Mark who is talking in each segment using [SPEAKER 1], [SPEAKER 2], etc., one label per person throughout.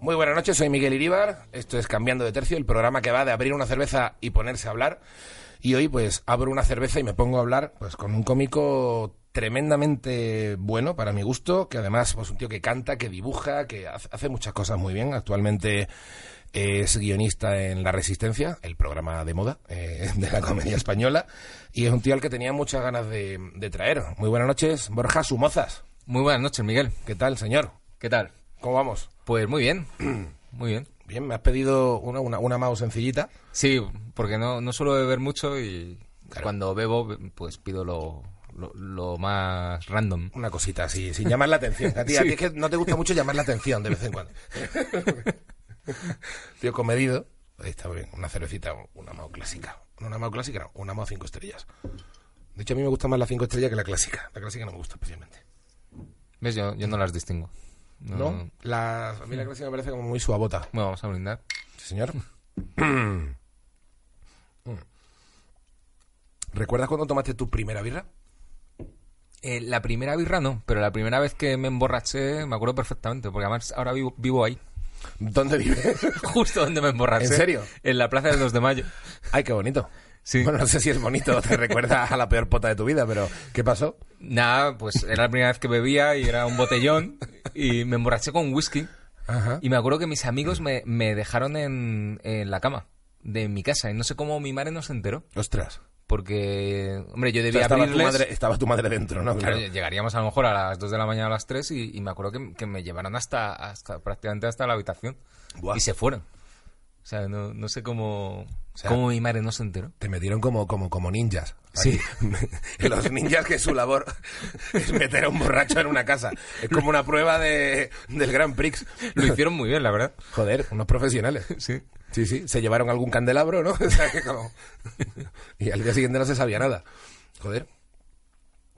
[SPEAKER 1] buenas noches, soy Miguel Iríbar. Esto es Cambiando de Tercio, el programa que va de abrir una cerveza y ponerse a hablar. Y hoy, pues, abro una cerveza y me pongo a hablar pues, con un cómico tremendamente bueno para mi gusto, que además es pues, un tío que canta, que dibuja, que hace muchas cosas muy bien. Actualmente es guionista en La Resistencia, el programa de moda eh, de la comedia española, y es un tío al que tenía muchas ganas de, de traer. Muy buenas noches, Borja Sumozas.
[SPEAKER 2] Muy buenas noches, Miguel.
[SPEAKER 1] ¿Qué tal, señor?
[SPEAKER 2] ¿Qué tal?
[SPEAKER 1] ¿Cómo vamos?
[SPEAKER 2] Pues muy bien, muy bien.
[SPEAKER 1] Bien, me has pedido una, una, una mouse sencillita.
[SPEAKER 2] Sí, porque no, no suelo beber mucho y claro. cuando bebo, pues pido lo, lo, lo, más random.
[SPEAKER 1] Una cosita así, sin llamar la atención. A ti, sí. a ti es que no te gusta mucho llamar la atención de vez en cuando. Tío comedido. Ahí está muy bien. Una cervecita, una mao clásica. No una mao clásica, no. Una mao cinco estrellas. De hecho, a mí me gusta más la cinco estrellas que la clásica. La clásica no me gusta especialmente.
[SPEAKER 2] ¿Ves? Yo, yo no las distingo.
[SPEAKER 1] ¿No? ¿No? La, a mí la clásica me parece como muy suavota.
[SPEAKER 2] Bueno, vamos a brindar.
[SPEAKER 1] Sí, señor. Mm. ¿Recuerdas cuando tomaste tu primera birra?
[SPEAKER 2] Eh, la primera birra no, pero la primera vez que me emborraché me acuerdo perfectamente, porque además ahora vivo, vivo ahí.
[SPEAKER 1] ¿Dónde vives?
[SPEAKER 2] Justo donde me emborraché.
[SPEAKER 1] ¿En serio?
[SPEAKER 2] En la plaza del 2 de mayo.
[SPEAKER 1] Ay, qué bonito. Sí. Bueno, no sé si es bonito, te recuerda a la peor pota de tu vida, pero ¿qué pasó?
[SPEAKER 2] Nada, pues era la primera vez que bebía y era un botellón y me emborraché con whisky. Ajá. Y me acuerdo que mis amigos me, me dejaron en, en, la cama de mi casa y no sé cómo mi madre no se enteró.
[SPEAKER 1] Ostras.
[SPEAKER 2] Porque, hombre, yo debía o sea,
[SPEAKER 1] estaba
[SPEAKER 2] abrirles...
[SPEAKER 1] Tu madre, estaba tu madre dentro, ¿no?
[SPEAKER 2] Claro, claro, llegaríamos a lo mejor a las 2 de la mañana a las 3 y, y me acuerdo que, que, me llevaron hasta, hasta prácticamente hasta la habitación. Buah. Y se fueron. O sea, no, no sé cómo, o sea, cómo mi madre no se enteró.
[SPEAKER 1] Te metieron como, como, como ninjas.
[SPEAKER 2] Sí.
[SPEAKER 1] Los ninjas que su labor es meter a un borracho en una casa. Es como una prueba de, del Grand Prix.
[SPEAKER 2] Lo hicieron muy bien, la verdad.
[SPEAKER 1] Joder, unos profesionales.
[SPEAKER 2] Sí.
[SPEAKER 1] Sí, sí. Se llevaron algún candelabro, ¿no? O sea, que como... Y al día siguiente no se sabía nada. Joder.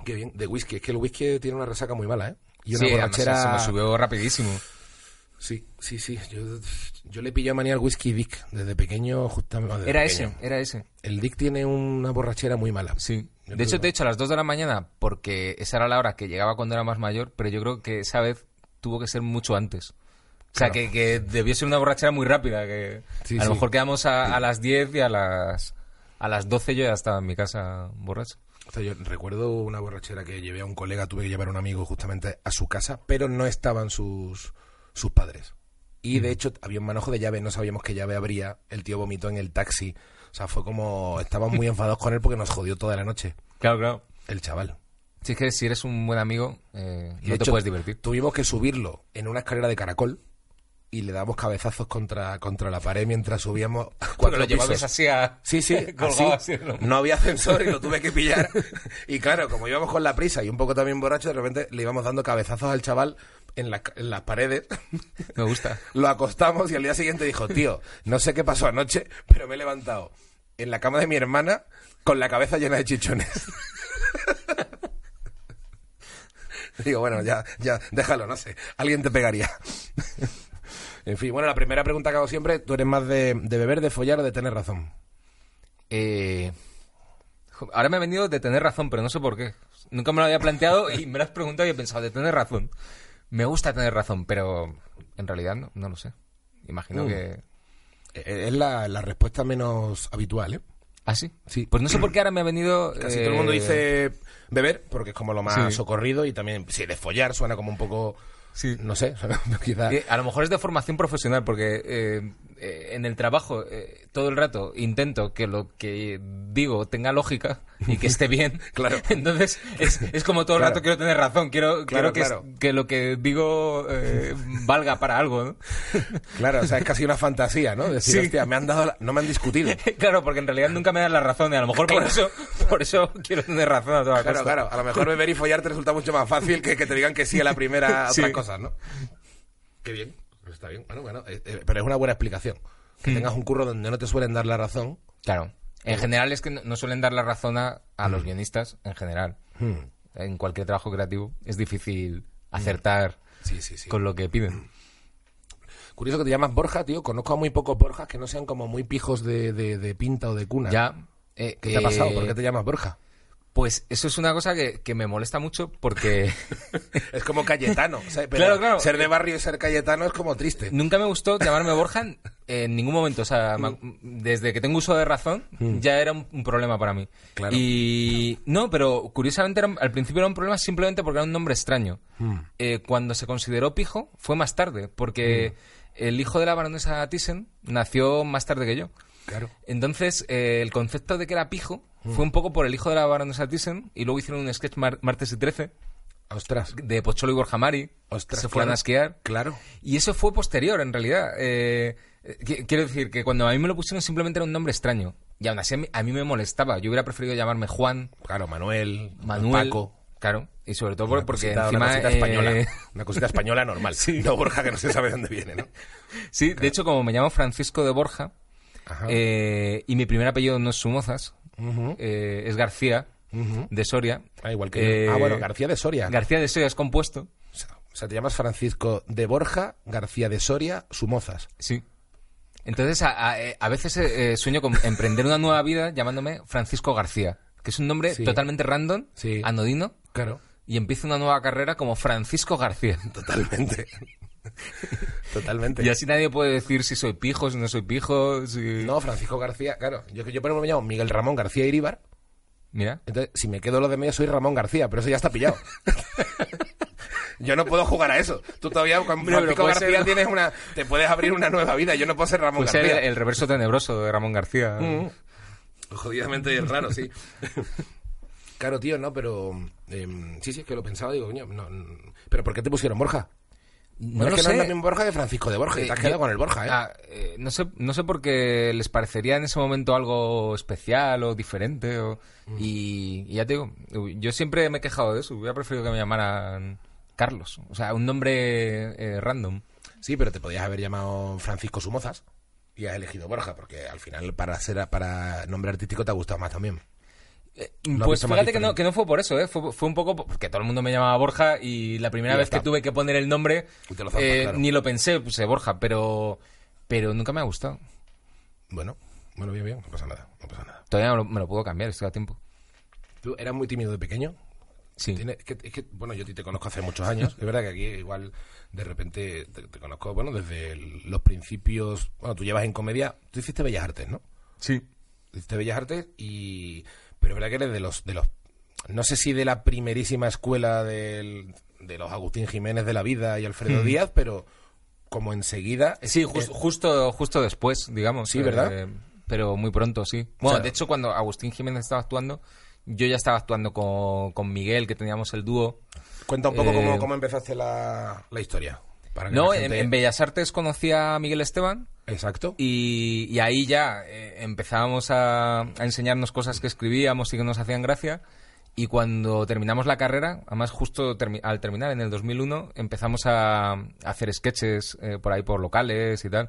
[SPEAKER 1] Qué bien. De whisky. Es que el whisky tiene una resaca muy mala, ¿eh?
[SPEAKER 2] Y una sí, borrachera... se me subió rapidísimo.
[SPEAKER 1] Sí, sí, sí. Yo, yo le pillé a manía al whisky Dick desde pequeño, justamente. Desde
[SPEAKER 2] era
[SPEAKER 1] pequeño.
[SPEAKER 2] ese, era ese.
[SPEAKER 1] El Dick tiene una borrachera muy mala.
[SPEAKER 2] Sí. Yo de hecho, que... te he hecho a las 2 de la mañana, porque esa era la hora que llegaba cuando era más mayor, pero yo creo que esa vez tuvo que ser mucho antes. O sea, claro. que, que, debió ser una borrachera muy rápida. que sí, A lo sí. mejor quedamos a, a, las 10 y a las, a las 12 yo ya estaba en mi casa borracho.
[SPEAKER 1] O sea, yo recuerdo una borrachera que llevé a un colega, tuve que llevar a un amigo justamente a su casa, pero no estaban sus sus padres. Y
[SPEAKER 2] Mm.
[SPEAKER 1] de hecho había un manojo de llave, no sabíamos qué llave habría, el tío vomitó en el taxi. O sea, fue como... Estaban muy enfadados con él porque nos jodió toda la noche.
[SPEAKER 2] Claro, claro.
[SPEAKER 1] El chaval.
[SPEAKER 2] Si es que si eres un buen amigo, eh, no de te hecho, puedes divertir.
[SPEAKER 1] Tuvimos que subirlo en una escalera de caracol y le damos cabezazos contra, contra la pared mientras subíamos cuatro
[SPEAKER 2] lo llevabas
[SPEAKER 1] pisos.
[SPEAKER 2] así a...
[SPEAKER 1] Sí, sí, así.
[SPEAKER 2] así
[SPEAKER 1] ¿no? no había ascensor y lo tuve que pillar. y claro, como íbamos con la prisa y un poco también borracho, de repente le íbamos dando cabezazos al chaval en, la, en, las paredes.
[SPEAKER 2] Me gusta.
[SPEAKER 1] lo acostamos y al día siguiente dijo, tío, no sé qué pasó anoche, pero me he levantado en la cama de mi hermana con la cabeza llena de chichones. Digo, bueno, ya, ya, déjalo, no sé. Alguien te pegaría. en fin, bueno, la primera pregunta que hago siempre, ¿tú eres más de, de beber, de follar o de tener razón?
[SPEAKER 2] Eh, ahora me ha venido de tener razón, pero no sé por qué. Nunca me lo había planteado y me lo has preguntado y he pensado, de tener razón. Me gusta tener razón, pero en realidad no, no lo sé. Imagino
[SPEAKER 1] Uh.
[SPEAKER 2] mm. que...
[SPEAKER 1] Eh, Es la, la, respuesta menos habitual, ¿eh?
[SPEAKER 2] ¿Ah, sí?
[SPEAKER 1] Sí.
[SPEAKER 2] Pues no sé por qué ahora me ha venido...
[SPEAKER 1] Casi eh... todo el mundo dice beber, porque es como lo más sí. socorrido y también, si de follar suena como un poco... Sí. No sé, quizás...
[SPEAKER 2] A lo mejor es de formación profesional, porque eh, eh, en el trabajo eh, todo el rato intento que lo que digo tenga lógica y que esté bien.
[SPEAKER 1] claro.
[SPEAKER 2] Entonces es, es como todo el
[SPEAKER 1] Claro.
[SPEAKER 2] rato quiero tener razón, quiero,
[SPEAKER 1] Claro,
[SPEAKER 2] quiero que,
[SPEAKER 1] claro.
[SPEAKER 2] es- que lo que digo eh, valga para algo. ¿no?
[SPEAKER 1] Claro, o sea, es casi una fantasía, ¿no? Decir,
[SPEAKER 2] Sí.
[SPEAKER 1] hostia, me han dado la- no me han discutido.
[SPEAKER 2] claro, porque en realidad nunca me dan la razón y a lo mejor por eso, por eso quiero tener razón a toda
[SPEAKER 1] Claro,
[SPEAKER 2] costa.
[SPEAKER 1] claro. A lo mejor beber y follar te resulta mucho más fácil que que te digan que sí a la primera a
[SPEAKER 2] Sí.
[SPEAKER 1] otras cosas, ¿no? Qué bien. pues Está bien. Bueno, bueno. eh, eh, pero es una buena explicación. Que tengas un curro donde no te suelen dar la razón.
[SPEAKER 2] Claro. En general es que no, no suelen dar la razón a, a
[SPEAKER 1] Mm.
[SPEAKER 2] los guionistas, en general.
[SPEAKER 1] Hmm.
[SPEAKER 2] En cualquier trabajo creativo es difícil acertar
[SPEAKER 1] Sí, sí, sí.
[SPEAKER 2] con lo que piden.
[SPEAKER 1] Curioso que te llamas Borja, tío. Conozco a muy pocos Borjas que no sean como muy pijos de, de- de pinta o de cuna.
[SPEAKER 2] Ya. eh,
[SPEAKER 1] ¿Qué te ha pasado?
[SPEAKER 2] eh,
[SPEAKER 1] ¿Por qué te llamas Borja?
[SPEAKER 2] Pues eso es una cosa que, que me molesta mucho porque
[SPEAKER 1] Es como Cayetano. o sea, pero
[SPEAKER 2] Claro, claro.
[SPEAKER 1] Ser de barrio y ser Cayetano es como triste.
[SPEAKER 2] nunca me gustó llamarme Borja en- en ningún momento. O
[SPEAKER 1] Mm.
[SPEAKER 2] sea, ma- desde que tengo uso de razón ya era un, un problema para mí.
[SPEAKER 1] Claro.
[SPEAKER 2] Y no, pero curiosamente era un- al principio era un problema simplemente porque era un nombre extraño.
[SPEAKER 1] Mm.
[SPEAKER 2] Eh, cuando se consideró pijo fue más tarde porque
[SPEAKER 1] Mm.
[SPEAKER 2] el hijo de la baronesa Thyssen nació más tarde que yo.
[SPEAKER 1] Claro.
[SPEAKER 2] Entonces, eh, el concepto de que era pijo
[SPEAKER 1] Mm.
[SPEAKER 2] fue un poco por el hijo de la baronesa Thyssen y luego hicieron un sketch mar- martes y 13
[SPEAKER 1] Ostras.
[SPEAKER 2] de Pocholo y Borja Mari que
[SPEAKER 1] Ostras,
[SPEAKER 2] se fueron
[SPEAKER 1] claro.
[SPEAKER 2] a esquiar.
[SPEAKER 1] Claro.
[SPEAKER 2] Y eso fue posterior, en realidad. Eh, eh, qui- quiero decir que cuando a mí me lo pusieron simplemente era un nombre extraño. Y aún así a mí, a mí me molestaba. Yo hubiera preferido llamarme Juan,
[SPEAKER 1] Claro, Manuel,
[SPEAKER 2] Manuel.
[SPEAKER 1] Paco.
[SPEAKER 2] Claro. Y sobre todo por-
[SPEAKER 1] Una
[SPEAKER 2] porque
[SPEAKER 1] cosita-
[SPEAKER 2] encima...
[SPEAKER 1] una cosita
[SPEAKER 2] eh,
[SPEAKER 1] española. Una cosita española normal. No Borja, que no se sabe de dónde viene, ¿no?
[SPEAKER 2] sí, de hecho, como me llamo Francisco de Borja
[SPEAKER 1] Ajá.
[SPEAKER 2] eh, y mi primer apellido no es Sumozas,
[SPEAKER 1] Ah. Ujú.
[SPEAKER 2] eh, es García de Soria.
[SPEAKER 1] Ah, igual que yo. Ah,
[SPEAKER 2] Eh,
[SPEAKER 1] bueno, García de Soria.
[SPEAKER 2] García de Soria es compuesto.
[SPEAKER 1] O sea, o sea, te llamas Francisco de Borja, García de Soria, Sumozas.
[SPEAKER 2] Sí. Entonces, a, a- eh, a veces eh, eh, sueño con emprender una nueva vida llamándome Francisco García, que es un nombre
[SPEAKER 1] Sí.
[SPEAKER 2] totalmente random,
[SPEAKER 1] Sí.
[SPEAKER 2] anodino,
[SPEAKER 1] Claro.
[SPEAKER 2] y empiezo una nueva carrera como Francisco García.
[SPEAKER 1] Totalmente. Totalmente.
[SPEAKER 2] Y así nadie puede decir si soy pijo, si no soy pijo, si...
[SPEAKER 1] No, Francisco García, claro. Yo, yo por ejemplo me llamo Miguel Ramón García Iríbar.
[SPEAKER 2] Mira.
[SPEAKER 1] Entonces, si me quedo lo de medio, soy Ramón García, pero eso ya está pillado. yo no puedo jugar a eso. Tú todavía con
[SPEAKER 2] Hombre, pero
[SPEAKER 1] Francisco
[SPEAKER 2] puede
[SPEAKER 1] García
[SPEAKER 2] ser-
[SPEAKER 1] tienes una, te puedes abrir una nueva vida. Yo no puedo ser Ramón
[SPEAKER 2] Puede ser
[SPEAKER 1] García.
[SPEAKER 2] pues
[SPEAKER 1] Mm.
[SPEAKER 2] el, el reverso tenebroso de Ramón García.
[SPEAKER 1] Jodidamente raro, sí. claro, tío, no, pero. em, sí, sí, es que lo pensaba, digo, coño. No, no, pero ¿por qué te pusieron Borja?
[SPEAKER 2] No
[SPEAKER 1] es
[SPEAKER 2] lo
[SPEAKER 1] que no
[SPEAKER 2] sé.
[SPEAKER 1] es el mismo Borja que Francisco de Borja. y te has
[SPEAKER 2] Eh,
[SPEAKER 1] quedado
[SPEAKER 2] yo-
[SPEAKER 1] con el Borja, ¿eh?
[SPEAKER 2] Ah, eh, no, sé, no sé por qué les parecería en ese momento algo especial o diferente. o-
[SPEAKER 1] Mm.
[SPEAKER 2] y, y ya te digo, yo siempre me he quejado de eso. Hubiera preferido que me llamaran Carlos. O sea, un nombre eh, random.
[SPEAKER 1] Sí, pero te podías haber llamado Francisco Sumozas y has elegido Borja, porque al final para ser para nombre artístico te ha gustado más también. has
[SPEAKER 2] pues
[SPEAKER 1] visto más
[SPEAKER 2] fíjate que no,
[SPEAKER 1] diferente.
[SPEAKER 2] que no fue por eso, ¿eh? fue, fue un poco porque todo el mundo me llamaba Borja y la primera
[SPEAKER 1] Y ya
[SPEAKER 2] vez
[SPEAKER 1] está.
[SPEAKER 2] que tuve que poner el nombre
[SPEAKER 1] Y te lo zampas,
[SPEAKER 2] eh,
[SPEAKER 1] claro.
[SPEAKER 2] ni lo pensé, puse Borja, pero, pero nunca me ha gustado.
[SPEAKER 1] Bueno, bueno, bien, bien, no pasa nada, no pasa nada.
[SPEAKER 2] Todavía me lo, me lo puedo cambiar, estoy a tiempo.
[SPEAKER 1] ¿Tú eras muy tímido de pequeño?
[SPEAKER 2] Sí.
[SPEAKER 1] Tiene- es que, es que, bueno, yo a ti te conozco hace muchos años. Es verdad que aquí igual de repente te, te conozco, bueno, desde el- los principios... Bueno, tú llevas en comedia... Tú hiciste Bellas Artes, ¿no?
[SPEAKER 2] Sí.
[SPEAKER 1] Hiciste Bellas Artes y... Pero es verdad que eres de los... De los no sé si de la primerísima escuela del- de los Agustín Jiménez de la vida y Alfredo Díaz, pero como enseguida...
[SPEAKER 2] Mm. Sí, jus- justo, justo después, digamos.
[SPEAKER 1] Eh. Sí,
[SPEAKER 2] eh,
[SPEAKER 1] ¿verdad?
[SPEAKER 2] pero muy pronto, sí. Bueno,
[SPEAKER 1] sea-
[SPEAKER 2] de hecho, cuando Agustín Jiménez estaba actuando, yo ya estaba actuando con, con Miguel, que teníamos el dúo.
[SPEAKER 1] Cuenta un poco
[SPEAKER 2] Eh,
[SPEAKER 1] cómo, cómo empezaste la, la historia. Para que
[SPEAKER 2] No,
[SPEAKER 1] la
[SPEAKER 2] en,
[SPEAKER 1] gente-
[SPEAKER 2] en Bellas Artes conocí a Miguel Esteban
[SPEAKER 1] Exacto.
[SPEAKER 2] y, y ahí ya eh, empezábamos a, a enseñarnos cosas que escribíamos y que nos hacían gracia. Y cuando terminamos la carrera, además justo termi- al terminar en el 2001, empezamos a, a hacer sketches eh, por ahí por locales y tal.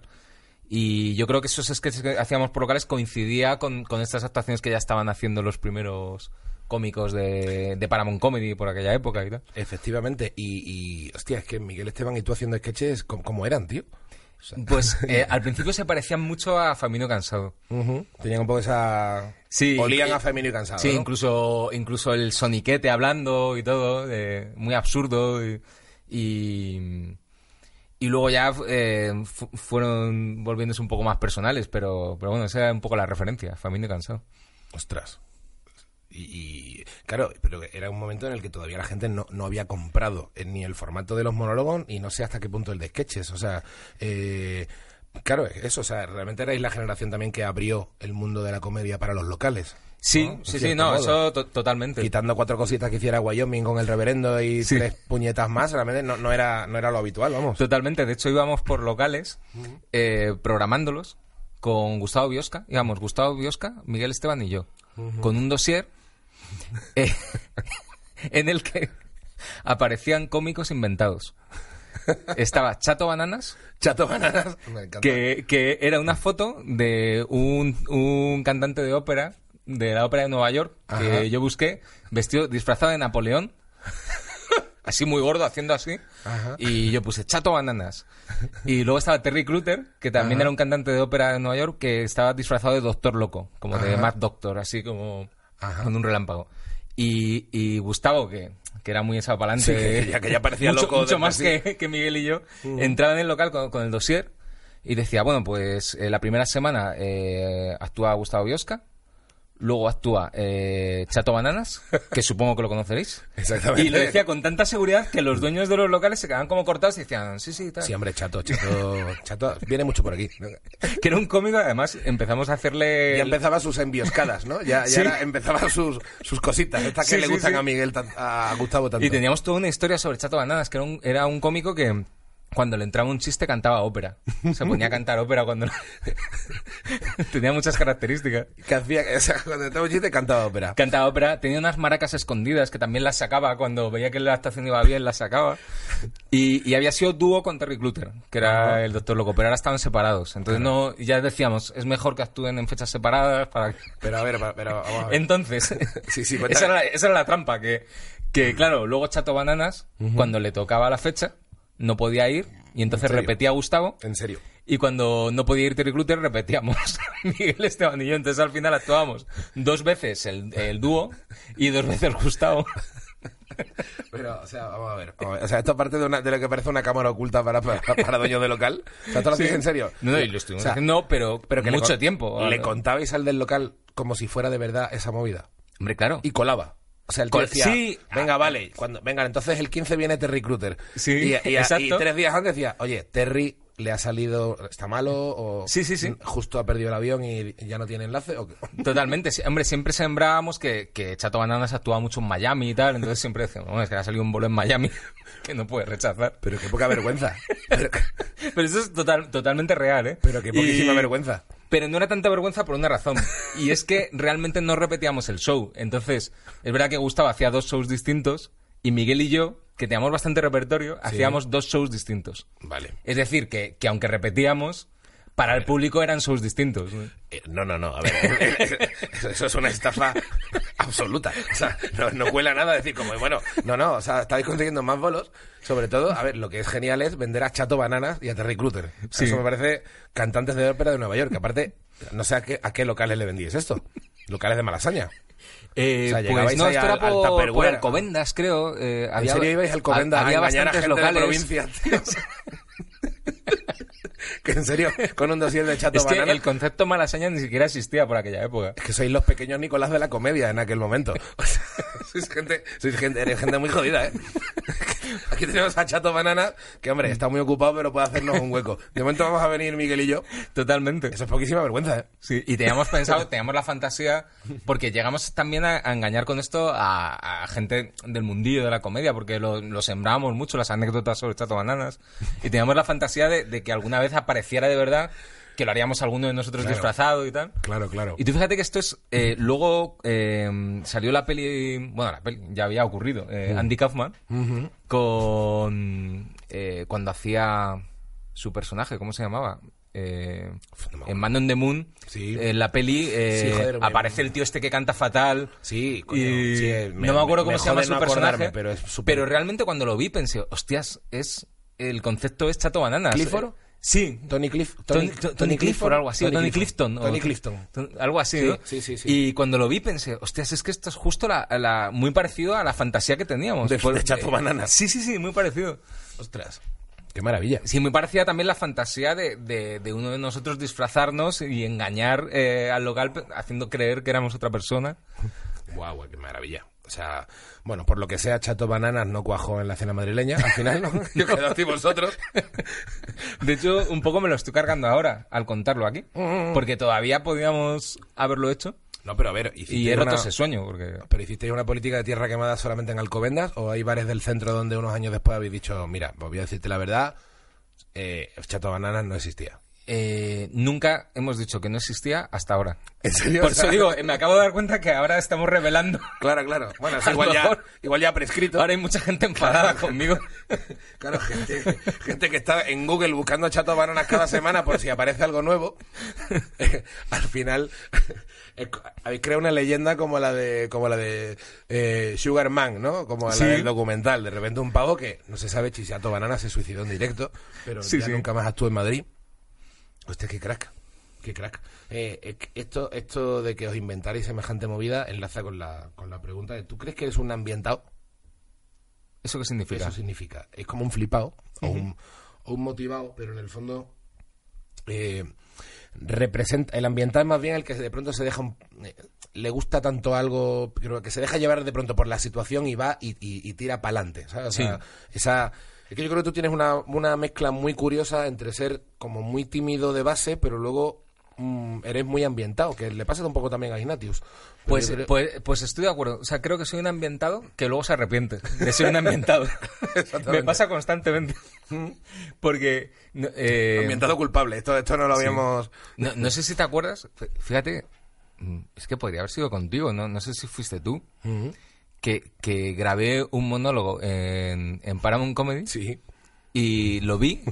[SPEAKER 2] Y yo creo que esos sketches que hacíamos por locales coincidía con, con estas actuaciones que ya estaban haciendo los primeros cómicos de, de Paramount Comedy por aquella época y tal.
[SPEAKER 1] Efectivamente, y, y hostia, es que Miguel Esteban y tú haciendo sketches, ¿cómo, cómo eran, tío? O sea,
[SPEAKER 2] Pues eh, al principio se parecían mucho a Famino Cansado.
[SPEAKER 1] ujú, Tenían un poco esa...
[SPEAKER 2] Sí,
[SPEAKER 1] Olían
[SPEAKER 2] eh,
[SPEAKER 1] a femenino y cansado,
[SPEAKER 2] Sí,
[SPEAKER 1] ¿no?
[SPEAKER 2] incluso, incluso el soniquete hablando y todo, de- muy absurdo. Y, y, y luego ya eh, fu- fueron volviéndose un poco más personales, pero, pero bueno, esa era un poco la referencia, Famino Cansado.
[SPEAKER 1] Ostras. Y, y, claro, pero era un momento en el que todavía la gente no, no había comprado eh, ni el formato de los monólogos y no sé hasta qué punto el de sketches. O sea, eh, claro, eso, o sea, realmente erais la generación también que abrió el mundo de la comedia para los locales.
[SPEAKER 2] Sí,
[SPEAKER 1] ¿no? En
[SPEAKER 2] sí, sí,
[SPEAKER 1] cierto
[SPEAKER 2] no,
[SPEAKER 1] modo.
[SPEAKER 2] eso to- totalmente.
[SPEAKER 1] Quitando cuatro cositas que hiciera Wyoming con el reverendo y
[SPEAKER 2] Sí.
[SPEAKER 1] tres puñetas más, realmente no, no, era, no era lo habitual, vamos.
[SPEAKER 2] Totalmente, de hecho íbamos por locales eh, programándolos con Gustavo Biosca, íbamos Gustavo Biosca, Miguel Esteban y yo, con un dossier eh, en el que aparecían cómicos inventados. Estaba Chato Bananas,
[SPEAKER 1] Chato Bananas. Me encanta.
[SPEAKER 2] que, que era una foto de un, un cantante de ópera, de la ópera de Nueva York,
[SPEAKER 1] Ajá.
[SPEAKER 2] que yo busqué, vestido, disfrazado de Napoleón, así muy gordo, haciendo así,
[SPEAKER 1] Ajá.
[SPEAKER 2] y yo puse chato bananas. Y luego estaba Terry Clutter, que también era un cantante de ópera de Nueva York, que estaba disfrazado de Doctor Loco, como de
[SPEAKER 1] Ajá.
[SPEAKER 2] Mad Doctor, así como
[SPEAKER 1] Ajá.
[SPEAKER 2] con un relámpago. Y, y Gustavo, que, que era muy esa
[SPEAKER 1] Sí, que,
[SPEAKER 2] palante,
[SPEAKER 1] ya, que ya parecía
[SPEAKER 2] mucho,
[SPEAKER 1] loco.
[SPEAKER 2] mucho
[SPEAKER 1] de-
[SPEAKER 2] más
[SPEAKER 1] sí.
[SPEAKER 2] que, que Miguel y yo, entraba en el local con, con el dossier y decía, bueno, pues eh, la primera semana eh, actúa Gustavo Biosca, luego actúa eh, Chato Bananas, que supongo que lo conoceréis.
[SPEAKER 1] Exactamente.
[SPEAKER 2] Y lo decía con tanta seguridad que los dueños de los locales se quedaban como cortados y decían, sí, sí, tal.
[SPEAKER 1] Sí, hombre, chato, chato, chato. Viene mucho por aquí.
[SPEAKER 2] Que era un cómico, además empezamos a hacerle...
[SPEAKER 1] Ya
[SPEAKER 2] el-
[SPEAKER 1] empezaba sus embioscadas, ¿no? Ya, ya
[SPEAKER 2] Sí.
[SPEAKER 1] era- empezaba sus, sus cositas, estas que
[SPEAKER 2] Sí,
[SPEAKER 1] le
[SPEAKER 2] sí,
[SPEAKER 1] gustan
[SPEAKER 2] sí.
[SPEAKER 1] a Miguel, tan- a Gustavo tanto.
[SPEAKER 2] Y teníamos toda una historia sobre Chato Bananas, que era un, era un cómico que cuando le entraba un chiste cantaba ópera. Se ponía a cantar ópera cuando... Tenía muchas características.
[SPEAKER 1] Que hacía, o sea, cuando estaba un chiste cantaba ópera.
[SPEAKER 2] Cantaba ópera, tenía unas maracas escondidas que también las sacaba cuando veía que la actuación iba bien, las sacaba. Y, y había sido dúo con Terry Clutter, que era el Doctor Loco, pero ahora estaban separados. Entonces no, ya decíamos, es mejor que actúen en fechas separadas para que-
[SPEAKER 1] Pero a ver, pa- pero vamos a ver.
[SPEAKER 2] Entonces,
[SPEAKER 1] Sí, sí, cuenta.
[SPEAKER 2] esa, era la, esa era la trampa, que, que claro, luego Chato Bananas, cuando le tocaba la fecha, no podía ir, y entonces
[SPEAKER 1] ¿En serio?
[SPEAKER 2] repetía a Gustavo,
[SPEAKER 1] En serio.
[SPEAKER 2] y cuando no podía ir Terry Clutter, repetíamos Miguel Esteban y yo, entonces al final actuábamos dos veces el, el dúo y dos veces Gustavo.
[SPEAKER 1] Pero, o sea, vamos a ver. vamos a ver. O sea, esto aparte de, una- de lo que parece una cámara oculta para, para, para dueño de local. O sea, ¿tú lo hacías en serio?
[SPEAKER 2] No, no, y lo estuvimos
[SPEAKER 1] O sea,
[SPEAKER 2] haciendo, pero,
[SPEAKER 1] pero que le
[SPEAKER 2] mucho
[SPEAKER 1] con-
[SPEAKER 2] tiempo.
[SPEAKER 1] Le contabais al del local como si fuera de verdad esa movida.
[SPEAKER 2] Hombre, claro.
[SPEAKER 1] y colaba. O sea, el tío
[SPEAKER 2] Col-
[SPEAKER 1] decía,
[SPEAKER 2] sí.
[SPEAKER 1] venga, vale, cuando, venga, entonces el 15 viene Terry Recruiter.
[SPEAKER 2] Sí,
[SPEAKER 1] y, y- y
[SPEAKER 2] exacto.
[SPEAKER 1] tres días antes decía, oye, Terry le ha salido, está malo, o
[SPEAKER 2] Sí, sí, sí.
[SPEAKER 1] justo ha perdido el avión y ya no tiene enlace. o qué?
[SPEAKER 2] Totalmente. Sí, Hombre, siempre sembrábamos que, que Chato Bananas actúa mucho en Miami y tal, entonces siempre decíamos, bueno, es que ha salido un bolo en Miami que no puede rechazar.
[SPEAKER 1] Pero qué poca vergüenza. Pero,
[SPEAKER 2] Pero eso es total, totalmente real, ¿eh?
[SPEAKER 1] pero qué poquísima
[SPEAKER 2] Y-
[SPEAKER 1] vergüenza.
[SPEAKER 2] Pero no era tanta vergüenza por una razón. Y es que realmente no repetíamos el show. Entonces, es verdad que Gustavo hacía dos shows distintos y Miguel y yo, que teníamos bastante repertorio, hacíamos dos shows distintos.
[SPEAKER 1] Vale.
[SPEAKER 2] Es decir, que, que aunque repetíamos, para el público eran shows distintos. ¿no?
[SPEAKER 1] Eh, no, no, no, a ver. eh, eso, eso es una estafa absoluta. O sea, no, no cuela nada decir como, bueno, no, no, o sea, estáis consiguiendo más bolos. Sobre todo, a ver, lo que es genial es vender a Chato Bananas y a Terry Clutter. O sea,
[SPEAKER 2] Sí.
[SPEAKER 1] Eso me parece cantantes de ópera de Nueva York. que Aparte, no sé a qué, a qué locales le vendíais esto. Locales de Malasaña.
[SPEAKER 2] Eh,
[SPEAKER 1] O sea, llegabais
[SPEAKER 2] pues no,
[SPEAKER 1] ahí
[SPEAKER 2] esto
[SPEAKER 1] al-
[SPEAKER 2] era
[SPEAKER 1] al
[SPEAKER 2] por,
[SPEAKER 1] Tupperware.
[SPEAKER 2] por Alcobendas, creo. eh, había,
[SPEAKER 1] serio ibais a Alcobendas
[SPEAKER 2] ha- había
[SPEAKER 1] a engañar a
[SPEAKER 2] bastantes
[SPEAKER 1] gente de
[SPEAKER 2] locales.
[SPEAKER 1] provincia, tío? Que en serio, con un dossier de Chato
[SPEAKER 2] Es que
[SPEAKER 1] Bananas.
[SPEAKER 2] el concepto malasaña ni siquiera existía por aquella época.
[SPEAKER 1] Es que sois los pequeños Nicolás de la comedia en aquel momento. O sea, sois gente, sois gente, eres gente muy jodida, ¿eh? Aquí tenemos a Chato Banana, que hombre, está muy ocupado, pero puede hacernos un hueco. De momento vamos a venir Miguel y yo.
[SPEAKER 2] Totalmente.
[SPEAKER 1] Eso es poquísima vergüenza, ¿eh?
[SPEAKER 2] Sí, y teníamos pensado, teníamos la fantasía, porque llegamos también a, a engañar con esto a, a gente del mundillo de la comedia, porque lo, lo sembrábamos mucho, las anécdotas sobre Chato Bananas, y teníamos la fantasía de, de que alguna vez apareciera de verdad, que lo haríamos alguno de nosotros
[SPEAKER 1] Claro.
[SPEAKER 2] disfrazado y tal.
[SPEAKER 1] Claro, claro.
[SPEAKER 2] Y tú fíjate que esto es, eh, luego eh, salió la peli, bueno, la peli ya había ocurrido, eh, Andy Kaufman, con, eh, cuando hacía su personaje, ¿cómo se llamaba? Eh,
[SPEAKER 1] Uf, no me acuerdo.
[SPEAKER 2] en Man on the Moon,
[SPEAKER 1] Sí.
[SPEAKER 2] en la peli, eh,
[SPEAKER 1] Sí, joder, me-
[SPEAKER 2] aparece el tío este que canta fatal.
[SPEAKER 1] Sí, coño,
[SPEAKER 2] y
[SPEAKER 1] sí, eh, me-
[SPEAKER 2] no me acuerdo
[SPEAKER 1] me-
[SPEAKER 2] cómo
[SPEAKER 1] me
[SPEAKER 2] se llama
[SPEAKER 1] jode
[SPEAKER 2] su
[SPEAKER 1] no acordarme,
[SPEAKER 2] personaje,
[SPEAKER 1] pero es súper-
[SPEAKER 2] pero realmente cuando lo vi pensé, hostias, es el concepto es Chato Bananas.
[SPEAKER 1] ¿Clifford?
[SPEAKER 2] Sí,
[SPEAKER 1] Tony Cliff.
[SPEAKER 2] Tony, Tony, Clifford, algo así. o Tony, Clifton. o-
[SPEAKER 1] Tony Clifton.
[SPEAKER 2] Ton- Algo así,
[SPEAKER 1] Sí,
[SPEAKER 2] ¿no?
[SPEAKER 1] sí, sí, sí.
[SPEAKER 2] Y cuando lo vi pensé, hostias, es que esto es justo la, la- muy parecido a la fantasía que teníamos. eh,
[SPEAKER 1] De- de Chapo Banana.
[SPEAKER 2] Sí, sí, sí, muy parecido.
[SPEAKER 1] Ostras. Qué maravilla.
[SPEAKER 2] Sí, muy parecida también la fantasía de, de- de uno de nosotros disfrazarnos y engañar eh, al local pe- haciendo creer que éramos otra persona.
[SPEAKER 1] Guau, guau, qué maravilla. O sea, bueno, por lo que sea, Chato Bananas no cuajó en la cena madrileña. Al final, ¿no? Yo quedaste vosotros.
[SPEAKER 2] De hecho, un poco me lo estoy cargando ahora al contarlo aquí,
[SPEAKER 1] Mm.
[SPEAKER 2] porque todavía podíamos haberlo hecho
[SPEAKER 1] No, pero a ver.
[SPEAKER 2] y
[SPEAKER 1] hiciste
[SPEAKER 2] he roto
[SPEAKER 1] una-
[SPEAKER 2] ese sueño. porque
[SPEAKER 1] ¿Pero hicisteis una política de tierra quemada solamente en Alcobendas? ¿O hay bares del centro donde unos años después habéis dicho, mira, pues voy a decirte la verdad, eh, Chato Bananas no existía?
[SPEAKER 2] eh, nunca hemos dicho que no existía hasta ahora.
[SPEAKER 1] ¿En serio?
[SPEAKER 2] Por
[SPEAKER 1] O sea,
[SPEAKER 2] eso digo, eh, me acabo de dar cuenta que ahora estamos revelando.
[SPEAKER 1] Claro, claro. Bueno, eso
[SPEAKER 2] A lo
[SPEAKER 1] igual, ya,
[SPEAKER 2] mejor.
[SPEAKER 1] igual ya prescrito.
[SPEAKER 2] Ahora hay mucha gente enfadada conmigo.
[SPEAKER 1] Claro, gente, gente que está en Google buscando Chato Bananas cada semana por si aparece algo nuevo. eh, Al final, es co- habéis creado una leyenda como la de, como la de eh, Sugar Man, ¿no? Como la
[SPEAKER 2] Sí.
[SPEAKER 1] del documental. De repente un pavo que no se sabe si Chato Bananas se suicidó en directo, pero
[SPEAKER 2] Sí,
[SPEAKER 1] ya
[SPEAKER 2] sí.
[SPEAKER 1] nunca más actuó en Madrid. Hostia, qué crack. Qué crack. Eh, eh, esto, esto de que os inventaréis semejante movida enlaza con la, con la pregunta de, ¿tú crees que eres un ambientado?
[SPEAKER 2] ¿Eso qué significa?
[SPEAKER 1] Eso significa, es como un flipado o, un, o un motivado, pero en el fondo eh, representa, el ambiental más bien el que de pronto se deja, un- eh, le gusta tanto algo, creo que se deja llevar de pronto por la situación y va y, y- y tira para adelante. esa, es que yo creo que tú tienes una, una mezcla muy curiosa entre ser como muy tímido de base, pero luego mm, eres muy ambientado, que le pasa un poco también a Ignatius. Pero
[SPEAKER 2] Pues,
[SPEAKER 1] yo creo-
[SPEAKER 2] pues, pues estoy de acuerdo. O sea, creo que soy un ambientado que luego se arrepiente de ser un ambientado. Me pasa constantemente. Porque. no, eh,
[SPEAKER 1] ambientado culpable, esto, esto no lo habíamos...
[SPEAKER 2] no, no sé si te acuerdas. f- Fíjate, mm, es que podría haber sido contigo, no, no sé si fuiste tú.
[SPEAKER 1] Ujú.
[SPEAKER 2] Que, que grabé un monólogo en, en Paramount Comedy
[SPEAKER 1] Sí.
[SPEAKER 2] y lo vi.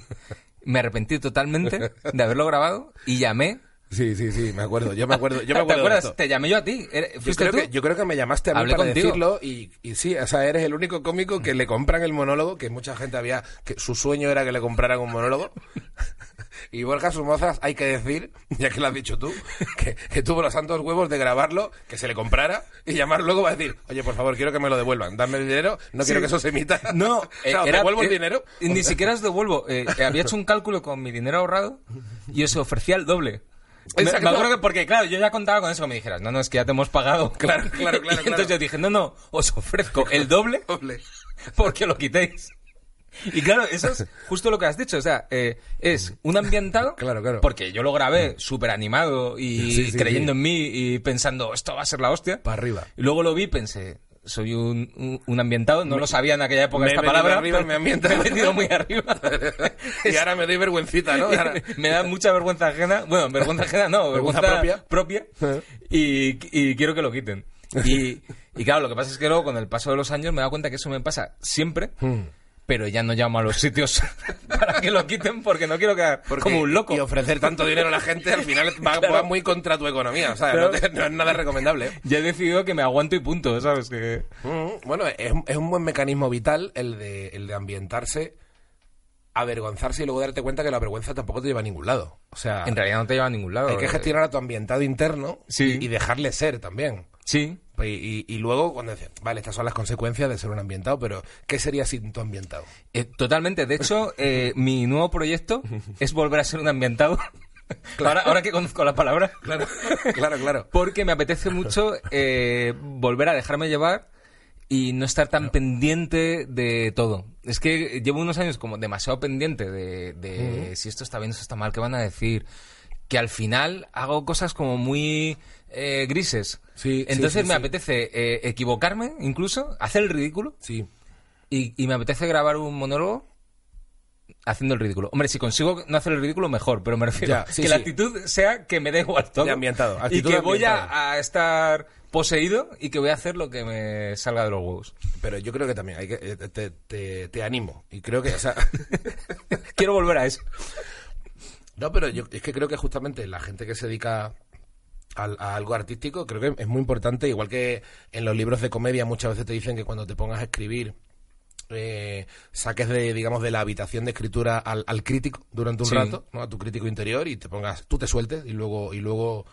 [SPEAKER 2] Me arrepentí totalmente de haberlo grabado y llamé.
[SPEAKER 1] Sí, sí, sí, me acuerdo. Yo me acuerdo. Yo me
[SPEAKER 2] ¿Te
[SPEAKER 1] acuerdo de
[SPEAKER 2] acuerdas?
[SPEAKER 1] esto.
[SPEAKER 2] Te llamé yo a ti. ¿Era-
[SPEAKER 1] Yo
[SPEAKER 2] ¿Fuiste
[SPEAKER 1] creo,
[SPEAKER 2] tú?
[SPEAKER 1] que, yo creo que me llamaste a mí
[SPEAKER 2] Hablé
[SPEAKER 1] para
[SPEAKER 2] contigo.
[SPEAKER 1] decirlo y, y sí, o sea, eres el único cómico que le compran el monólogo, que mucha gente había, que su sueño era que le compraran un monólogo. Y Borja Sumozas, hay que decir, ya que lo has dicho tú, que, que tuvo los santos huevos de grabarlo, que se le comprara y llamar luego para decir, oye, por favor, quiero que me lo devuelvan, dame el dinero, no quiero que eso se emita.
[SPEAKER 2] No,
[SPEAKER 1] o sea, ¿os
[SPEAKER 2] era-
[SPEAKER 1] devuelvo el
[SPEAKER 2] eh,
[SPEAKER 1] dinero.
[SPEAKER 2] Ni siquiera os devuelvo. Eh, había hecho un cálculo con mi dinero ahorrado y os ofrecía el doble. Me, me
[SPEAKER 1] Exacto.
[SPEAKER 2] acuerdo que porque, claro, yo ya contaba con eso que me dijeras, no, no, es que ya te hemos pagado.
[SPEAKER 1] Claro, claro, claro,
[SPEAKER 2] Y entonces
[SPEAKER 1] claro.
[SPEAKER 2] yo dije, no, no, os ofrezco el doble
[SPEAKER 1] Doble.
[SPEAKER 2] porque lo quitéis. Y claro, eso es justo lo que has dicho. O sea, eh, es un ambientado.
[SPEAKER 1] Claro, claro. Mm.
[SPEAKER 2] Porque yo lo grabé súper animado y
[SPEAKER 1] Sí, sí,
[SPEAKER 2] creyendo
[SPEAKER 1] sí.
[SPEAKER 2] en mí y pensando, esto va a ser la hostia.
[SPEAKER 1] Para arriba.
[SPEAKER 2] Y luego lo vi y pensé, soy un, un- un ambientado, no lo sabía en aquella época
[SPEAKER 1] me he
[SPEAKER 2] esta
[SPEAKER 1] venido
[SPEAKER 2] palabra.
[SPEAKER 1] arriba y
[SPEAKER 2] pero
[SPEAKER 1] me he ambientado.
[SPEAKER 2] he metido muy arriba.
[SPEAKER 1] Y ahora me doy vergüencita, ¿no? Ahora-
[SPEAKER 2] me da mucha vergüenza ajena. Bueno, vergüenza ajena no,
[SPEAKER 1] Vergüenza
[SPEAKER 2] vergüenza, propia.
[SPEAKER 1] propia.
[SPEAKER 2] Y, y quiero que lo quiten. Y, y claro, lo que pasa es que luego con el paso de los años me he dado cuenta que eso me pasa siempre.
[SPEAKER 1] Hmm.
[SPEAKER 2] Pero ya no llamo a los sitios para que lo quiten porque no quiero quedar
[SPEAKER 1] Porque-
[SPEAKER 2] como un loco.
[SPEAKER 1] Y ofrecer tanto dinero a la gente al final va,
[SPEAKER 2] Claro.
[SPEAKER 1] va muy contra tu economía. O sea,
[SPEAKER 2] Claro.
[SPEAKER 1] no, te- no es nada recomendable. ¿eh?
[SPEAKER 2] Ya he decidido que me aguanto y punto, ¿sabes? Que...
[SPEAKER 1] Mm, Bueno, es, un- es un buen mecanismo vital el de, el de ambientarse, avergonzarse y luego darte cuenta que la vergüenza tampoco te lleva a ningún lado. O sea,
[SPEAKER 2] En realidad no te lleva a ningún lado.
[SPEAKER 1] Ah. hay que gestionar a tu ambientado interno
[SPEAKER 2] Sí.
[SPEAKER 1] y, y dejarle ser también.
[SPEAKER 2] Sí.
[SPEAKER 1] Y, y- y luego cuando dices, vale, estas son las consecuencias de ser un ambientado, pero ¿qué sería sin tu ambientado?
[SPEAKER 2] Eh, totalmente. De hecho, eh, mi nuevo proyecto es volver a ser un ambientado. Ahora, ahora que conozco la palabra.
[SPEAKER 1] Claro, claro, claro.
[SPEAKER 2] Porque me apetece mucho eh, volver a dejarme llevar y no estar tan pendiente de todo. Es que llevo unos años como demasiado pendiente de, de si esto está bien, eso está mal, qué van a decir. Que al final hago cosas como muy eh, grises.
[SPEAKER 1] Sí, sí,
[SPEAKER 2] Entonces
[SPEAKER 1] sí,
[SPEAKER 2] me
[SPEAKER 1] sí.
[SPEAKER 2] apetece eh, equivocarme incluso, hacer el ridículo.
[SPEAKER 1] Sí.
[SPEAKER 2] Y, y me apetece grabar un monólogo haciendo el ridículo. Hombre, si consigo no hacer el ridículo, mejor, pero me refiero
[SPEAKER 1] Ya, sí,
[SPEAKER 2] que la
[SPEAKER 1] sí.
[SPEAKER 2] actitud sea que me da igual todo.
[SPEAKER 1] De ambientado,
[SPEAKER 2] Y
[SPEAKER 1] actitud
[SPEAKER 2] que voy
[SPEAKER 1] ambientado.
[SPEAKER 2] a, a estar poseído y que voy a hacer lo que me salga de los huevos.
[SPEAKER 1] Pero yo creo que también hay que, eh, te, te- te animo. Y creo que, o sea,
[SPEAKER 2] Quiero volver a eso.
[SPEAKER 1] No, pero yo es que creo que justamente la gente que se dedica al- a, algo artístico, creo que es muy importante, igual que en los libros de comedia muchas veces te dicen que cuando te pongas a escribir eh, saques de, digamos, de la habitación de escritura al, al crítico durante un
[SPEAKER 2] Sí.
[SPEAKER 1] rato, ¿no? A tu crítico interior y te pongas, tú te sueltes y luego, y luego,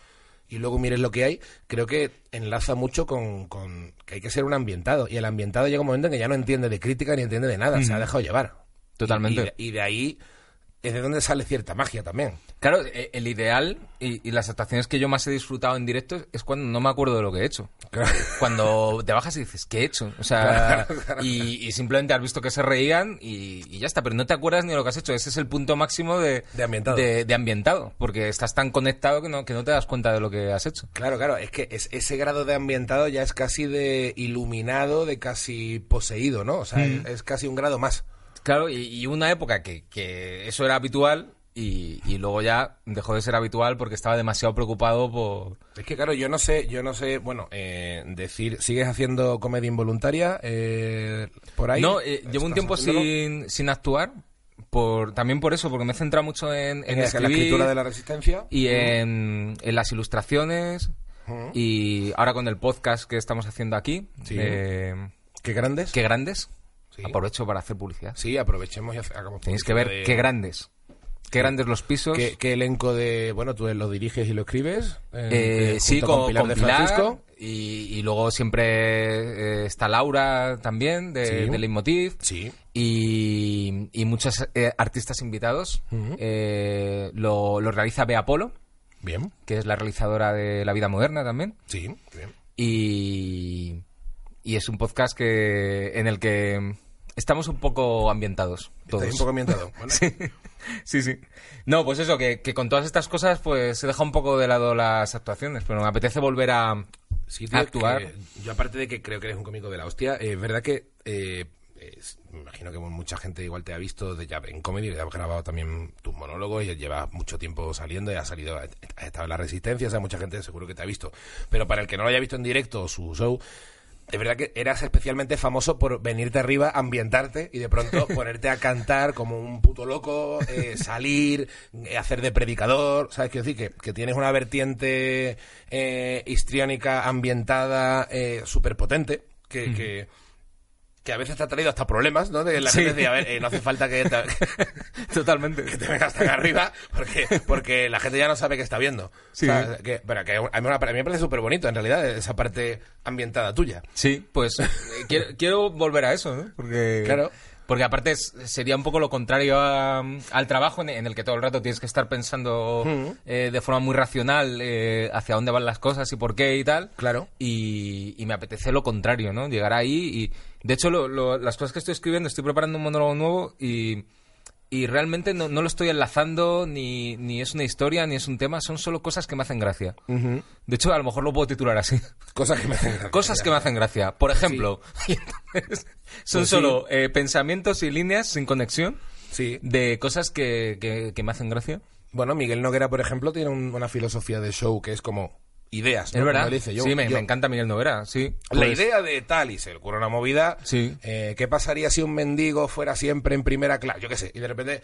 [SPEAKER 1] y luego mires lo que hay, creo que enlaza mucho con, con que hay que ser un ambientado. Y el ambientado llega un momento en que ya no entiende de crítica ni entiende de nada, se ha dejado llevar.
[SPEAKER 2] Totalmente.
[SPEAKER 1] Y, de- y de ahí es de donde sale cierta magia también.
[SPEAKER 2] Claro, e- el ideal y, y las actuaciones que yo más he disfrutado en directo es cuando no me acuerdo de lo que he hecho. Cuando te bajas y dices, ¿qué he hecho? O sea, y, y simplemente has visto que se reían y, y ya está, pero no te acuerdas ni de lo que has hecho. Ese es el punto máximo de,
[SPEAKER 1] De ambientado.
[SPEAKER 2] de- de ambientado, porque estás tan conectado que no, que no te das cuenta de lo que has hecho.
[SPEAKER 1] Claro, claro, es que es- ese grado de ambientado ya es casi de iluminado, de casi poseído, ¿no? O sea,
[SPEAKER 2] Mm.
[SPEAKER 1] es, es casi un grado más.
[SPEAKER 2] Claro, y, y una época que, que eso era habitual y, y luego ya dejó de ser habitual porque estaba demasiado preocupado por...
[SPEAKER 1] Es que claro, yo no sé, yo no sé, bueno, eh, decir, ¿sigues haciendo comedia involuntaria eh, por ahí?
[SPEAKER 2] No, eh, llevo un
[SPEAKER 1] ¿Estás
[SPEAKER 2] tiempo
[SPEAKER 1] haciéndolo?
[SPEAKER 2] sin, sin actuar, por, también por eso, porque me he centrado mucho
[SPEAKER 1] en
[SPEAKER 2] en, en
[SPEAKER 1] la- en la
[SPEAKER 2] escribir
[SPEAKER 1] escritura de la resistencia.
[SPEAKER 2] y en, en las ilustraciones y ahora con el podcast que estamos haciendo aquí.
[SPEAKER 1] Sí.
[SPEAKER 2] eh,
[SPEAKER 1] ¿Qué grandes?
[SPEAKER 2] qué grandes.
[SPEAKER 1] Sí.
[SPEAKER 2] Aprovecho para hacer publicidad.
[SPEAKER 1] Sí, aprovechemos y hace- hagamos
[SPEAKER 2] Tenéis que
[SPEAKER 1] publicidad de-
[SPEAKER 2] ver qué grandes. Qué grandes los pisos.
[SPEAKER 1] ¿Qué, qué elenco de. Bueno, tú lo diriges y lo escribes?
[SPEAKER 2] Eh,
[SPEAKER 1] eh,
[SPEAKER 2] sí,
[SPEAKER 1] junto
[SPEAKER 2] con,
[SPEAKER 1] Pilar
[SPEAKER 2] con
[SPEAKER 1] de
[SPEAKER 2] Pilar,
[SPEAKER 1] Francisco.
[SPEAKER 2] y, y luego siempre eh, está Laura también, de,
[SPEAKER 1] Sí.
[SPEAKER 2] de Leitmotiv.
[SPEAKER 1] Sí.
[SPEAKER 2] Y, y muchos eh, artistas invitados. Eh, lo, lo realiza Bea Polo,
[SPEAKER 1] Bien.
[SPEAKER 2] que es la realizadora de La Vida Moderna también.
[SPEAKER 1] Sí, bien.
[SPEAKER 2] Y, y es un podcast que en el que estamos un poco ambientados todos.
[SPEAKER 1] Estáis un poco ambientado. ¿vale?
[SPEAKER 2] Sí, sí. No, pues eso, que, que con todas estas cosas pues he dejado un poco de lado las actuaciones, pero me apetece volver a,
[SPEAKER 1] Sí,
[SPEAKER 2] a
[SPEAKER 1] tío,
[SPEAKER 2] actuar.
[SPEAKER 1] que yo aparte de que creo que eres un cómico de la hostia, eh, es verdad que eh, es- me imagino que mucha gente igual te ha visto de ya en comedy, ya has grabado también tus monólogos y llevas mucho tiempo saliendo y has salido, has estado en la resistencia, o sea, mucha gente seguro que te ha visto. Pero para el que no lo haya visto en directo su show, es verdad que eras especialmente famoso por venirte arriba, ambientarte y de pronto ponerte a cantar como un puto loco, eh, salir, eh, hacer de predicador. ¿Sabes qué decir? Que, que tienes una vertiente eh, histriónica, ambientada, eh, súper potente, que,
[SPEAKER 2] Mm.
[SPEAKER 1] que, que a veces te ha traído hasta problemas, ¿no? De la
[SPEAKER 2] Sí.
[SPEAKER 1] gente decía, a ver, eh, no hace falta que te,
[SPEAKER 2] Totalmente.
[SPEAKER 1] que te vengas tan arriba porque, porque la gente ya no sabe qué está viendo.
[SPEAKER 2] Sí.
[SPEAKER 1] O sea, que- pero que a mí, a mí me parece súper bonito, en realidad, esa parte ambientada tuya.
[SPEAKER 2] Sí, pues eh, quiero, quiero volver a eso, ¿no? Porque,
[SPEAKER 1] Claro.
[SPEAKER 2] Porque aparte es- sería un poco lo contrario a- mm, al trabajo en, en el que todo el rato tienes que estar pensando eh, de forma muy racional eh, hacia dónde van las cosas y por qué y tal.
[SPEAKER 1] Claro.
[SPEAKER 2] Y, y me apetece lo contrario, ¿no? Llegar ahí y... De hecho, lo- lo- las cosas que estoy escribiendo, estoy preparando un monólogo nuevo y... Y realmente no, no lo estoy enlazando, ni, ni es una historia, ni es un tema, son solo cosas que me hacen gracia. De hecho, a lo mejor lo puedo titular así.
[SPEAKER 1] Cosas que me hacen gracia.
[SPEAKER 2] Cosas que me hacen gracia. Por ejemplo, entonces, son
[SPEAKER 1] Pues sí.
[SPEAKER 2] solo eh, pensamientos y líneas sin conexión
[SPEAKER 1] Sí.
[SPEAKER 2] de cosas que, que- que me hacen gracia.
[SPEAKER 1] Bueno, Miguel Noguera, por ejemplo, tiene un- una filosofía de show que es como ideas. ¿no?
[SPEAKER 2] Es verdad.
[SPEAKER 1] Como él dice, yo-
[SPEAKER 2] sí, me,
[SPEAKER 1] yo-
[SPEAKER 2] me encanta Miguel Noguera, sí.
[SPEAKER 1] La
[SPEAKER 2] Pues,
[SPEAKER 1] idea de tal y se le ocurre una movida.
[SPEAKER 2] Sí.
[SPEAKER 1] eh, ¿Qué pasaría si un mendigo fuera siempre en primera clase? Yo qué sé. Y de repente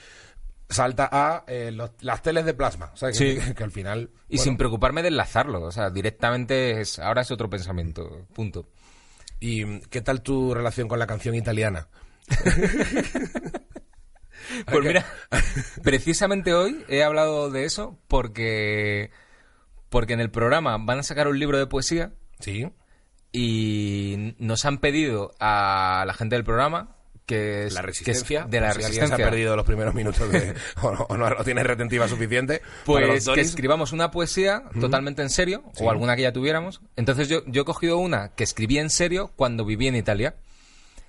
[SPEAKER 1] salta a eh, los- las teles de plasma. O sea, que,
[SPEAKER 2] Sí.
[SPEAKER 1] que al final.
[SPEAKER 2] Y
[SPEAKER 1] bueno,
[SPEAKER 2] sin preocuparme de enlazarlo, o sea, directamente es, ahora es otro pensamiento, punto.
[SPEAKER 1] ¿Y mm, qué tal tu relación con la canción italiana?
[SPEAKER 2] Pues mira, precisamente hoy he hablado de eso porque, porque en el programa van a sacar un libro de poesía
[SPEAKER 1] Sí.
[SPEAKER 2] y nos han pedido a la gente del programa que es
[SPEAKER 1] La
[SPEAKER 2] que es
[SPEAKER 1] resistencia.
[SPEAKER 2] de la
[SPEAKER 1] si alguien
[SPEAKER 2] resistencia
[SPEAKER 1] se ha perdido los primeros minutos de- o, no, o no lo tiene retentiva suficiente. para los
[SPEAKER 2] pues que
[SPEAKER 1] Doris.
[SPEAKER 2] escribamos una poesía totalmente en serio
[SPEAKER 1] Sí.
[SPEAKER 2] o alguna que ya tuviéramos entonces yo, yo he cogido una que escribí en serio cuando viví en Italia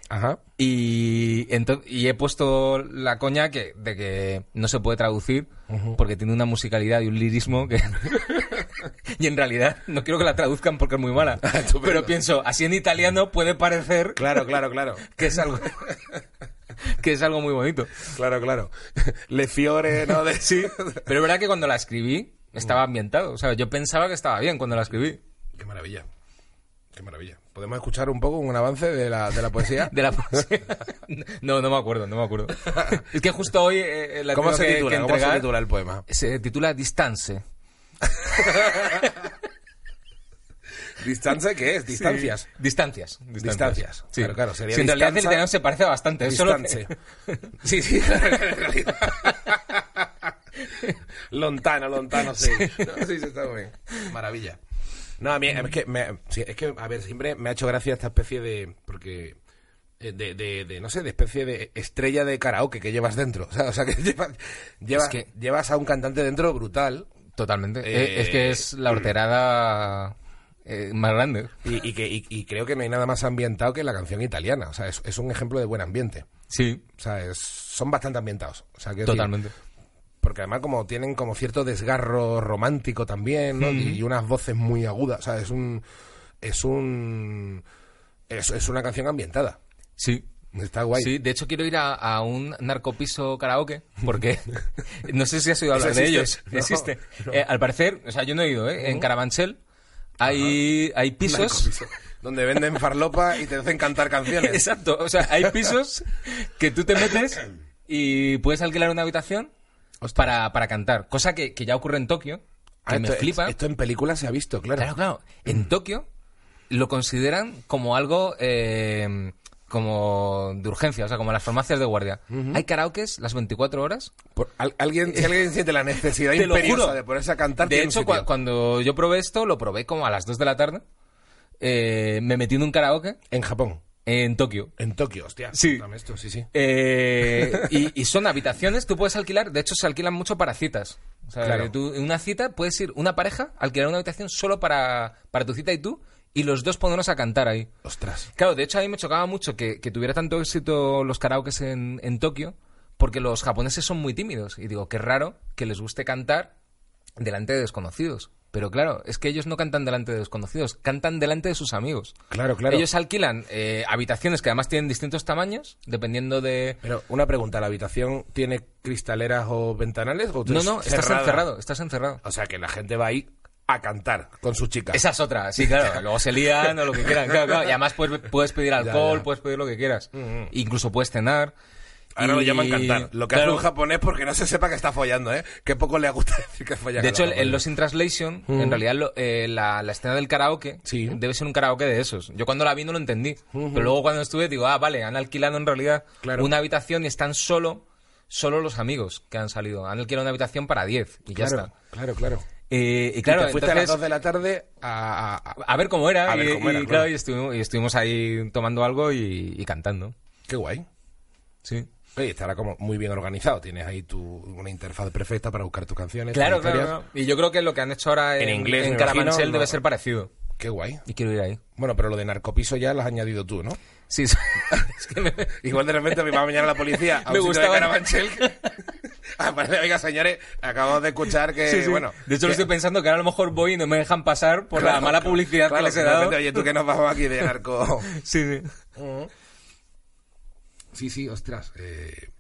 [SPEAKER 1] Ajá.
[SPEAKER 2] y, ento- y he puesto la coña que, de que no se puede traducir porque tiene una musicalidad y un lirismo que... y en realidad no quiero que la traduzcan porque es muy mala.
[SPEAKER 1] Estupendo.
[SPEAKER 2] Pero pienso, así en italiano puede parecer
[SPEAKER 1] Claro, claro, claro.
[SPEAKER 2] que es algo que es algo muy bonito.
[SPEAKER 1] Claro, claro. Le fiore, ¿no? De...
[SPEAKER 2] Sí, pero es verdad que cuando la escribí estaba ambientado, o sea, yo pensaba que estaba bien cuando la escribí.
[SPEAKER 1] Qué maravilla. Qué maravilla. ¿Podemos escuchar un poco un avance de la, de la poesía?
[SPEAKER 2] De la poesía. No, no me acuerdo, no me acuerdo. Es que justo hoy eh, eh, la
[SPEAKER 1] ¿Cómo
[SPEAKER 2] tengo
[SPEAKER 1] se
[SPEAKER 2] que-
[SPEAKER 1] titula?
[SPEAKER 2] que
[SPEAKER 1] ¿Cómo se
[SPEAKER 2] entregar.
[SPEAKER 1] titula el poema?
[SPEAKER 2] Se titula Distance.
[SPEAKER 1] ¿Distancia qué es? Distancias.
[SPEAKER 2] Distancias.
[SPEAKER 1] Distancias.
[SPEAKER 2] Sí.
[SPEAKER 1] Claro, claro, sería
[SPEAKER 2] Sí, en realidad el
[SPEAKER 1] distanza-
[SPEAKER 2] italiano se parece bastante. es solo que-
[SPEAKER 1] Distance. Sí, sí, en realidad. lontano, lontano, sí. No, sí, sí, está muy bien. Maravilla. No, a mí es que, me- sí, es que, a ver, siempre me ha hecho gracia esta especie de... Porque... eh, De, de- de, no sé, de especie de estrella de karaoke que llevas dentro. O sea, o sea, que llevas, llevas,
[SPEAKER 2] que-
[SPEAKER 1] llevas a un cantante dentro brutal.
[SPEAKER 2] Totalmente.
[SPEAKER 1] Eh,
[SPEAKER 2] Eh, es que es la horterada eh, más grande.
[SPEAKER 1] Y, y que, y- y creo que no hay nada más ambientado que la canción italiana. O sea, es, es un ejemplo de buen ambiente.
[SPEAKER 2] Sí,
[SPEAKER 1] O sea, es- son bastante ambientados. O sea, quiero decir,
[SPEAKER 2] totalmente.
[SPEAKER 1] porque además como tienen como cierto desgarro romántico también, ¿no? Y unas voces muy agudas. O sea, es un... Es un... Es, es una canción ambientada.
[SPEAKER 2] Sí.
[SPEAKER 1] Está guay.
[SPEAKER 2] Sí, de hecho quiero ir a, a un narcopiso karaoke, porque no sé si has oído
[SPEAKER 1] ¿Eso
[SPEAKER 2] hablar de
[SPEAKER 1] existe?
[SPEAKER 2] ellos.
[SPEAKER 1] No,
[SPEAKER 2] Existe.
[SPEAKER 1] no.
[SPEAKER 2] Eh, al parecer, o sea, yo no he ido, ¿eh? En Carabanchel hay, hay pisos.
[SPEAKER 1] Narcopiso. Donde venden farlopa y te hacen cantar canciones.
[SPEAKER 2] Exacto, o sea, hay pisos que tú te metes y puedes alquilar una habitación para, para cantar, cosa que, que ya ocurre en Tokio, que
[SPEAKER 1] Ah,
[SPEAKER 2] me
[SPEAKER 1] esto,
[SPEAKER 2] flipa.
[SPEAKER 1] esto en películas se ha visto, claro.
[SPEAKER 2] Claro, claro. En Tokio lo consideran como algo eh, como de urgencia, o sea, como las farmacias de guardia. Hay karaokes las 24 horas.
[SPEAKER 1] Por- al- alguien, si alguien siente la necesidad
[SPEAKER 2] Te lo
[SPEAKER 1] imperiosa
[SPEAKER 2] juro.
[SPEAKER 1] de ponerse a cantar,
[SPEAKER 2] De
[SPEAKER 1] tiene un
[SPEAKER 2] hecho,
[SPEAKER 1] sitio.
[SPEAKER 2] cua- cuando yo probé esto, lo probé como a las 2 de la tarde. Eh, me metí en un karaoke
[SPEAKER 1] en Japón,
[SPEAKER 2] en Tokio.
[SPEAKER 1] en Tokio, hostia.
[SPEAKER 2] Sí.
[SPEAKER 1] dame esto, sí, sí.
[SPEAKER 2] Eh, y, y son habitaciones, tú puedes alquilar, de hecho se alquilan mucho para citas. O sea,
[SPEAKER 1] Claro.
[SPEAKER 2] que tú en una cita puedes ir, una pareja, alquilar una habitación solo para, para tu cita y tú, y los dos ponernos a cantar ahí.
[SPEAKER 1] Ostras.
[SPEAKER 2] Claro, de hecho a mí me chocaba mucho que, que tuviera tanto éxito los karaokes en, en Tokio, porque los japoneses son muy tímidos. Y digo, qué raro que les guste cantar delante de desconocidos. Pero claro, es que ellos no cantan delante de desconocidos, cantan delante de sus amigos.
[SPEAKER 1] Claro, claro.
[SPEAKER 2] Ellos alquilan eh, habitaciones que además tienen distintos tamaños, dependiendo de...
[SPEAKER 1] Pero una pregunta, ¿la habitación tiene cristaleras o ventanales? O
[SPEAKER 2] No,
[SPEAKER 1] es
[SPEAKER 2] no, estás
[SPEAKER 1] cerrada?
[SPEAKER 2] encerrado, estás encerrado.
[SPEAKER 1] O sea que la gente va ahí a cantar con sus chicas.
[SPEAKER 2] Esa es otra, sí, claro. Luego se lían o lo que quieran, claro, claro. Y además puedes, puedes pedir alcohol,
[SPEAKER 1] ya. Mm,
[SPEAKER 2] puedes pedir lo que quieras. Incluso puedes cenar.
[SPEAKER 1] Ahora lo
[SPEAKER 2] Y-
[SPEAKER 1] llaman cantar. Lo que hace
[SPEAKER 2] claro,
[SPEAKER 1] un japonés porque no se sepa que está follando, ¿eh? Que poco le gusta decir que folla. con
[SPEAKER 2] De hecho,
[SPEAKER 1] los
[SPEAKER 2] en
[SPEAKER 1] japoneses.
[SPEAKER 2] los In Translation, en realidad lo- eh, la, la escena del karaoke
[SPEAKER 1] Sí.
[SPEAKER 2] debe ser un karaoke de esos. Yo cuando la vi no lo entendí. Pero luego cuando estuve digo, ah, vale, han alquilado en realidad
[SPEAKER 1] Claro.
[SPEAKER 2] una habitación y están solo, solo los amigos que han salido. Han alquilado una habitación para 10 y ya
[SPEAKER 1] Claro,
[SPEAKER 2] está.
[SPEAKER 1] claro, claro.
[SPEAKER 2] Eh, y
[SPEAKER 1] Claro,
[SPEAKER 2] claro,
[SPEAKER 1] fuiste a las
[SPEAKER 2] entonces-
[SPEAKER 1] 2 de la tarde a- a- a-
[SPEAKER 2] a ver cómo era.
[SPEAKER 1] A ver
[SPEAKER 2] y,
[SPEAKER 1] cómo era,
[SPEAKER 2] y,
[SPEAKER 1] claro.
[SPEAKER 2] claro, y estuvimos, y estuvimos ahí tomando algo y, y cantando.
[SPEAKER 1] Qué guay.
[SPEAKER 2] Sí.
[SPEAKER 1] Oye, estará como muy bien organizado. Tienes ahí tu, una interfaz perfecta para buscar tus canciones.
[SPEAKER 2] Claro,
[SPEAKER 1] tus historias.
[SPEAKER 2] claro. Y yo creo que lo que han hecho ahora
[SPEAKER 1] En
[SPEAKER 2] en,
[SPEAKER 1] inglés,
[SPEAKER 2] en
[SPEAKER 1] me
[SPEAKER 2] Carabanchel
[SPEAKER 1] imagino,
[SPEAKER 2] debe
[SPEAKER 1] no.
[SPEAKER 2] ser parecido.
[SPEAKER 1] Qué guay.
[SPEAKER 2] Y quiero ir ahí.
[SPEAKER 1] Bueno, pero lo de narcopiso ya lo has añadido tú, ¿no?
[SPEAKER 2] Sí, sí. es que me-
[SPEAKER 1] Igual de repente me va a mañana la policía a un
[SPEAKER 2] Me
[SPEAKER 1] sitio
[SPEAKER 2] gustaba-
[SPEAKER 1] de Carabanchel. Aparte, oiga, señores, acabamos de escuchar que,
[SPEAKER 2] sí, sí.
[SPEAKER 1] Eh, bueno...
[SPEAKER 2] de hecho, lo
[SPEAKER 1] que-
[SPEAKER 2] estoy pensando que ahora a lo mejor voy y no me dejan pasar por la
[SPEAKER 1] claro,
[SPEAKER 2] mala publicidad
[SPEAKER 1] claro,
[SPEAKER 2] que les he
[SPEAKER 1] de
[SPEAKER 2] dado.
[SPEAKER 1] repente, Oye, ¿tú que nos vamos aquí de narco...?
[SPEAKER 2] Sí, sí.
[SPEAKER 1] Sí, sí, ostras. eh,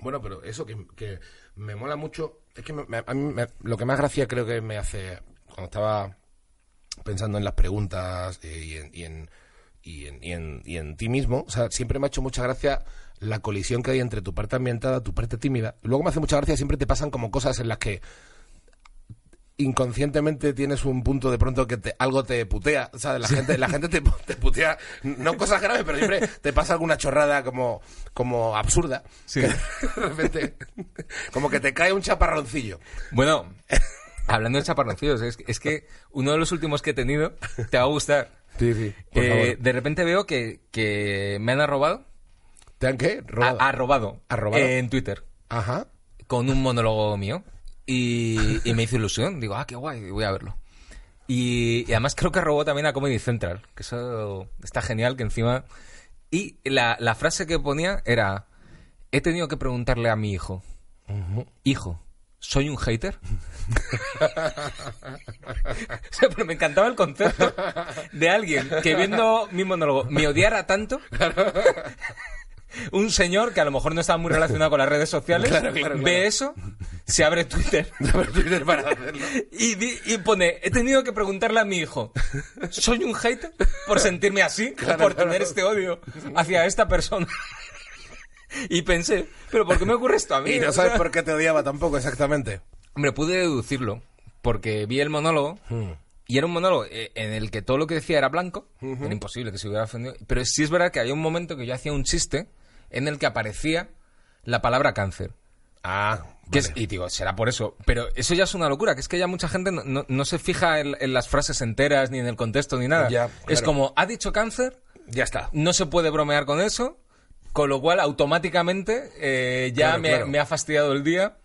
[SPEAKER 1] bueno, pero eso que, que me mola mucho. Es que me- me- a mí me- lo que más gracia creo que me hace cuando estaba pensando en las preguntas eh, y, en, y, en, y, en, y en- y en ti mismo, o sea, siempre me ha hecho mucha gracia la colisión que hay entre tu parte ambientada, tu parte tímida. Luego me hace mucha gracia, siempre te pasan como cosas en las que inconscientemente tienes un punto de pronto que te- algo te putea, o sea, la gente, la gente te, pu- te putea, no cosas graves, pero siempre te pasa alguna chorrada como, como absurda,
[SPEAKER 2] Sí.
[SPEAKER 1] que de repente, como que te cae un chaparroncillo.
[SPEAKER 2] Bueno, hablando de chaparroncillos, es, es que uno de los últimos que he tenido te va a gustar.
[SPEAKER 1] Sí, sí.
[SPEAKER 2] Eh, de repente veo que, que me han arrobado.
[SPEAKER 1] ¿Te han qué? Robado.
[SPEAKER 2] A- arrobado.
[SPEAKER 1] Arrobado.
[SPEAKER 2] En Twitter.
[SPEAKER 1] Ajá.
[SPEAKER 2] con un monólogo mío y, y me hizo ilusión. Digo, ah, qué guay, voy a verlo. Y, y además creo que robó también a Comedy Central, que eso está genial, que encima... Y la, la frase que ponía era, he tenido que preguntarle a mi hijo, hijo, ¿soy un hater? O sea, pero me encantaba el concepto de alguien que viendo mi monólogo me odiara tanto. Un señor que a lo mejor no estaba muy relacionado con las redes sociales
[SPEAKER 1] Claro, claro, claro.
[SPEAKER 2] ve eso, se abre Twitter
[SPEAKER 1] Twitter para hacerlo.
[SPEAKER 2] y, di- y pone, he tenido que preguntarle a mi hijo, ¿soy un hater por sentirme así, por tener este odio hacia esta persona? Y pensé, ¿pero por qué me ocurre esto a mí?
[SPEAKER 1] Y
[SPEAKER 2] O
[SPEAKER 1] no sabes
[SPEAKER 2] sea,
[SPEAKER 1] por qué te odiaba tampoco exactamente.
[SPEAKER 2] Hombre, pude deducirlo, porque vi el monólogo,
[SPEAKER 1] Hmm.
[SPEAKER 2] y era un monólogo eh, en el que todo lo que decía era blanco, era imposible que se hubiera ofendido, pero sí es verdad que había un momento que yo hacía un chiste en el que aparecía la palabra cáncer.
[SPEAKER 1] Ah,
[SPEAKER 2] Que es- y digo, será por eso. Pero eso ya es una locura, que es que ya mucha gente no, no- no se fija en, en las frases enteras, ni en el contexto, ni nada.
[SPEAKER 1] Ya,
[SPEAKER 2] Es
[SPEAKER 1] claro.
[SPEAKER 2] como, ha dicho cáncer,
[SPEAKER 1] ya está.
[SPEAKER 2] no se puede bromear con eso, con lo cual automáticamente eh, ya
[SPEAKER 1] Claro,
[SPEAKER 2] me,
[SPEAKER 1] claro.
[SPEAKER 2] me ha fastidiado el día.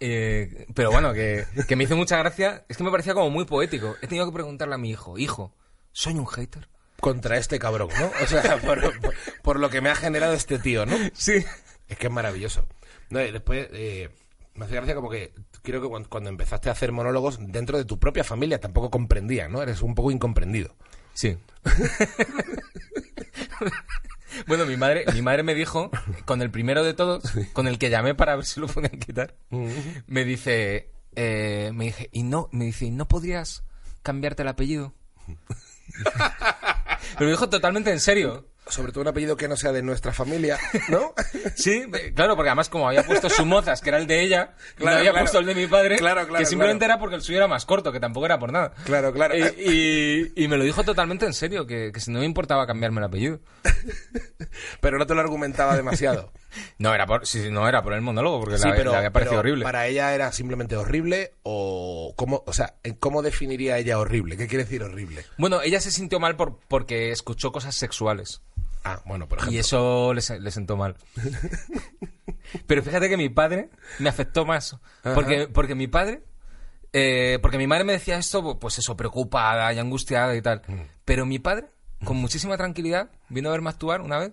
[SPEAKER 2] Eh, pero bueno, que, que me hizo mucha gracia. Es que me parecía como muy poético. He tenido que preguntarle a mi hijo, hijo, ¿soy un hater?
[SPEAKER 1] Contra este cabrón, ¿no? O sea, por- por- por lo que me ha generado este tío, ¿no?
[SPEAKER 2] Sí.
[SPEAKER 1] Es que es maravilloso. No, y después, eh, me hace gracia como que creo que cuan- cuando, empezaste a hacer monólogos dentro de tu propia familia tampoco comprendía, ¿no? Eres un poco incomprendido.
[SPEAKER 2] Sí. bueno, mi madre, mi madre me dijo, con el primero de todos, con el que llamé para ver si lo podían quitar, me dice, eh, me dije, y no, me dice, ¿y no podrías cambiarte el apellido? Pero me dijo totalmente en serio.
[SPEAKER 1] sobre todo un apellido que no sea de nuestra familia, ¿no?
[SPEAKER 2] Sí, claro, porque además como había puesto su mozas, que era el de ella, y no
[SPEAKER 1] Claro,
[SPEAKER 2] había
[SPEAKER 1] claro.
[SPEAKER 2] puesto el de mi padre,
[SPEAKER 1] Claro, claro,
[SPEAKER 2] que simplemente
[SPEAKER 1] claro.
[SPEAKER 2] era porque el suyo era más corto, que tampoco era por nada.
[SPEAKER 1] Claro, claro.
[SPEAKER 2] Y, y- y me lo dijo totalmente en serio, que, que si no me importaba cambiarme el apellido.
[SPEAKER 1] Pero no te lo argumentaba demasiado.
[SPEAKER 2] No, era por, sí, sí, no era por el monólogo, porque
[SPEAKER 1] Sí,
[SPEAKER 2] la,
[SPEAKER 1] pero,
[SPEAKER 2] la había parecido
[SPEAKER 1] pero
[SPEAKER 2] horrible.
[SPEAKER 1] para ella era simplemente horrible o cómo, o sea, ¿en ¿cómo definiría ella horrible? ¿Qué quiere decir horrible?
[SPEAKER 2] Bueno, ella se sintió mal por, porque escuchó cosas sexuales.
[SPEAKER 1] Ah, bueno, por
[SPEAKER 2] Y
[SPEAKER 1] ejemplo.
[SPEAKER 2] eso le, se- le sentó mal. Pero fíjate que mi padre me afectó más. Porque, porque mi padre. eh, porque mi madre me decía esto, pues eso, preocupada y angustiada y tal.
[SPEAKER 1] Mm.
[SPEAKER 2] Pero mi padre, con muchísima tranquilidad, vino a verme actuar una vez.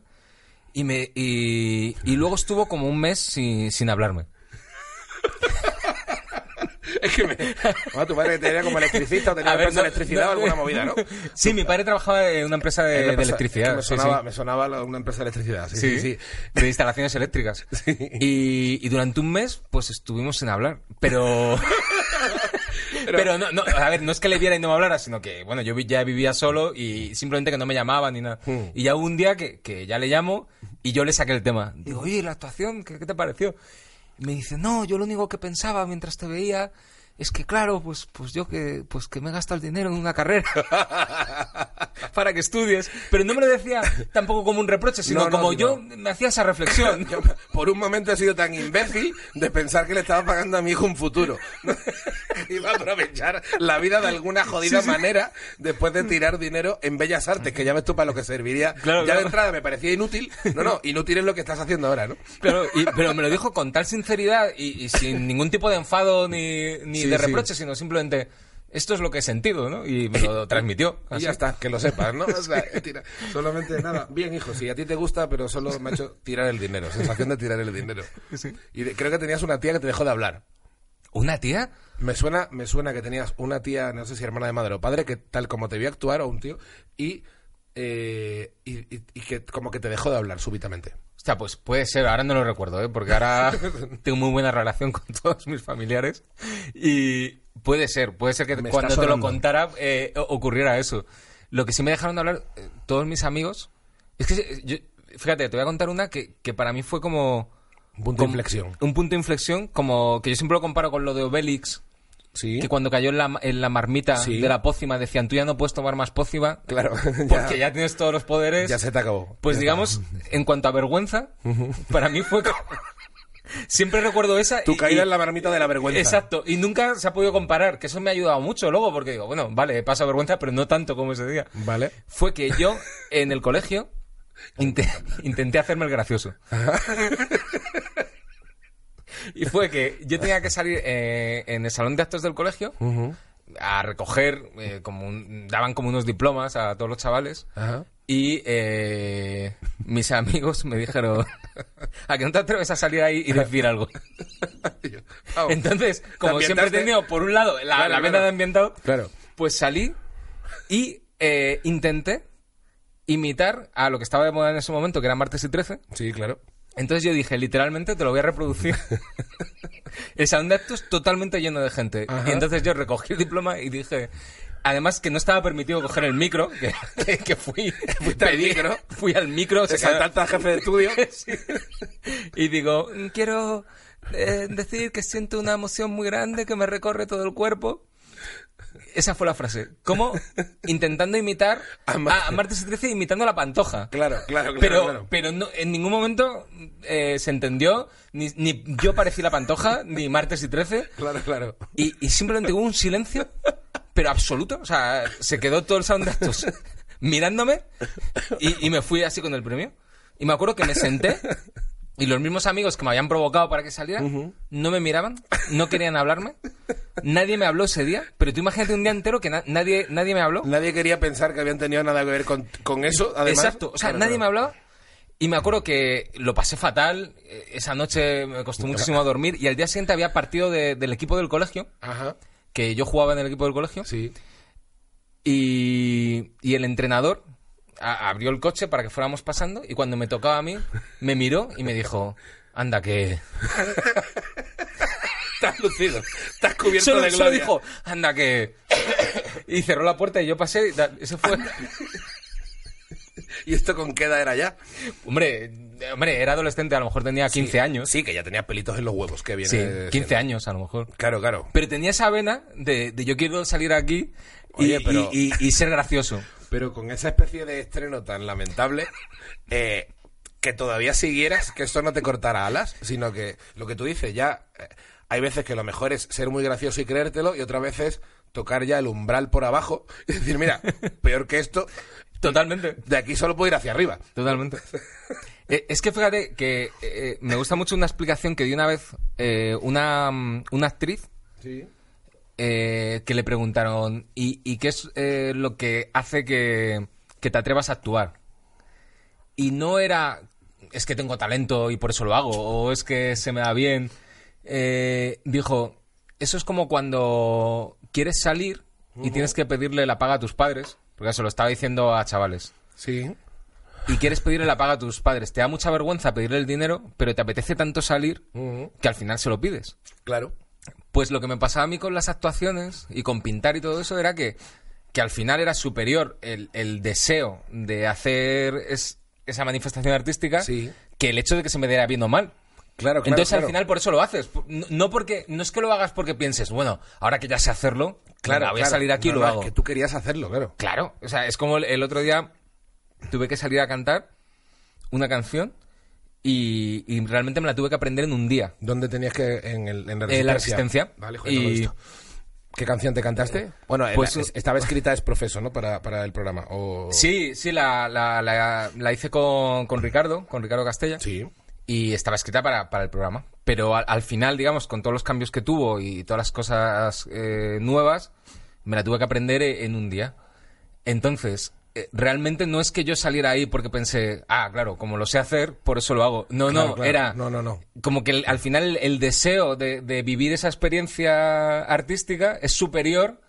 [SPEAKER 2] Y, me, y, y luego estuvo como un mes sin, sin hablarme.
[SPEAKER 1] Es que me... Bueno, tu padre tenía como electricista o tenía
[SPEAKER 2] A ver,
[SPEAKER 1] empresa de
[SPEAKER 2] no-
[SPEAKER 1] electricidad
[SPEAKER 2] no-
[SPEAKER 1] o alguna movida, ¿no? Eh,
[SPEAKER 2] Sí, mi padre trabajaba en una empresa de,
[SPEAKER 1] Es
[SPEAKER 2] de
[SPEAKER 1] una empresa- es
[SPEAKER 2] electricidad.
[SPEAKER 1] que Me
[SPEAKER 2] sí, sí.
[SPEAKER 1] sonaba, me sonaba lo- una empresa de electricidad, sí, sí,
[SPEAKER 2] Sí,
[SPEAKER 1] sí.
[SPEAKER 2] De instalaciones eléctricas. Y, y durante un mes, pues estuvimos sin hablar. Pero. Pero, no, no, a ver, no es que le viera y no me hablara, sino que, bueno, yo vi- ya vivía solo y simplemente que no me llamaba ni nada. Y ya hubo un día que, que ya le llamo y yo le saqué el tema. Digo, oye, la actuación, ¿qué, qué te pareció? Y me dice, no, yo lo único que pensaba mientras te veía es que, claro, pues, pues yo que, pues que me he gastado el dinero en una carrera para que estudies. Pero no me lo decía tampoco como un reproche, sino
[SPEAKER 1] No, no,
[SPEAKER 2] como
[SPEAKER 1] no.
[SPEAKER 2] yo me hacía esa reflexión.
[SPEAKER 1] Yo, por un momento he sido tan imbécil de pensar que le estaba pagando a mi hijo un futuro. Iba a aprovechar la vida de alguna jodida manera después de tirar dinero en Bellas Artes, que ya ves tú para lo que serviría.
[SPEAKER 2] Claro,
[SPEAKER 1] ya
[SPEAKER 2] claro.
[SPEAKER 1] de entrada me parecía inútil. No, no, inútil es lo que estás haciendo ahora, ¿no?
[SPEAKER 2] Claro, y- pero me lo dijo con tal sinceridad y, y sin ningún tipo de enfado ni, ni
[SPEAKER 1] Sí,
[SPEAKER 2] de
[SPEAKER 1] sí.
[SPEAKER 2] reproche, sino simplemente esto es lo que he sentido, ¿no? Y me lo transmitió.
[SPEAKER 1] Y
[SPEAKER 2] así.
[SPEAKER 1] ya está, que lo sepas, ¿no? O sea, tira- solamente nada. Bien, hijo, si a ti te gusta, pero solo me ha hecho tirar el dinero. Sensación de tirar el dinero. Y de- creo que tenías una tía que te dejó de hablar.
[SPEAKER 2] ¿Una tía?
[SPEAKER 1] Me suena, me suena que tenías una tía, no sé si hermana de madre o padre, que tal como te vio actuar, o un tío, y, eh, y, y- y que como que te dejó de hablar súbitamente.
[SPEAKER 2] Hostia, pues puede ser, ahora no lo recuerdo, ¿eh? porque ahora tengo muy buena relación con todos mis familiares y puede ser, puede ser que
[SPEAKER 1] Me está
[SPEAKER 2] cuando te lo
[SPEAKER 1] sonando.
[SPEAKER 2] contara eh, o- ocurriera eso. Lo que sí me dejaron de hablar eh, todos mis amigos, es que eh, yo- fíjate, te voy a contar una que, que para mí fue como...
[SPEAKER 1] Un punto de
[SPEAKER 2] como-
[SPEAKER 1] inflexión.
[SPEAKER 2] Un punto de inflexión, como que yo siempre lo comparo con lo de Obélix,
[SPEAKER 1] Sí.
[SPEAKER 2] que cuando cayó en la, en la marmita
[SPEAKER 1] Sí.
[SPEAKER 2] de la pócima decían, tú ya no puedes tomar más pócima
[SPEAKER 1] Claro.
[SPEAKER 2] porque ya, tienes todos los poderes.
[SPEAKER 1] ya se te acabó.
[SPEAKER 2] Pues
[SPEAKER 1] Ya
[SPEAKER 2] digamos, en cuanto a vergüenza, para mí fue como... Siempre recuerdo esa...
[SPEAKER 1] está. Tu
[SPEAKER 2] y-
[SPEAKER 1] caída
[SPEAKER 2] y-
[SPEAKER 1] en la marmita de la vergüenza.
[SPEAKER 2] Exacto, y nunca se ha podido comparar, que eso me ha ayudado mucho luego, porque digo, bueno, vale, pasa vergüenza, pero no tanto como ese día.
[SPEAKER 1] Vale.
[SPEAKER 2] Fue que yo, en el colegio, inte- intenté hacerme el gracioso. Y fue que yo tenía que salir eh, en el salón de actos del colegio a recoger, eh, como un- daban como unos diplomas a todos los chavales.
[SPEAKER 1] Ajá.
[SPEAKER 2] Y eh, mis amigos me dijeron, ¿a que no te atreves a salir ahí y decir algo?
[SPEAKER 1] Vamos.
[SPEAKER 2] Entonces, como
[SPEAKER 1] Te
[SPEAKER 2] siempre he
[SPEAKER 1] ambientaste.
[SPEAKER 2] tenido, por un lado, la,
[SPEAKER 1] Claro,
[SPEAKER 2] la vena
[SPEAKER 1] claro.
[SPEAKER 2] de ambientado,
[SPEAKER 1] Claro.
[SPEAKER 2] pues salí y eh, intenté imitar a lo que estaba de moda en ese momento, que era martes y 13.
[SPEAKER 1] Sí, claro.
[SPEAKER 2] Entonces yo dije, literalmente te lo voy a reproducir. el salón de actos totalmente lleno de gente.
[SPEAKER 1] Ajá.
[SPEAKER 2] Y entonces yo recogí el diploma y dije, además que no estaba permitido coger el micro, que, que- que fui,
[SPEAKER 1] Fuiste al
[SPEAKER 2] pedí-
[SPEAKER 1] micro.
[SPEAKER 2] fui al micro,
[SPEAKER 1] Te
[SPEAKER 2] se quedaron-
[SPEAKER 1] saltaste al jefe de estudio.
[SPEAKER 2] Sí. y digo, "Mm, quiero eh, decir que siento una emoción muy grande que me recorre todo el cuerpo. Esa fue la frase. Como intentando imitar
[SPEAKER 1] A
[SPEAKER 2] a,
[SPEAKER 1] Mar-
[SPEAKER 2] a Martes y 13 imitando a la pantoja.
[SPEAKER 1] Claro, claro, claro.
[SPEAKER 2] Pero,
[SPEAKER 1] claro.
[SPEAKER 2] pero no- en ningún momento eh, se entendió, ni, ni yo parecí la pantoja, ni martes y 13,
[SPEAKER 1] Claro, claro.
[SPEAKER 2] y, y simplemente hubo un silencio, pero absoluto. O sea, se quedó todo el sound de actos mirándome y, y me fui así con el premio. Y me acuerdo que me senté y los mismos amigos que me habían provocado para que saliera no me miraban, no querían hablarme. Nadie me habló ese día, pero tú imagínate un día entero que na- nadie, nadie me habló.
[SPEAKER 1] Nadie quería pensar que habían tenido nada que ver con, con eso, además.
[SPEAKER 2] Exacto, o sea,
[SPEAKER 1] Claro,
[SPEAKER 2] nadie
[SPEAKER 1] claro.
[SPEAKER 2] me hablaba. Y me acuerdo que lo pasé fatal, eh, esa noche me costó muchísimo dormir y al día siguiente había partido de- del equipo del colegio,
[SPEAKER 1] Ajá.
[SPEAKER 2] que yo jugaba en el equipo del colegio,
[SPEAKER 1] Sí.
[SPEAKER 2] y, y el entrenador a- abrió el coche para que fuéramos pasando y cuando me tocaba a mí, me miró y me dijo, anda que...
[SPEAKER 1] Estás lucido. Estás cubierto
[SPEAKER 2] Solo,
[SPEAKER 1] de
[SPEAKER 2] solo
[SPEAKER 1] gloria.
[SPEAKER 2] dijo, anda que... Y cerró la puerta y yo pasé y tal. Eso fue...
[SPEAKER 1] ¿Y esto con qué edad era ya?
[SPEAKER 2] Hombre, hombre, era adolescente, a lo mejor tenía 15
[SPEAKER 1] Sí,
[SPEAKER 2] años.
[SPEAKER 1] Sí, que ya tenía pelitos en los huevos, que viene.
[SPEAKER 2] Sí,
[SPEAKER 1] siendo.
[SPEAKER 2] 15 años a lo mejor.
[SPEAKER 1] Claro, claro.
[SPEAKER 2] Pero tenía esa vena de, de yo quiero salir aquí y,
[SPEAKER 1] Oye, pero-
[SPEAKER 2] y- y- y ser gracioso.
[SPEAKER 1] Pero con esa especie de estreno tan lamentable, eh, que todavía siguieras, que esto no te cortara alas, sino que lo que tú dices, ya eh, hay veces que lo mejor es ser muy gracioso y creértelo, y otras veces tocar ya el umbral por abajo y decir, mira, peor que esto,
[SPEAKER 2] Totalmente.
[SPEAKER 1] de aquí solo puedo ir hacia arriba.
[SPEAKER 2] Totalmente. Eh, es que fíjate que eh, me gusta mucho una explicación que dio una vez eh, una, mm, una actriz
[SPEAKER 1] Sí.
[SPEAKER 2] eh, que le preguntaron ¿y, y qué es eh, lo que hace que, que te atrevas a actuar? Y no era es que tengo talento y por eso lo hago o es que se me da bien. Eh, dijo, eso es como cuando quieres salir y tienes que pedirle la paga a tus padres, porque se lo estaba diciendo a chavales
[SPEAKER 1] Sí.
[SPEAKER 2] y quieres pedirle la paga a tus padres. Te da mucha vergüenza pedirle el dinero, pero te apetece tanto salir
[SPEAKER 1] Ujú.
[SPEAKER 2] que al final se lo pides.
[SPEAKER 1] Claro.
[SPEAKER 2] Pues lo que me pasaba a mí con las actuaciones y con pintar y todo eso era que, que al final era superior el, el deseo de hacer es- esa manifestación artística
[SPEAKER 1] Sí.
[SPEAKER 2] que el hecho de que se me diera bien o mal.
[SPEAKER 1] Claro, claro,
[SPEAKER 2] Entonces
[SPEAKER 1] claro.
[SPEAKER 2] al final por eso lo haces. Por- No, no porque, no es que lo hagas porque pienses, bueno, ahora que ya sé hacerlo, claro, voy a
[SPEAKER 1] claro.
[SPEAKER 2] salir aquí
[SPEAKER 1] No,
[SPEAKER 2] y lo
[SPEAKER 1] no, es
[SPEAKER 2] hago.
[SPEAKER 1] que tú querías hacerlo, claro.
[SPEAKER 2] Claro, o sea, es como el, el otro día tuve que salir a cantar una canción y, y realmente me la tuve que aprender en un día.
[SPEAKER 1] ¿Dónde tenías que...? En, el, en la,
[SPEAKER 2] Eh,
[SPEAKER 1] resistencia.
[SPEAKER 2] la Resistencia.
[SPEAKER 1] Vale, joder, no lo he
[SPEAKER 2] Y-
[SPEAKER 1] visto. ¿Qué canción te cantaste? Bueno, eh,
[SPEAKER 2] Pues-
[SPEAKER 1] es- estaba escrita es profeso, ¿no? Para, para el programa. O...
[SPEAKER 2] Sí, sí, la, la- la- la hice con, con Ricardo, con Ricardo Castella,
[SPEAKER 1] Sí.
[SPEAKER 2] y estaba escrita para, para el programa. Pero al, al final, digamos, con todos los cambios que tuvo y todas las cosas eh, nuevas, me la tuve que aprender eh, en un día. Entonces, eh, realmente no es que yo saliera ahí porque pensé, ah, claro, como lo sé hacer, por eso lo hago. No,
[SPEAKER 1] Claro,
[SPEAKER 2] no,
[SPEAKER 1] claro.
[SPEAKER 2] era...
[SPEAKER 1] No, no, no.
[SPEAKER 2] como que el- al final el, el deseo de, de vivir esa experiencia artística es superior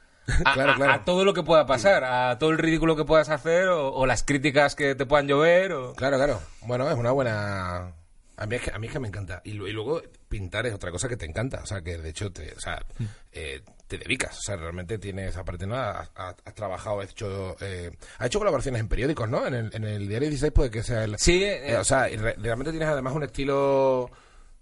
[SPEAKER 2] a,
[SPEAKER 1] Claro,
[SPEAKER 2] a-
[SPEAKER 1] claro.
[SPEAKER 2] a todo lo que pueda pasar, a todo el ridículo que puedas hacer o, o las críticas que te puedan llover. o-
[SPEAKER 1] Claro, claro. Bueno, es una buena... A mí es que, a mí es que me encanta. Y, lu- y luego pintar es otra cosa que te encanta. O sea, que de hecho te, o sea,
[SPEAKER 2] Mm.
[SPEAKER 1] eh, te dedicas. O sea, realmente tienes, aparte ¿no? has, has- has trabajado, has hecho... eh, has hecho colaboraciones en periódicos, ¿no? En el, en el diario 16 puede que sea el...
[SPEAKER 2] Sí, eh,
[SPEAKER 1] Eh, o sea, y re- realmente tienes además un estilo. O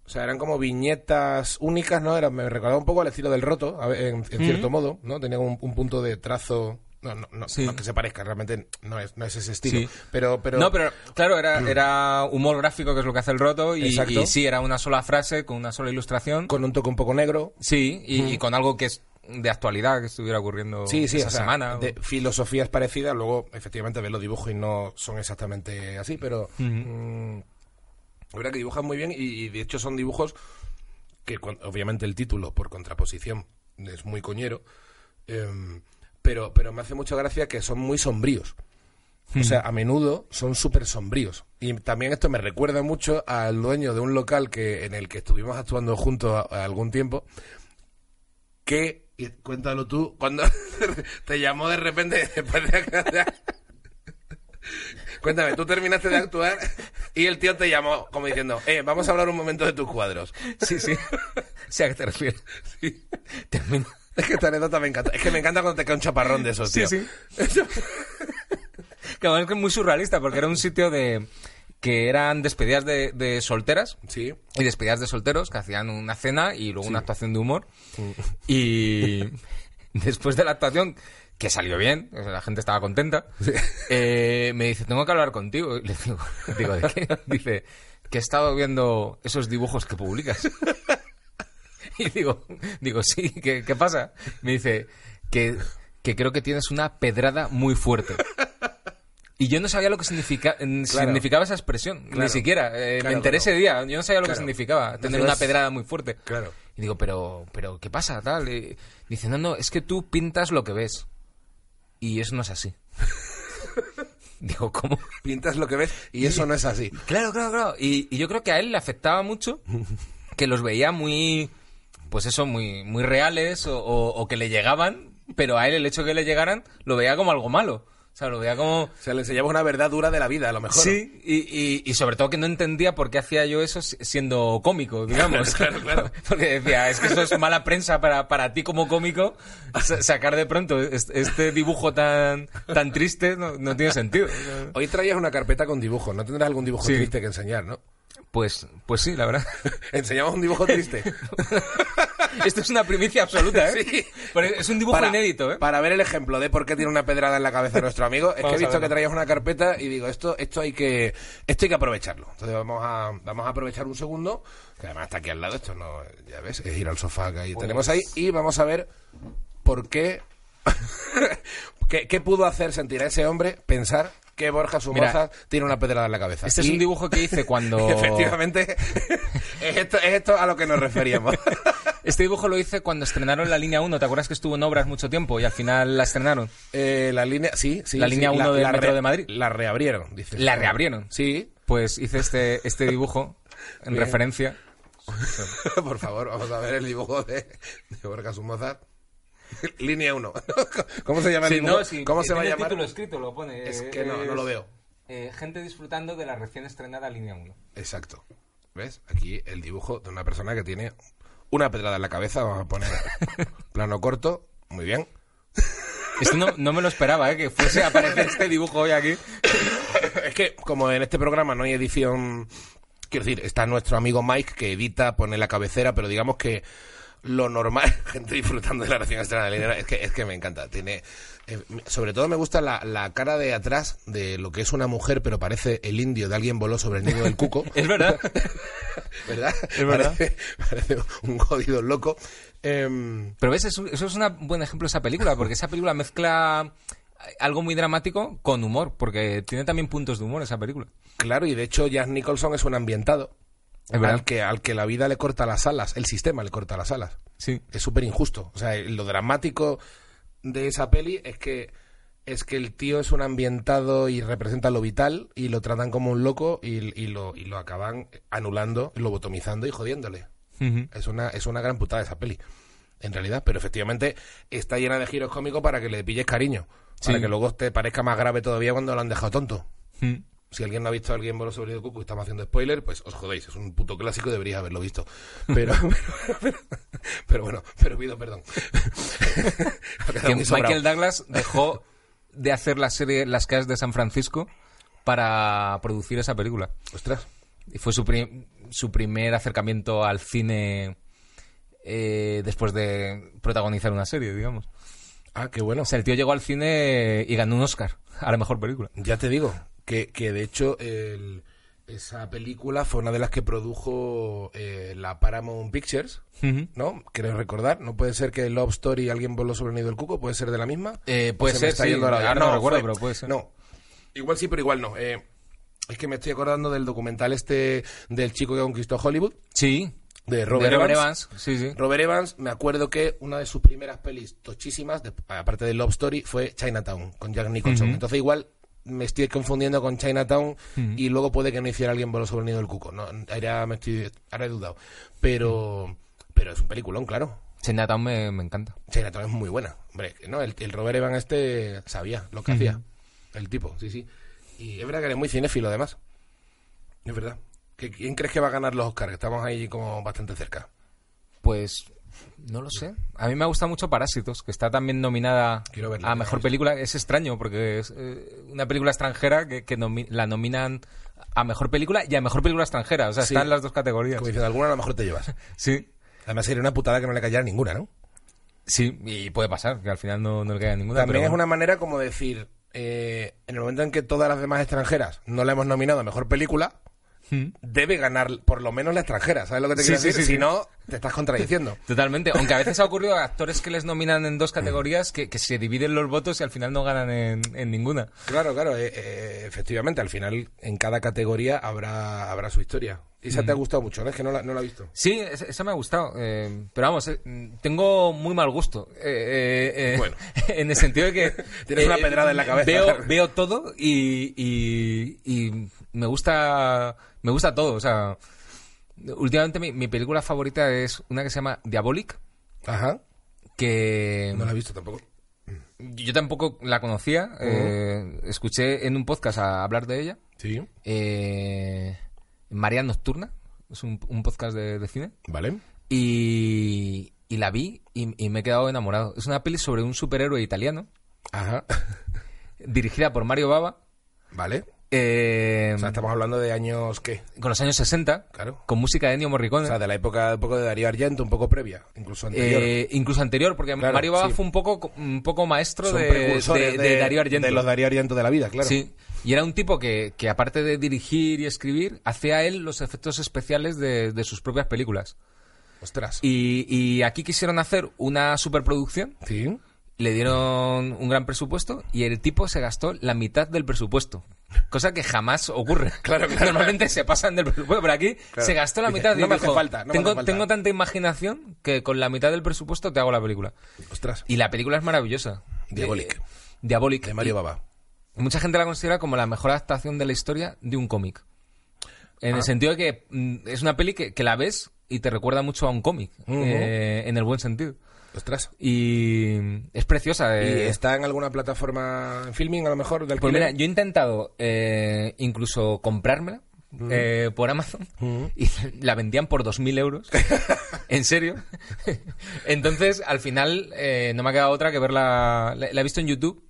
[SPEAKER 1] sea, eran como viñetas únicas, ¿no? Era, me recordaba un poco al estilo del roto, a ve- en, en cierto modo, ¿no? Tenía un, un punto de trazo. No, no, no,
[SPEAKER 2] Sí.
[SPEAKER 1] no es que se parezca, realmente no es, no es ese estilo.
[SPEAKER 2] Sí.
[SPEAKER 1] Pero, pero.
[SPEAKER 2] No, pero claro, era, era humor gráfico, que es lo que hace el roto, y,
[SPEAKER 1] Exacto.
[SPEAKER 2] y sí, era una sola frase con una sola ilustración.
[SPEAKER 1] Con un toque un poco negro.
[SPEAKER 2] Sí, y, y con algo que es de actualidad, que estuviera ocurriendo
[SPEAKER 1] Sí, sí,
[SPEAKER 2] esa
[SPEAKER 1] o sea,
[SPEAKER 2] semana. o-
[SPEAKER 1] de filosofías parecidas. Luego, efectivamente, ves los dibujos y no son exactamente así, pero. mm, la verdad que dibujan muy bien y, y, de hecho son dibujos que, cuan- obviamente, el título, por contraposición, es muy coñero. em, pero, pero me hace mucha gracia que son muy sombríos. O sea, a menudo son súper sombríos. Y también esto me recuerda mucho al dueño de un local que, en el que estuvimos actuando juntos a- a algún tiempo, que, y cuéntalo tú, cuando te llamó de repente después de actuar. Cuéntame, tú terminaste de actuar y el tío te llamó como diciendo, eh, vamos a hablar un momento de tus cuadros.
[SPEAKER 2] Sí, sí. sé a qué te refieres.
[SPEAKER 1] Sí.
[SPEAKER 2] Termina-
[SPEAKER 1] Es que esta anécdota me encanta. Es que me encanta cuando te cae un chaparrón de esos, tío.
[SPEAKER 2] que además es muy surrealista porque era un sitio de que eran despedidas de, de solteras
[SPEAKER 1] Sí.
[SPEAKER 2] y despedidas de solteros que hacían una cena y luego una actuación de humor y después de la actuación que salió bien o sea, la gente estaba contenta eh, me dice tengo que hablar contigo y le digo, digo ¿de qué? dice que he estado viendo esos dibujos que publicas y digo, digo sí, ¿qué, qué pasa? Me dice que, que creo que tienes una pedrada muy fuerte. Y yo no sabía lo que significa- en-
[SPEAKER 1] Claro.
[SPEAKER 2] significaba esa expresión,
[SPEAKER 1] Claro.
[SPEAKER 2] ni siquiera. Eh,
[SPEAKER 1] Claro,
[SPEAKER 2] me enteré
[SPEAKER 1] claro.
[SPEAKER 2] ese día, yo no sabía lo
[SPEAKER 1] Claro.
[SPEAKER 2] que significaba,
[SPEAKER 1] No
[SPEAKER 2] tener
[SPEAKER 1] sabes-
[SPEAKER 2] una pedrada muy fuerte.
[SPEAKER 1] Claro.
[SPEAKER 2] Y digo, pero, pero ¿qué pasa? Tal. Y dice, no, no, es que tú pintas lo que ves. Y eso no es así. digo, ¿cómo?
[SPEAKER 1] Pintas lo que ves y eso no es así.
[SPEAKER 2] Claro, claro, claro. Y, y yo creo que a él le afectaba mucho que los veía muy, pues eso, muy, muy reales o, o- o que le llegaban, pero a él el hecho de que le llegaran lo veía como algo malo. O sea, lo veía como...
[SPEAKER 1] O sea, le enseñaba una verdad dura de la vida, a lo mejor.
[SPEAKER 2] Sí, y, y, y sobre todo que no entendía por qué hacía yo eso si- siendo cómico, digamos.
[SPEAKER 1] Claro, claro, claro.
[SPEAKER 2] Porque decía, es que eso es mala prensa para, para ti como cómico, sa- sacar de pronto est- este dibujo tan, tan triste no, no tiene sentido.
[SPEAKER 1] Hoy traías una carpeta con dibujos, no tendrás algún dibujo
[SPEAKER 2] Sí.
[SPEAKER 1] triste que enseñar, ¿no?
[SPEAKER 2] Pues, pues sí, la verdad.
[SPEAKER 1] Enseñamos un dibujo triste.
[SPEAKER 2] Esto es una primicia absoluta, ¿eh?
[SPEAKER 1] Sí.
[SPEAKER 2] Pero es un dibujo inédito, ¿eh?
[SPEAKER 1] Para ver el ejemplo de por qué tiene una pedrada en la cabeza nuestro amigo, es que
[SPEAKER 2] Vamos
[SPEAKER 1] he
[SPEAKER 2] a
[SPEAKER 1] visto
[SPEAKER 2] verlo.
[SPEAKER 1] que traías una carpeta y digo, esto, esto hay que, esto hay que aprovecharlo. Entonces vamos a, vamos a aprovechar un segundo, que además está aquí al lado, esto no, ya ves, es ir al sofá que
[SPEAKER 2] Pues
[SPEAKER 1] ahí tenemos ahí, y vamos a ver por qué, qué, qué pudo hacer sentir a ese hombre pensar que Borja Sumoza
[SPEAKER 2] Mira,
[SPEAKER 1] tiene una pedrada en la cabeza.
[SPEAKER 2] Este es
[SPEAKER 1] Y-
[SPEAKER 2] un dibujo que hice cuando...
[SPEAKER 1] Efectivamente, es esto, es esto a lo que nos referíamos.
[SPEAKER 2] Este dibujo lo hice cuando estrenaron la línea 1. ¿Te acuerdas que estuvo en obras mucho tiempo y al final la estrenaron?
[SPEAKER 1] Eh, la línea, sí, sí.
[SPEAKER 2] La
[SPEAKER 1] sí,
[SPEAKER 2] línea uno del metro
[SPEAKER 1] re-
[SPEAKER 2] de Madrid.
[SPEAKER 1] La reabrieron, dices.
[SPEAKER 2] ¿La reabrieron?
[SPEAKER 1] Sí.
[SPEAKER 2] Pues hice este, este dibujo en
[SPEAKER 1] Bien.
[SPEAKER 2] referencia.
[SPEAKER 1] Por favor, vamos a ver el dibujo de, de Borja Sumoza. Línea 1. ¿Cómo se llama el
[SPEAKER 2] Sí,
[SPEAKER 1] dibujo?
[SPEAKER 2] no, sí,
[SPEAKER 1] ¿Cómo
[SPEAKER 2] eh,
[SPEAKER 1] se va a
[SPEAKER 2] tiene
[SPEAKER 1] llamar?
[SPEAKER 2] el título escrito lo pone.
[SPEAKER 1] Es
[SPEAKER 2] eh,
[SPEAKER 1] que no, no lo veo.
[SPEAKER 2] eh, gente disfrutando de la recién estrenada línea 1.
[SPEAKER 1] Exacto. ¿Ves? Aquí el dibujo de una persona que tiene una pedrada en la cabeza. Vamos a poner plano corto. Muy bien.
[SPEAKER 2] Esto Este no, no me lo esperaba, ¿eh? que fuese a aparecer este dibujo hoy aquí.
[SPEAKER 1] Es que, como en este programa no hay edición. Quiero decir, está nuestro amigo Mike que edita, pone la cabecera, pero digamos que lo normal, gente disfrutando de la relación externa de la línea, es que, es que me encanta. Tiene, eh, sobre todo me gusta la, la cara de atrás de lo que es una mujer, pero parece el indio de alguien voló sobre el nido del cuco.
[SPEAKER 2] Es verdad.
[SPEAKER 1] ¿Verdad?
[SPEAKER 2] es verdad.
[SPEAKER 1] Parece, parece un jodido loco. Em,
[SPEAKER 2] Pero ves, eso, eso es una- un buen ejemplo de esa película, porque esa película mezcla algo muy dramático con humor, porque tiene también puntos de humor esa película.
[SPEAKER 1] claro, y de hecho, Jack Nicholson es un ambientado.
[SPEAKER 2] Es verdad.
[SPEAKER 1] Al que, al que la vida le corta las alas, el sistema le corta las alas.
[SPEAKER 2] Sí.
[SPEAKER 1] es súper injusto. O sea, lo dramático de esa peli es que es que el tío es un ambientado y representa lo vital y lo tratan como un loco y, y lo, y lo acaban anulando, lobotomizando y jodiéndole.
[SPEAKER 2] Ujú.
[SPEAKER 1] Es una, es una gran putada esa peli, en realidad. Pero efectivamente está llena de giros cómicos para que le pilles cariño. Para
[SPEAKER 2] Sí.
[SPEAKER 1] que luego te parezca más grave todavía cuando lo han dejado tonto.
[SPEAKER 2] Ujú.
[SPEAKER 1] Si alguien no ha visto a alguien voló sobre el cuco y estamos haciendo spoiler, pues os jodéis, es un puto clásico y deberíais haberlo visto. Pero, pero, pero- pero bueno, pero pido perdón. Ha quedado
[SPEAKER 2] que
[SPEAKER 1] muy sobrado.
[SPEAKER 2] Michael Douglas dejó de hacer la serie Las Casas de San Francisco para producir esa película.
[SPEAKER 1] Ostras,
[SPEAKER 2] Y fue su, pri- su primer acercamiento al cine eh, después de protagonizar una serie, digamos.
[SPEAKER 1] ah, qué bueno.
[SPEAKER 2] O sea, el tío llegó al cine y ganó un Oscar a la mejor película.
[SPEAKER 1] Ya te digo, que, que de hecho el- esa película fue una de las que produjo eh, la Paramount Pictures, ¿no? Creo recordar, no puede ser que Love Story alguien voló sobre el nido del cuco, puede ser de la misma.
[SPEAKER 2] Eh,
[SPEAKER 1] ¿O
[SPEAKER 2] puede
[SPEAKER 1] se me
[SPEAKER 2] ser,
[SPEAKER 1] está
[SPEAKER 2] sí,
[SPEAKER 1] yendo la olla?
[SPEAKER 2] ahora no recuerdo,
[SPEAKER 1] Ah, fue-
[SPEAKER 2] pero puede ser.
[SPEAKER 1] No, igual sí, pero igual no. Eh, es que me estoy acordando del documental este del chico que conquistó Hollywood,
[SPEAKER 2] Sí.
[SPEAKER 1] de
[SPEAKER 2] Robert,
[SPEAKER 1] Robert,
[SPEAKER 2] de Robert
[SPEAKER 1] Evans.
[SPEAKER 2] Evans. Sí, sí.
[SPEAKER 1] Robert Evans, me acuerdo que una de sus primeras pelis tochísimas, de- aparte de Love Story, fue Chinatown, con Jack Nicholson. Entonces igual me estoy confundiendo con Chinatown y luego puede que no hiciera alguien voló sobre el nido del cuco. No, ahora, me estoy, ahora he dudado. Pero, pero es un peliculón, claro.
[SPEAKER 2] Chinatown me, me encanta.
[SPEAKER 1] Chinatown es muy buena. Hombre, que no, el, el Robert Evans este sabía lo que hacía. El tipo, sí, sí. Y es verdad que eres muy cinéfilo, además. Es verdad. ¿Que- ¿Quién crees que va a ganar los Oscars? Que Estamos ahí como bastante cerca.
[SPEAKER 2] Pues no lo sé. A mí me gusta mucho Parásitos, que está también nominada
[SPEAKER 1] Quiero verla,
[SPEAKER 2] a
[SPEAKER 1] no la he
[SPEAKER 2] mejor
[SPEAKER 1] visto.
[SPEAKER 2] película. Es extraño porque es eh, una película extranjera que, que nomi- la nominan a mejor película y a mejor película extranjera. O sea,
[SPEAKER 1] Sí. Pues-
[SPEAKER 2] están las dos categorías.
[SPEAKER 1] Como diciendo, alguna a lo mejor te llevas.
[SPEAKER 2] Sí,
[SPEAKER 1] Además sería una putada que no le cayera ninguna, ¿no?
[SPEAKER 2] sí, y puede pasar, que al final no, no le caiga ninguna.
[SPEAKER 1] También
[SPEAKER 2] pero
[SPEAKER 1] es
[SPEAKER 2] bueno.
[SPEAKER 1] una manera como decir, eh, en el momento en que todas las demás extranjeras no la hemos nominado a Mejor Película, debe ganar por lo menos la extranjera, ¿sabes lo que te
[SPEAKER 2] Hmm. Sí,
[SPEAKER 1] quiero
[SPEAKER 2] sí,
[SPEAKER 1] decir?
[SPEAKER 2] sí,
[SPEAKER 1] si
[SPEAKER 2] sí.
[SPEAKER 1] no, te estás contradiciendo.
[SPEAKER 2] Totalmente, aunque a veces ha ocurrido a actores que les nominan en dos categorías que, que se dividen los votos y al final no ganan en, en ninguna.
[SPEAKER 1] Claro, claro, eh, eh, efectivamente, al final en cada categoría habrá, habrá su historia. Y esa te
[SPEAKER 2] Mm.
[SPEAKER 1] ha gustado mucho, ¿no? Es que no la, no la he visto.
[SPEAKER 2] Sí, es- esa me ha gustado. eh, pero vamos, eh, mm, tengo muy mal gusto. eh, eh, eh,
[SPEAKER 1] Bueno.
[SPEAKER 2] En el sentido de que. eh,
[SPEAKER 1] Tienes una pedrada en la cabeza.
[SPEAKER 2] Veo, veo todo y, y- y me gusta. Me gusta todo. O sea. Últimamente mi, mi película favorita es una que se llama Diabolic.
[SPEAKER 1] Ajá.
[SPEAKER 2] Que.
[SPEAKER 1] No la he visto tampoco.
[SPEAKER 2] Yo tampoco la conocía. eh, escuché en un podcast a hablar de ella.
[SPEAKER 1] Sí,
[SPEAKER 2] Eh, María Nocturna. Es un, un podcast de, de cine.
[SPEAKER 1] vale.
[SPEAKER 2] Y, y la vi y, y me he quedado enamorado. Es una peli sobre un superhéroe italiano.
[SPEAKER 1] Ajá.
[SPEAKER 2] Dirigida por Mario Bava.
[SPEAKER 1] Vale.
[SPEAKER 2] eh,
[SPEAKER 1] O sea, estamos hablando de años qué?
[SPEAKER 2] con los años 60.
[SPEAKER 1] Claro.
[SPEAKER 2] Con música de Ennio
[SPEAKER 1] O
[SPEAKER 2] Morricone.
[SPEAKER 1] sea, de la época un poco de Darío Argento, un poco previa, incluso anterior.
[SPEAKER 2] Eh, incluso anterior, porque
[SPEAKER 1] Claro,
[SPEAKER 2] Mario Bava
[SPEAKER 1] sí.
[SPEAKER 2] fue un poco, un poco maestro
[SPEAKER 1] Son
[SPEAKER 2] de,
[SPEAKER 1] precursores
[SPEAKER 2] de- de Darío Argento.
[SPEAKER 1] De los Darío Argento de la vida, claro.
[SPEAKER 2] Sí. Y era un tipo que, que, aparte de dirigir y escribir, hacía él los efectos especiales de, de sus propias películas.
[SPEAKER 1] Ostras.
[SPEAKER 2] Y, y aquí quisieron hacer una superproducción,
[SPEAKER 1] Sí.
[SPEAKER 2] le dieron un gran presupuesto y el tipo se gastó la mitad del presupuesto. Cosa que jamás ocurre.
[SPEAKER 1] Claro, claro.
[SPEAKER 2] Normalmente se pasan del presupuesto, pero aquí
[SPEAKER 1] Claro.
[SPEAKER 2] se gastó la
[SPEAKER 1] Dice,
[SPEAKER 2] mitad. y
[SPEAKER 1] "No me hace
[SPEAKER 2] dijo,
[SPEAKER 1] falta, no me
[SPEAKER 2] tengo,
[SPEAKER 1] hace falta".
[SPEAKER 2] tengo tanta imaginación que con la mitad del presupuesto te hago la película.
[SPEAKER 1] Ostras.
[SPEAKER 2] Y la película es maravillosa.
[SPEAKER 1] Diabolic.
[SPEAKER 2] Eh, Diabolic.
[SPEAKER 1] De Mario Baba.
[SPEAKER 2] Mucha gente la considera como la mejor adaptación de la historia de un cómic.
[SPEAKER 1] Ah.
[SPEAKER 2] En el sentido de que mm, es una peli que, que la ves y te recuerda mucho a un cómic,
[SPEAKER 1] Ujú.
[SPEAKER 2] eh, en el buen sentido.
[SPEAKER 1] Ostras.
[SPEAKER 2] Y es preciosa.
[SPEAKER 1] ¿Y
[SPEAKER 2] eh.
[SPEAKER 1] está en alguna plataforma en filming, a lo mejor, del
[SPEAKER 2] Pues mira, yo he intentado eh, incluso comprármela eh, por Amazon y la vendían por 2.000 euros. ¿En serio? Entonces, al final, eh, no me ha quedado otra que verla. La, la he visto en YouTube,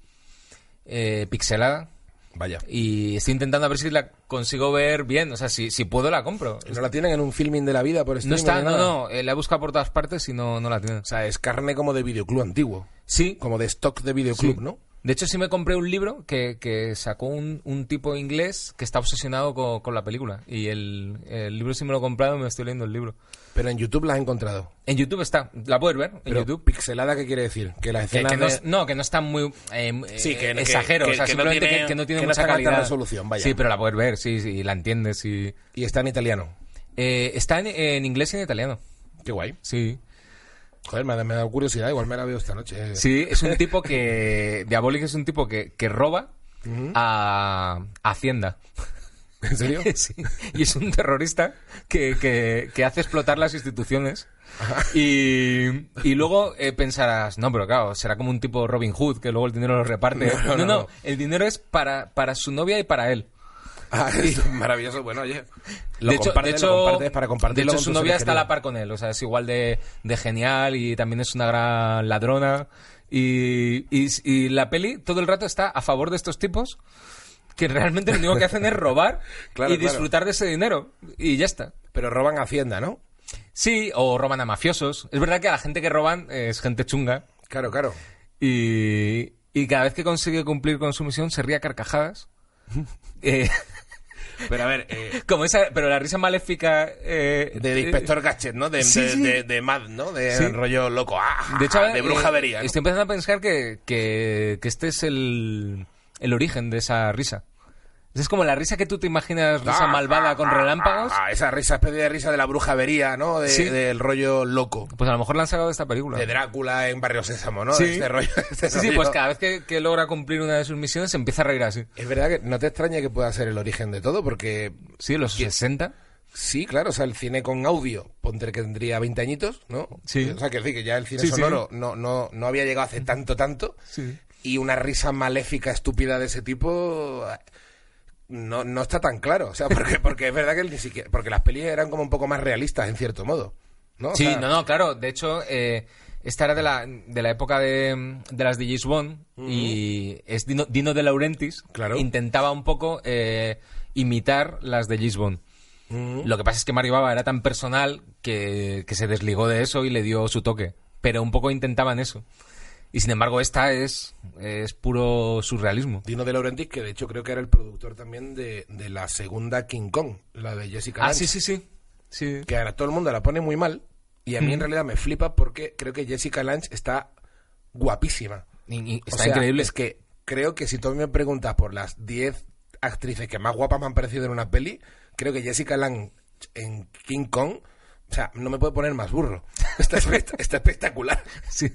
[SPEAKER 2] eh, pixelada.
[SPEAKER 1] Vaya.
[SPEAKER 2] Y estoy intentando a ver si la consigo ver bien. O sea, si, si puedo, la compro.
[SPEAKER 1] ¿No la tienen en un filming de la vida por
[SPEAKER 2] No
[SPEAKER 1] streaming
[SPEAKER 2] está,
[SPEAKER 1] ni
[SPEAKER 2] no,
[SPEAKER 1] nada?
[SPEAKER 2] no. eh, la he buscado por todas partes y no, no la tienen.
[SPEAKER 1] O sea, es carne como de videoclub antiguo.
[SPEAKER 2] Sí.
[SPEAKER 1] Como de stock de videoclub, ¿no?
[SPEAKER 2] De hecho, sí me compré un libro que, que sacó un, un tipo inglés que está obsesionado con, con la película. Y el, el libro sí me lo he comprado y me estoy leyendo el libro.
[SPEAKER 1] Pero en YouTube la has encontrado.
[SPEAKER 2] En YouTube está. La puedes ver en
[SPEAKER 1] Pero
[SPEAKER 2] YouTube.
[SPEAKER 1] pixelada, ¿qué quiere decir? Que las
[SPEAKER 2] Que,
[SPEAKER 1] escenas
[SPEAKER 2] que no,
[SPEAKER 1] de-
[SPEAKER 2] es- no, que no está muy eh,
[SPEAKER 1] Sí, que-
[SPEAKER 2] eh,
[SPEAKER 1] que-
[SPEAKER 2] exagero.
[SPEAKER 1] que-
[SPEAKER 2] o sea,
[SPEAKER 1] que no
[SPEAKER 2] simplemente
[SPEAKER 1] tiene-
[SPEAKER 2] que, que no tiene
[SPEAKER 1] que no
[SPEAKER 2] mucha
[SPEAKER 1] está en alta
[SPEAKER 2] calidad.
[SPEAKER 1] resolución, vaya.
[SPEAKER 2] Sí, pero la puedes ver, sí, sí, y la entiendes. Y,
[SPEAKER 1] Y está en italiano.
[SPEAKER 2] Eh, está en, en inglés y en italiano.
[SPEAKER 1] Qué guay.
[SPEAKER 2] Sí.
[SPEAKER 1] Joder, me ha, me ha dado curiosidad. Igual me la veo esta noche. eh.
[SPEAKER 2] Sí, es un tipo que. Diabolic es un tipo que, que roba a, a Hacienda.
[SPEAKER 1] ¿En serio?
[SPEAKER 2] Sí. Y es un terrorista que, que- que hace explotar las instituciones. Y, y luego eh, pensarás, no, pero claro, será como un tipo Robin Hood que luego el dinero lo reparte. No, no,
[SPEAKER 1] no, no.
[SPEAKER 2] el dinero es para, para su novia y para él.
[SPEAKER 1] Ah, esto es maravilloso. Bueno, oye. Lo
[SPEAKER 2] de hecho,
[SPEAKER 1] compartes, lo
[SPEAKER 2] de hecho-
[SPEAKER 1] compartes para compartirlo.
[SPEAKER 2] de hecho,
[SPEAKER 1] con
[SPEAKER 2] su
[SPEAKER 1] tus
[SPEAKER 2] novia
[SPEAKER 1] seres
[SPEAKER 2] está a la
[SPEAKER 1] queridos.
[SPEAKER 2] par con él. O sea, es igual de, de genial y también es una gran ladrona. Y, y- y la peli todo el rato está a favor de estos tipos que realmente lo único que hacen es robar
[SPEAKER 1] Claro,
[SPEAKER 2] y
[SPEAKER 1] claro.
[SPEAKER 2] disfrutar de ese dinero. Y ya está.
[SPEAKER 1] Pero roban Hacienda, ¿no?
[SPEAKER 2] Sí, o roban a mafiosos. Es verdad que a la gente que roban eh, es gente chunga.
[SPEAKER 1] Claro, claro.
[SPEAKER 2] Y, y cada vez que consigue cumplir con su misión se ríe a carcajadas. Eh,
[SPEAKER 1] Pero a ver, eh,
[SPEAKER 2] como esa, pero la risa maléfica... eh,
[SPEAKER 1] de
[SPEAKER 2] eh,
[SPEAKER 1] Inspector Gadget, ¿no? De,
[SPEAKER 2] Sí,
[SPEAKER 1] de,
[SPEAKER 2] sí.
[SPEAKER 1] de- de Mad, ¿no? De
[SPEAKER 2] Sí.
[SPEAKER 1] rollo loco. Ah,
[SPEAKER 2] De hecho, ahora,
[SPEAKER 1] de
[SPEAKER 2] eh,
[SPEAKER 1] brujavería. ¿no?
[SPEAKER 2] Estoy empezando a pensar que, que- que este es el, el origen de esa risa. Es como la risa que tú te imaginas,
[SPEAKER 1] Ah,
[SPEAKER 2] risa malvada
[SPEAKER 1] ah,
[SPEAKER 2] con
[SPEAKER 1] ah,
[SPEAKER 2] relámpagos.
[SPEAKER 1] ah, esa risa, especie de risa de la brujavería, ¿no? De-
[SPEAKER 2] Sí.
[SPEAKER 1] Del rollo loco.
[SPEAKER 2] Pues a lo mejor la han sacado de esta película.
[SPEAKER 1] De Drácula en Barrio Sésamo, ¿no?
[SPEAKER 2] Sí.
[SPEAKER 1] De este rollo. de este
[SPEAKER 2] Sí, sí,
[SPEAKER 1] rollo.
[SPEAKER 2] pues cada vez que, que logra cumplir una de sus misiones se empieza a reír así.
[SPEAKER 1] Es verdad que no te extraña que pueda ser el origen de todo, porque
[SPEAKER 2] Sí, los 60.
[SPEAKER 1] sí, claro, o sea, el cine con audio, ponte que tendría 20 añitos, ¿no?
[SPEAKER 2] Sí.
[SPEAKER 1] O sea, que decir que ya el cine
[SPEAKER 2] Sí, sí.
[SPEAKER 1] sonoro No, no, no había llegado hace tanto, tanto.
[SPEAKER 2] Sí.
[SPEAKER 1] Y una risa maléfica, estúpida de ese tipo. No, no está tan claro. O sea, porque, porque es verdad que él ni siquiera. Porque las pelis eran como un poco más realistas, en cierto modo. ¿no? O
[SPEAKER 2] Sí,
[SPEAKER 1] sea,
[SPEAKER 2] no, no, claro. De hecho, eh, esta era de la, de la época de, de las DJs Bond y es Dino, Dino de Laurentiis
[SPEAKER 1] Claro.
[SPEAKER 2] intentaba un poco eh, imitar las de Bond.
[SPEAKER 1] mm,
[SPEAKER 2] Lo que pasa es que Mario Baba era tan personal que, que se desligó de eso y le dio su toque. Pero un poco intentaban eso. Y sin embargo, esta es, es puro surrealismo.
[SPEAKER 1] Dino de Laurentiis, que de hecho creo que era el productor también de, de la segunda King Kong, la de Jessica
[SPEAKER 2] Ah,
[SPEAKER 1] Lange,
[SPEAKER 2] sí, sí, sí. sí.
[SPEAKER 1] que ahora todo el mundo la pone muy mal y a mí en realidad me flipa porque creo que Jessica Lange está guapísima.
[SPEAKER 2] Y- y
[SPEAKER 1] O
[SPEAKER 2] está
[SPEAKER 1] sea,
[SPEAKER 2] increíble.
[SPEAKER 1] Es que creo que si tú me preguntas por las 10 actrices que más guapas me han parecido en una peli, creo que Jessica Lange en King Kong, o sea, no me puede poner más burro. Está, espect- está espectacular.
[SPEAKER 2] Sí.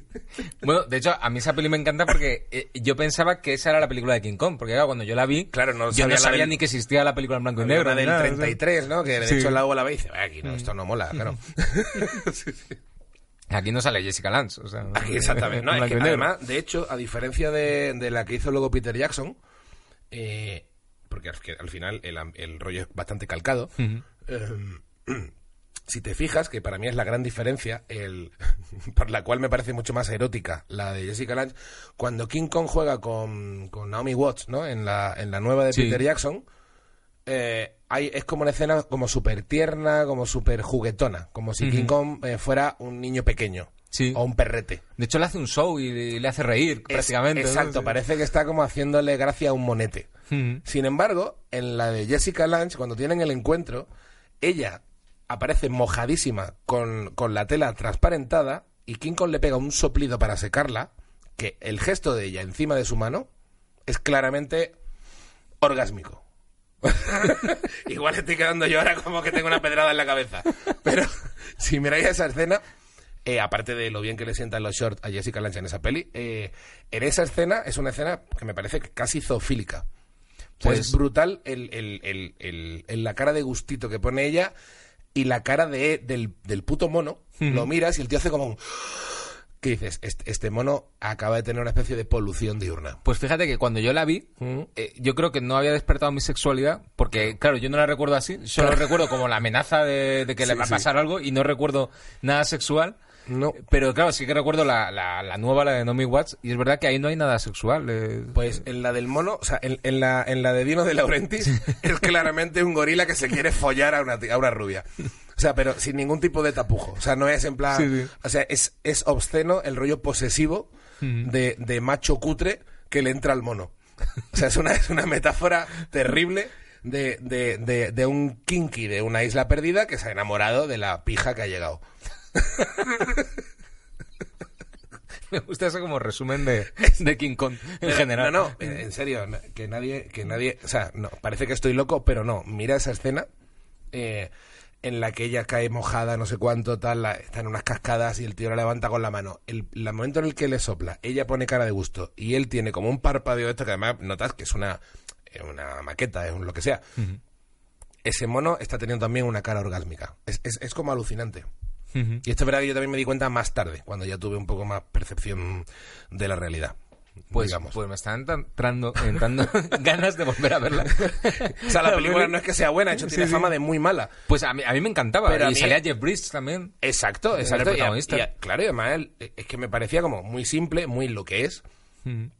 [SPEAKER 2] Bueno, de hecho, a mí esa peli me encanta porque eh, yo pensaba que esa era la película de King Kong, porque claro, cuando yo la vi,
[SPEAKER 1] Claro, no
[SPEAKER 2] yo
[SPEAKER 1] sabía la
[SPEAKER 2] no sabía
[SPEAKER 1] del-
[SPEAKER 2] ni que existía la película en blanco y
[SPEAKER 1] Había
[SPEAKER 2] negro.
[SPEAKER 1] una
[SPEAKER 2] ni
[SPEAKER 1] del
[SPEAKER 2] nada, o sea.
[SPEAKER 1] 33, ¿no? Que de
[SPEAKER 2] Sí.
[SPEAKER 1] hecho la hago a la vez y dice, "Ah, aquí no, esto no mola, claro.
[SPEAKER 2] Aquí no sale Jessica Lange. O sea, no-
[SPEAKER 1] Aquí, Ah, exactamente. No,
[SPEAKER 2] en
[SPEAKER 1] es que
[SPEAKER 2] blanco y negro.
[SPEAKER 1] además, de hecho, a diferencia de, de la que hizo luego Peter Jackson, eh, porque al, que al final el, am- el rollo es bastante calcado, eh, si te fijas, que para mí es la gran diferencia, el, por la cual me parece mucho más erótica la de Jessica Lange, cuando King Kong juega con, con Naomi Watts, ¿no? En la, en la nueva de
[SPEAKER 2] Sí.
[SPEAKER 1] Peter Jackson. eh, hay, es como una escena como súper tierna, como súper juguetona, como si King Kong eh, fuera un niño pequeño
[SPEAKER 2] Sí.
[SPEAKER 1] o un perrete.
[SPEAKER 2] De hecho, le hace un show y le hace reír,
[SPEAKER 1] Es-
[SPEAKER 2] prácticamente. ¿no?
[SPEAKER 1] Exacto,
[SPEAKER 2] Sí.
[SPEAKER 1] parece que está como haciéndole gracia a un monete.
[SPEAKER 2] Ujú.
[SPEAKER 1] Sin embargo, en la de Jessica Lange, cuando tienen el encuentro, ella aparece mojadísima con, con la tela transparentada y King Kong le pega un soplido para secarla, que el gesto de ella encima de su mano es claramente orgásmico. Igual estoy quedando yo ahora como que tengo una pedrada en la cabeza. Pero si miráis esa escena, eh, aparte de lo bien que le sientan los shorts a Jessica Lange en esa peli, eh, en esa escena es una escena que me parece casi zoofílica. O sea,
[SPEAKER 2] Pues-
[SPEAKER 1] es brutal el, el- el- el- el- la cara de gustito que pone ella y la cara de, del, del puto mono. Lo miras y el tío hace como un... ¿Qué dices? Este, este mono acaba de tener una especie de polución diurna.
[SPEAKER 2] Pues fíjate que cuando yo la vi,
[SPEAKER 1] Mm.
[SPEAKER 2] eh, yo creo que no había despertado mi sexualidad, porque claro, yo no la recuerdo así, solo recuerdo como la amenaza de, de que le
[SPEAKER 1] Sí,
[SPEAKER 2] va a
[SPEAKER 1] sí.
[SPEAKER 2] pasar algo y no recuerdo nada sexual.
[SPEAKER 1] No.
[SPEAKER 2] Pero claro, sí que recuerdo la, la, la nueva, la de Nomi Watts, y es verdad que ahí no hay nada sexual. eh.
[SPEAKER 1] Pues en la del mono, o sea, en, en la, en la de Dino de Laurentiis, es claramente un gorila que se quiere follar a una, ti- a una rubia. O sea, pero sin ningún tipo de tapujo. O sea, no es en plan.
[SPEAKER 2] Sí, sí.
[SPEAKER 1] O sea, es, es obsceno el rollo posesivo
[SPEAKER 2] Mm.
[SPEAKER 1] de, de macho cutre que le entra al mono. O sea, es una, es una metáfora terrible de, de, de, de un kinky de una isla perdida que se ha enamorado de la pija que ha llegado.
[SPEAKER 2] me gusta ese como resumen de, de King Kong en
[SPEAKER 1] Pero,
[SPEAKER 2] general.
[SPEAKER 1] No, no, eh, en serio, na- que nadie, que nadie, o sea, no, parece que estoy loco, pero no, mira esa escena eh, en la que ella cae mojada, no sé cuánto, tal, la- está en unas cascadas y el tío la levanta con la mano. El, el momento en el que le sopla, ella pone cara de gusto y él tiene como un parpadeo esto que además notas que es una, eh, una maqueta, es un lo que sea. Ese mono está teniendo también una cara orgásmica. Es, es, es como alucinante.
[SPEAKER 2] Ujú.
[SPEAKER 1] Y esto es verdad que yo también me di cuenta más tarde, cuando ya tuve un poco más percepción de la realidad.
[SPEAKER 2] Pues,
[SPEAKER 1] digamos.
[SPEAKER 2] pues me están tan- entrando, entrando ganas de volver a verla.
[SPEAKER 1] O sea, la película no es que sea buena, de hecho
[SPEAKER 2] Sí,
[SPEAKER 1] tiene
[SPEAKER 2] sí.
[SPEAKER 1] fama de muy mala.
[SPEAKER 2] Pues a mí, a mí me encantaba.
[SPEAKER 1] Pero a
[SPEAKER 2] y
[SPEAKER 1] mí-
[SPEAKER 2] salía Jeff Bridges también.
[SPEAKER 1] Exacto,
[SPEAKER 2] el
[SPEAKER 1] exacto. y a-
[SPEAKER 2] protagonista.
[SPEAKER 1] y a- claro, y además el- es que me parecía como muy simple, muy lo que es,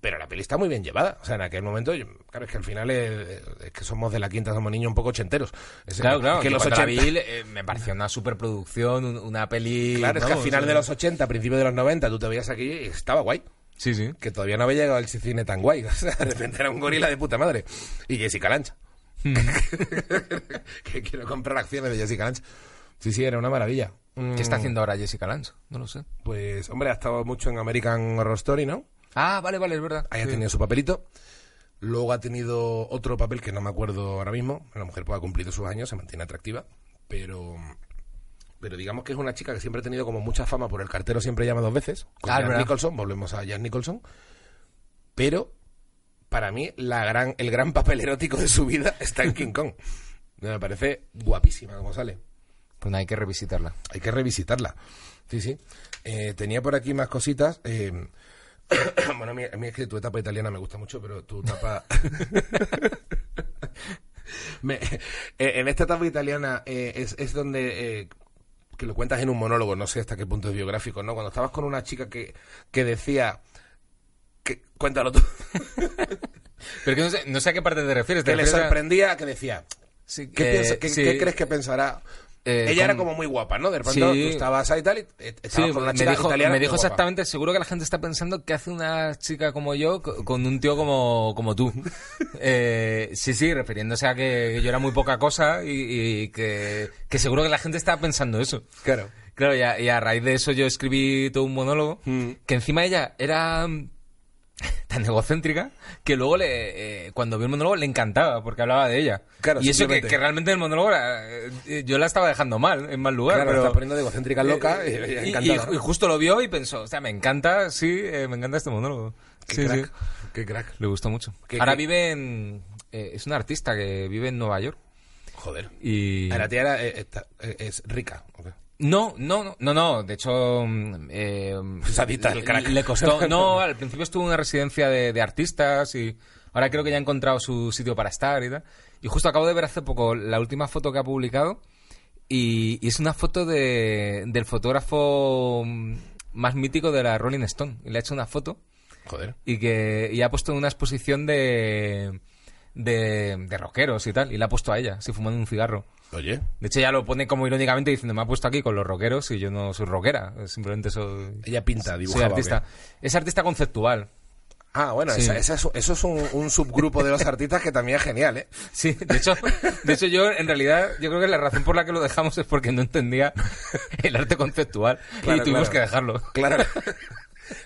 [SPEAKER 1] pero la peli está muy bien llevada. O sea, en aquel momento, yo- claro, es que al final eh, es, que somos de la quinta, somos niños un poco ochenteros. Es-
[SPEAKER 2] Claro,
[SPEAKER 1] es
[SPEAKER 2] claro.
[SPEAKER 1] que los 80,
[SPEAKER 2] ochenta eh, me pareció una superproducción, un- una peli.
[SPEAKER 1] claro, es que al
[SPEAKER 2] vamos,
[SPEAKER 1] final
[SPEAKER 2] eh,
[SPEAKER 1] de los 80, principios de los 90, tú te veías aquí y estaba guay.
[SPEAKER 2] Sí, sí.
[SPEAKER 1] Que todavía no había llegado el cine tan guay. O sea, de repente era un gorila de puta madre. Y Jessica Lancha. Hmm. que quiero comprar acciones de Jessica Lancha. Sí, sí, era una maravilla. Mm.
[SPEAKER 2] ¿Qué está haciendo ahora Jessica Lange? No lo sé.
[SPEAKER 1] Pues, hombre, ha estado mucho en American Horror Story, ¿no?
[SPEAKER 2] Ah, vale, vale, es verdad.
[SPEAKER 1] Ahí ha
[SPEAKER 2] Sí.
[SPEAKER 1] tenido su papelito. Luego ha tenido otro papel que no me acuerdo ahora mismo. La mujer pues, ha cumplido sus años, se mantiene atractiva. Pero, pero digamos que es una chica que siempre ha tenido como mucha fama por el cartero siempre llama dos veces. Con
[SPEAKER 2] Ah,
[SPEAKER 1] Jack
[SPEAKER 2] verdad.
[SPEAKER 1] Nicholson, volvemos a Jack Nicholson. Pero para mí la gran, el gran papel erótico de su vida está en King Kong. Me parece guapísima como sale.
[SPEAKER 2] Pues nada, hay que revisitarla.
[SPEAKER 1] Hay que revisitarla. Sí, sí. Eh, tenía por aquí más cositas. eh, bueno, a mí, a mí es que tu etapa italiana me gusta mucho, pero tu etapa... Me- eh, en esta etapa italiana eh, es, es donde... eh, que lo cuentas en un monólogo, no sé hasta qué punto es biográfico, ¿no? Cuando estabas con una chica que, que decía... Que, cuéntalo tú.
[SPEAKER 2] Pero que no sé, no sé a qué parte te refieres. ¿Te
[SPEAKER 1] Que le
[SPEAKER 2] refieres a-
[SPEAKER 1] sorprendía, que decía...
[SPEAKER 2] Sí,
[SPEAKER 1] ¿Qué,
[SPEAKER 2] eh,
[SPEAKER 1] piensa- qué-
[SPEAKER 2] sí.
[SPEAKER 1] qué crees que pensará?
[SPEAKER 2] Eh,
[SPEAKER 1] Ella era
[SPEAKER 2] con-
[SPEAKER 1] como muy guapa, ¿no? De repente
[SPEAKER 2] Sí.
[SPEAKER 1] tú estabas ahí y tal, y eh,
[SPEAKER 2] Sí,
[SPEAKER 1] estabas con una
[SPEAKER 2] me
[SPEAKER 1] chica
[SPEAKER 2] dijo,
[SPEAKER 1] italiana
[SPEAKER 2] me dijo
[SPEAKER 1] muy guapa.
[SPEAKER 2] exactamente, seguro que la gente está pensando que hace una chica como yo co- con un tío como, como tú. Eh, sí, sí, refiriéndose a que yo era muy poca cosa y, y que, que seguro que la gente estaba pensando eso.
[SPEAKER 1] Claro.
[SPEAKER 2] Claro, y a, y a raíz de eso yo escribí todo un monólogo,
[SPEAKER 1] Mm.
[SPEAKER 2] que encima ella era mm, tan egocéntrica que luego le, eh, cuando vi el monólogo le encantaba porque hablaba de ella.
[SPEAKER 1] Claro,
[SPEAKER 2] y eso que,
[SPEAKER 1] simplemente.
[SPEAKER 2] que realmente el monólogo era, eh, yo la estaba dejando mal, en mal lugar.
[SPEAKER 1] Claro,
[SPEAKER 2] pero
[SPEAKER 1] está poniendo de egocéntrica loca y,
[SPEAKER 2] eh, y-
[SPEAKER 1] encantada.
[SPEAKER 2] y- y justo lo vio y pensó, o sea, me encanta, sí, eh, me encanta este monólogo.
[SPEAKER 1] qué
[SPEAKER 2] Sí,
[SPEAKER 1] crack,
[SPEAKER 2] sí.
[SPEAKER 1] qué crack.
[SPEAKER 2] Le gustó mucho.
[SPEAKER 1] Qué-
[SPEAKER 2] Ahora
[SPEAKER 1] qué-
[SPEAKER 2] vive en... eh, es una artista que vive en Nueva York
[SPEAKER 1] Joder.
[SPEAKER 2] y...
[SPEAKER 1] La tía era, eh, esta- eh, es rica. ok.
[SPEAKER 2] No, no, no, no. De hecho, eh,
[SPEAKER 1] Es adicta al crack.
[SPEAKER 2] le- le costó. No, al principio estuvo en una residencia de, de artistas y ahora creo que ya ha encontrado su sitio para estar y tal. Y justo acabo de ver hace poco la última foto que ha publicado y, y es una foto de, del fotógrafo mm, más mítico de la Rolling Stone. Y le ha hecho una foto
[SPEAKER 1] Joder.
[SPEAKER 2] y que y ha puesto en una exposición de, de, de rockeros y tal. Y la ha puesto a ella, así fumando un cigarro.
[SPEAKER 1] Oye.
[SPEAKER 2] De hecho, ya lo pone como irónicamente diciendo, me ha puesto aquí con los rockeros y yo no soy rockera. Simplemente soy,
[SPEAKER 1] Ella pinta,
[SPEAKER 2] soy
[SPEAKER 1] dibujaba. ¿o qué?
[SPEAKER 2] artista. Es artista conceptual.
[SPEAKER 1] Ah, bueno,
[SPEAKER 2] Sí.
[SPEAKER 1] esa- esa es- eso es un, un subgrupo de los artistas que también es genial, ¿eh?
[SPEAKER 2] Sí, de hecho, de hecho yo en realidad, yo creo que la razón por la que lo dejamos es porque no entendía el arte conceptual
[SPEAKER 1] Claro,
[SPEAKER 2] y tuvimos
[SPEAKER 1] claro.
[SPEAKER 2] que dejarlo.
[SPEAKER 1] Claro.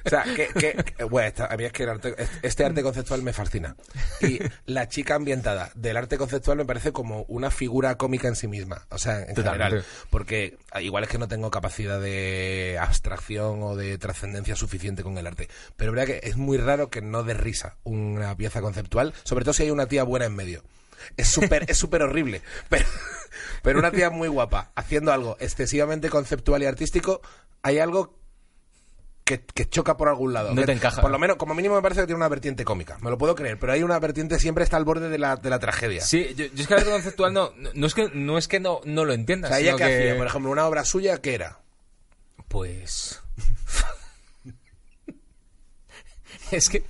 [SPEAKER 1] O sea, que, que- que- bueno, esta- a mí es que el arte- este arte conceptual me fascina. Y la chica ambientada del arte conceptual me parece como una figura cómica en sí misma. O sea, en
[SPEAKER 2] Totalmente.
[SPEAKER 1] general. Porque ah, igual es que no tengo capacidad de abstracción o de trascendencia suficiente con el arte. Pero verdad que es muy raro que no dé risa una pieza conceptual, sobre todo si hay una tía buena en medio. Es súper es súper horrible, pero, pero una tía muy guapa haciendo algo excesivamente conceptual y artístico, hay algo que, que choca por algún lado.
[SPEAKER 2] No
[SPEAKER 1] Que-
[SPEAKER 2] te encaja.
[SPEAKER 1] Por lo menos, como mínimo me parece que tiene una vertiente cómica. Me lo puedo creer, pero hay una vertiente siempre está al borde de la, de la tragedia.
[SPEAKER 2] Sí, yo, yo es que el arte conceptual no, no, no es que no, es que no, no lo
[SPEAKER 1] o
[SPEAKER 2] entiendas.
[SPEAKER 1] sea, ella
[SPEAKER 2] sino
[SPEAKER 1] que
[SPEAKER 2] que-
[SPEAKER 1] hacía, por ejemplo, una obra suya que era.
[SPEAKER 2] Pues. es que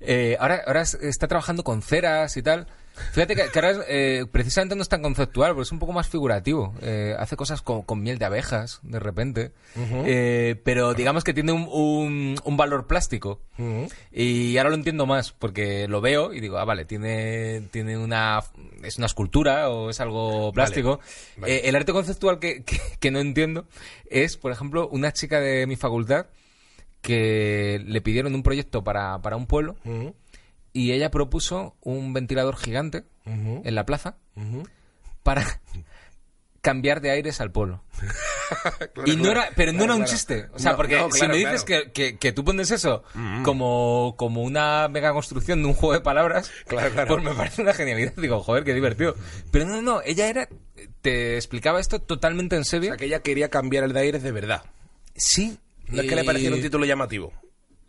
[SPEAKER 2] eh, ahora, ahora es- está trabajando con ceras y tal. Fíjate que, que ahora es, eh, precisamente no es tan conceptual, porque es un poco más figurativo. Eh, hace cosas con, con miel de abejas, de repente. Eh, pero digamos que tiene un, un- un valor plástico. Y ahora lo entiendo más, porque lo veo y digo, ah, vale, tiene, tiene una. Es una escultura o es algo plástico.
[SPEAKER 1] vale.
[SPEAKER 2] Eh, el arte conceptual que, que- que no entiendo es, por ejemplo, una chica de mi facultad que le pidieron un proyecto para, para un pueblo
[SPEAKER 1] Ujú,
[SPEAKER 2] y ella propuso un ventilador gigante
[SPEAKER 1] ujú,
[SPEAKER 2] en la plaza
[SPEAKER 1] ujú.
[SPEAKER 2] para cambiar de aires al pueblo. y no era, pero
[SPEAKER 1] Eh, claro,
[SPEAKER 2] no era un
[SPEAKER 1] claro.
[SPEAKER 2] chiste. O sea,
[SPEAKER 1] No,
[SPEAKER 2] porque
[SPEAKER 1] no,
[SPEAKER 2] si
[SPEAKER 1] claro,
[SPEAKER 2] me dices
[SPEAKER 1] claro. Mm.
[SPEAKER 2] que, que- que tú pones eso como, como una mega construcción de un juego de palabras,
[SPEAKER 1] Claro, claro.
[SPEAKER 2] pues me parece una genialidad. Digo, joder, qué divertido. Pero no, no, ella era, te explicaba esto totalmente en
[SPEAKER 1] O
[SPEAKER 2] serio.
[SPEAKER 1] sea, que ella quería cambiar el de aires de verdad.
[SPEAKER 2] Sí.
[SPEAKER 1] No es que le
[SPEAKER 2] y-
[SPEAKER 1] pareciera un título llamativo,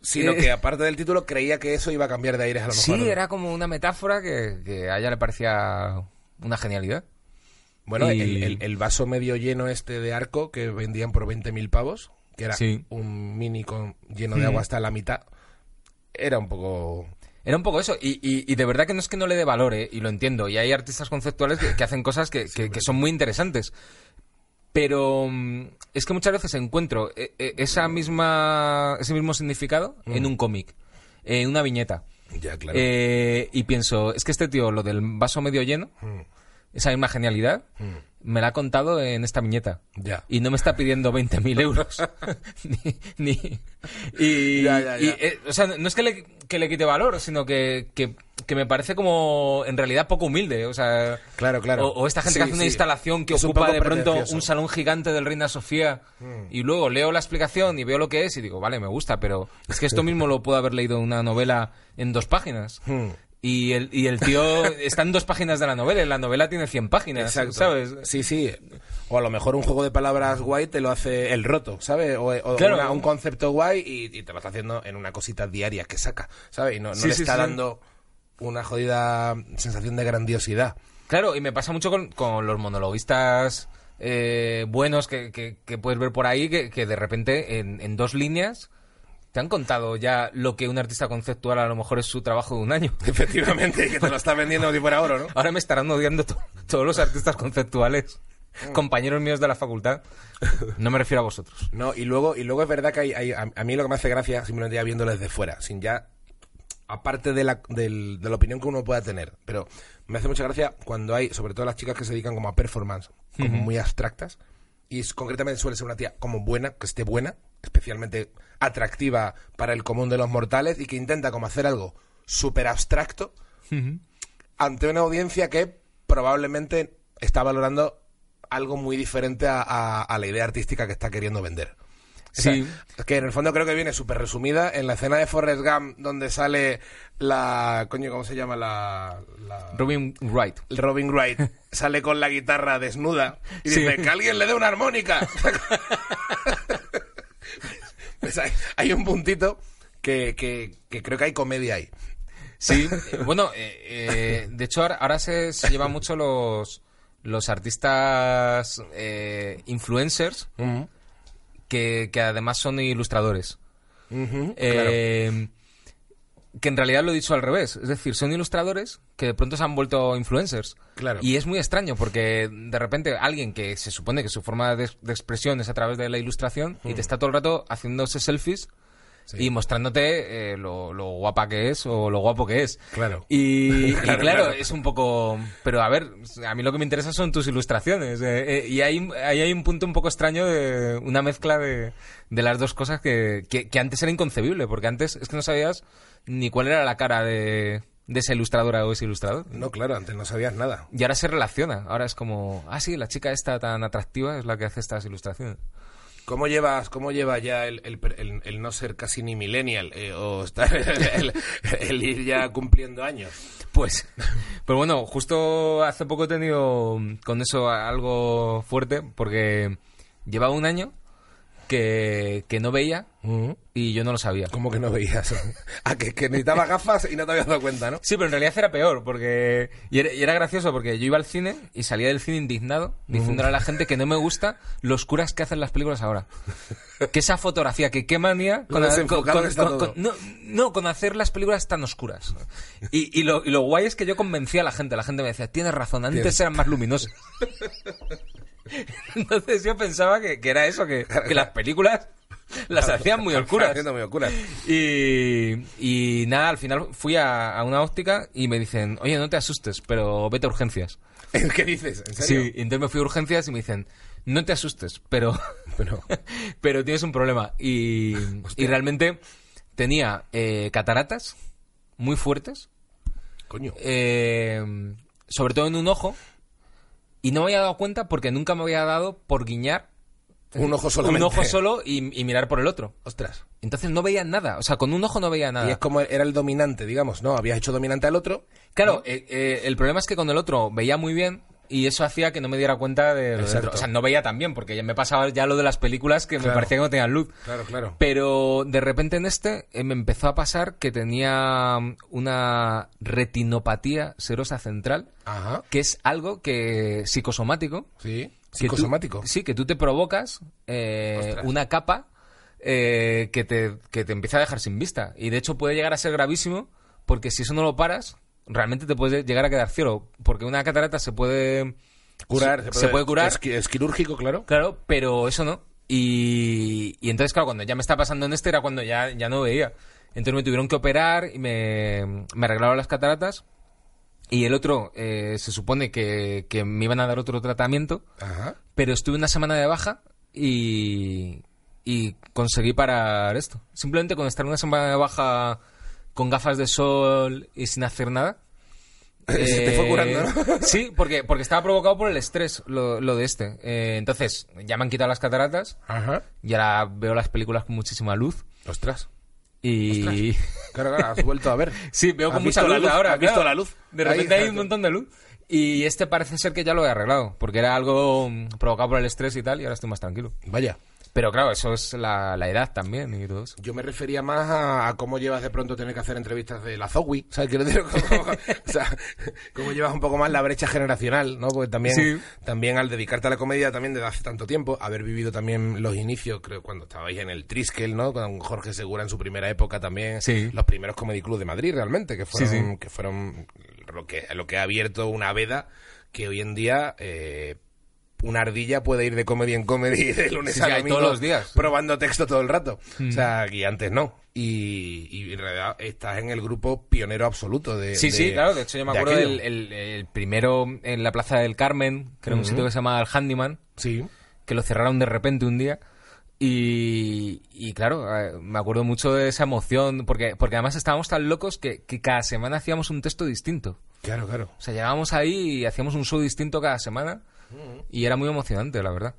[SPEAKER 1] sino
[SPEAKER 2] Eh.
[SPEAKER 1] que aparte del título creía que eso iba a cambiar de aires a lo
[SPEAKER 2] Sí,
[SPEAKER 1] mejor.
[SPEAKER 2] era como una metáfora que, que a ella le parecía una genialidad.
[SPEAKER 1] Bueno,
[SPEAKER 2] Y-
[SPEAKER 1] el, el- el vaso medio lleno este de arco que vendían por 20.000 pavos, que era
[SPEAKER 2] Sí. Mm.
[SPEAKER 1] un mini con, lleno de agua hasta la mitad, era un poco...
[SPEAKER 2] Era un poco eso, y, y- y de verdad que no es que no le dé valor, ¿eh? y lo entiendo, y hay artistas conceptuales que, que hacen cosas que, que- que son muy interesantes, pero mm, es que muchas veces encuentro eh, eh, esa misma, ese mismo significado en un cómic, en una viñeta,
[SPEAKER 1] Ya, Mm. claro.
[SPEAKER 2] Eh, y pienso, es que este tío, lo del vaso medio lleno,
[SPEAKER 1] Mm.
[SPEAKER 2] esa misma genialidad, me la ha contado en esta viñeta.
[SPEAKER 1] Ya.
[SPEAKER 2] Y no me está pidiendo 20.000 euros. ni, ni- y,
[SPEAKER 1] Ya, ya, ya.
[SPEAKER 2] y, eh, o sea, no es que le, que le quite valor, sino que, que- que me parece como en realidad poco humilde. O sea,
[SPEAKER 1] Claro, claro.
[SPEAKER 2] O, o esta gente
[SPEAKER 1] Sí,
[SPEAKER 2] que hace una
[SPEAKER 1] sí.
[SPEAKER 2] instalación que
[SPEAKER 1] Es un
[SPEAKER 2] ocupa
[SPEAKER 1] poco
[SPEAKER 2] de pronto
[SPEAKER 1] pretencioso. Hmm.
[SPEAKER 2] un salón gigante del Reina Sofía y luego leo la explicación y veo lo que es y digo, vale, me gusta, pero es que esto mismo lo puedo haber leído en una novela en dos páginas.
[SPEAKER 1] Hmm.
[SPEAKER 2] Y el, y el tío está en dos páginas de la novela, y la novela tiene 100 páginas,
[SPEAKER 1] Exacto.
[SPEAKER 2] ¿sabes?
[SPEAKER 1] Sí, sí. O a lo mejor un juego de palabras guay te lo hace el roto, ¿sabes? O, o
[SPEAKER 2] Claro.
[SPEAKER 1] una- un concepto guay y, y te lo está haciendo en una cosita diaria que saca, ¿sabes? Y no, no
[SPEAKER 2] Sí,
[SPEAKER 1] le
[SPEAKER 2] sí,
[SPEAKER 1] está
[SPEAKER 2] sí.
[SPEAKER 1] dando una jodida sensación de grandiosidad.
[SPEAKER 2] Claro, y me pasa mucho con, con los monologuistas eh, buenos que, que- que puedes ver por ahí, que, que de repente en, en dos líneas te han contado ya lo que un artista conceptual a lo mejor es su trabajo de un año.
[SPEAKER 1] Efectivamente, que te lo está vendiendo como si fuera oro, ¿no?
[SPEAKER 2] Ahora me estarán odiando to- todos los artistas conceptuales, compañeros míos de la facultad. No me refiero a vosotros.
[SPEAKER 1] No, y luego, y luego es verdad que hay, hay- a, a mí lo que me hace gracia, simplemente ya viéndolo desde fuera, sin ya, aparte de la, del- de la opinión que uno pueda tener, pero me hace mucha gracia cuando hay, sobre todo las chicas que se dedican como a performance, como muy abstractas, y es- concretamente suele ser una tía como buena, que esté buena, especialmente atractiva para el común de los mortales, y que intenta como hacer algo súper abstracto ante una audiencia que probablemente está valorando algo muy diferente a- a- a la idea artística que está queriendo vender. Sí. es que en el fondo creo que viene súper resumida en la escena de Forrest Gump donde sale la... Coño, ¿cómo se llama? La... la-
[SPEAKER 2] Robin Wright.
[SPEAKER 1] Robin Wright sale con la guitarra desnuda y
[SPEAKER 2] Sí.
[SPEAKER 1] dice, que alguien le dé una armónica. Pues hay, hay un puntito que, que- que creo que hay comedia ahí.
[SPEAKER 2] Sí, eh, bueno, eh, eh, de hecho ahora, ahora se, se lleva mucho los, los artistas eh, influencers que, que además son ilustradores.
[SPEAKER 1] Ujú,
[SPEAKER 2] Eh, Que en realidad lo he dicho al revés. Es decir, son ilustradores que de pronto se han vuelto influencers.
[SPEAKER 1] Claro.
[SPEAKER 2] Y es muy extraño porque de repente alguien que se supone que su forma de, de expresión es a través de la ilustración y te está todo el rato haciéndose selfies
[SPEAKER 1] Sí.
[SPEAKER 2] y mostrándote eh, lo, lo guapa que es o lo guapo que es.
[SPEAKER 1] Claro.
[SPEAKER 2] Y y claro,
[SPEAKER 1] Claro, claro.
[SPEAKER 2] es un poco... Pero a ver, a mí lo que me interesa son tus ilustraciones. eh, eh, y ahí, ahí hay un punto un poco extraño de una mezcla de, de las dos cosas que, que- que antes era inconcebible, porque antes es que no sabías ni cuál era la cara de, de esa ilustradora o ese ilustrador.
[SPEAKER 1] No, claro, antes no sabías nada.
[SPEAKER 2] Y ahora se relaciona, ahora es como, ah, sí, la chica esta tan atractiva es la que hace estas ilustraciones.
[SPEAKER 1] ¿Cómo llevas, cómo lleva ya el, el- el- el no ser casi ni millennial eh, o estar el, el ir ya cumpliendo años?
[SPEAKER 2] Pues, pero bueno, justo hace poco he tenido con eso a- algo fuerte porque llevaba un año que, que no veía y yo no lo sabía.
[SPEAKER 1] ¿Cómo que no veías? ah, que, que necesitabas gafas y no te habías dado cuenta, ¿no?
[SPEAKER 2] Sí, pero en realidad era peor porque y era, y era gracioso porque yo iba al cine y salía del cine indignado diciéndole a la gente que no me gusta los curas que hacen las películas ahora. Que esa fotografía, que qué manía
[SPEAKER 1] Lo desenfocado que está todo.
[SPEAKER 2] no, no, con hacer las películas tan oscuras. Y, y lo, y lo guay es que yo convencía a la gente. La gente me decía, tienes razón, antes
[SPEAKER 1] Tienes-
[SPEAKER 2] eran más luminosos. Entonces yo pensaba que, que era eso, que, que las películas las hacían muy oscuras.
[SPEAKER 1] Haciendo muy oscuras.
[SPEAKER 2] Y, y nada, al final fui a, a una óptica y me dicen, oye, no te asustes, pero vete a urgencias.
[SPEAKER 1] ¿Qué dices? ¿En serio?
[SPEAKER 2] Sí, y entonces me fui a urgencias y me dicen, no te asustes, pero,
[SPEAKER 1] Pero-
[SPEAKER 2] pero tienes un problema. Y, y realmente tenía eh, cataratas muy fuertes,
[SPEAKER 1] Coño.
[SPEAKER 2] eh, sobre todo en un ojo, y no me había dado cuenta porque nunca me había dado por guiñar
[SPEAKER 1] Un ojo solamente.
[SPEAKER 2] un ojo solo y, y mirar por el otro.
[SPEAKER 1] Ostras.
[SPEAKER 2] Entonces no veía nada, o sea, con un ojo no veía nada.
[SPEAKER 1] Y es como era el dominante, digamos, ¿no? Habías hecho dominante al otro.
[SPEAKER 2] Claro, eh, eh, el problema es que con el otro veía muy bien y eso hacía que no me diera cuenta de lo del
[SPEAKER 1] Exacto.
[SPEAKER 2] otro. O sea, no veía tan bien porque ya me pasaba ya lo de las películas que me
[SPEAKER 1] Claro.
[SPEAKER 2] parecía que no tenían luz.
[SPEAKER 1] Claro, claro.
[SPEAKER 2] Pero de repente en este eh, me empezó a pasar que tenía mm, una retinopatía serosa central,
[SPEAKER 1] Ajá.
[SPEAKER 2] que es algo que eh, psicosomático.
[SPEAKER 1] Sí.
[SPEAKER 2] que tú-
[SPEAKER 1] Psicosomático.
[SPEAKER 2] sí, que tú te provocas eh,
[SPEAKER 1] Ostras.
[SPEAKER 2] una capa eh, que, te, que te empieza a dejar sin vista. Y de hecho puede llegar a ser gravísimo porque si eso no lo paras, realmente te puedes llegar a quedar ciego. Porque una catarata se puede...
[SPEAKER 1] Curar.
[SPEAKER 2] se, se puede curar,
[SPEAKER 1] Es, qui- es quirúrgico, claro.
[SPEAKER 2] claro, pero eso no. Y, y entonces, claro, cuando ya me está pasando en este era cuando ya, ya no veía. Entonces me tuvieron que operar y me, me arreglaron las cataratas. Y el otro, eh, se supone que, que me iban a dar otro tratamiento
[SPEAKER 1] Ajá.
[SPEAKER 2] pero estuve una semana de baja y, y conseguí parar esto. Simplemente con estar una semana de baja con gafas de sol y sin hacer nada. eh,
[SPEAKER 1] Se te fue curando, ¿no?
[SPEAKER 2] Sí, porque, porque estaba provocado por el estrés, lo, lo de este. Eh, entonces, ya me han quitado las cataratas
[SPEAKER 1] Ajá.
[SPEAKER 2] y ahora veo las películas con muchísima luz.
[SPEAKER 1] Ostras.
[SPEAKER 2] Y.
[SPEAKER 1] Claro, claro, has vuelto a ver.
[SPEAKER 2] Sí, veo
[SPEAKER 1] ¿Has
[SPEAKER 2] con mucha
[SPEAKER 1] visto la
[SPEAKER 2] luz,
[SPEAKER 1] luz?
[SPEAKER 2] ahora.
[SPEAKER 1] ¿Has visto
[SPEAKER 2] claro.
[SPEAKER 1] la luz?
[SPEAKER 2] De
[SPEAKER 1] Ahí,
[SPEAKER 2] repente hay un
[SPEAKER 1] exacto.
[SPEAKER 2] montón de luz. Y este parece ser que ya lo he arreglado, porque era algo mm, provocado por el estrés y tal, y ahora estoy más tranquilo.
[SPEAKER 1] Vaya.
[SPEAKER 2] Pero claro, eso es la, la edad también y todo eso.
[SPEAKER 1] Yo me refería más a, a cómo llevas de pronto tener que hacer entrevistas de la Zowie, ¿sabes? Quiero decir, cómo, o sea, cómo llevas un poco más la brecha generacional, ¿no? Porque también,
[SPEAKER 2] Sí.
[SPEAKER 1] también al dedicarte a la comedia también desde hace tanto tiempo, haber vivido también los inicios, creo, cuando estabais en el Triskel, ¿no? Con Jorge Segura en su primera época también,
[SPEAKER 2] Sí.
[SPEAKER 1] los primeros Comedy Club de Madrid realmente, que fueron,
[SPEAKER 2] Sí, sí.
[SPEAKER 1] Que fueron lo, que, lo que ha abierto una veda que hoy en día... eh, una ardilla puede ir de comedia en comedy de lunes
[SPEAKER 2] Sí,
[SPEAKER 1] a
[SPEAKER 2] sí, hay
[SPEAKER 1] domingo
[SPEAKER 2] todos los días. Mm.
[SPEAKER 1] probando texto todo el rato. O sea, y antes no. Y, y en realidad estás en el grupo pionero absoluto de.
[SPEAKER 2] Sí,
[SPEAKER 1] de-
[SPEAKER 2] sí, claro. De hecho, yo me acuerdo
[SPEAKER 1] aquello.
[SPEAKER 2] del el, el primero en la Plaza del Carmen, que era un sitio que se llamaba El Handyman,
[SPEAKER 1] Sí.
[SPEAKER 2] que lo cerraron de repente un día. Y, y claro, eh, me acuerdo mucho de esa emoción, porque, porque además estábamos tan locos que, que cada semana hacíamos un texto distinto.
[SPEAKER 1] Claro, claro.
[SPEAKER 2] O sea, llegábamos ahí y hacíamos un show distinto cada semana. Y era muy emocionante, la verdad.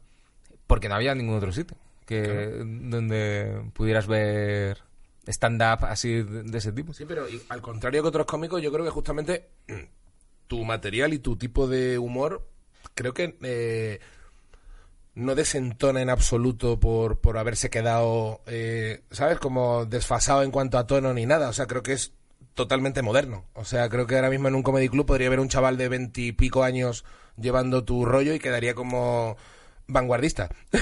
[SPEAKER 2] Porque no había ningún otro sitio. que donde pudieras ver stand-up así de, de ese tipo.
[SPEAKER 1] Sí, pero y- al contrario que otros cómicos, yo creo que justamente mm, tu material y tu tipo de humor, creo que eh, no desentona en absoluto por, por haberse quedado, eh, ¿sabes? Como desfasado en cuanto a tono ni nada. O sea, creo que es totalmente moderno. O sea, creo que ahora mismo en un comedy club podría haber un chaval de veintipico años llevando tu rollo y quedaría como vanguardista.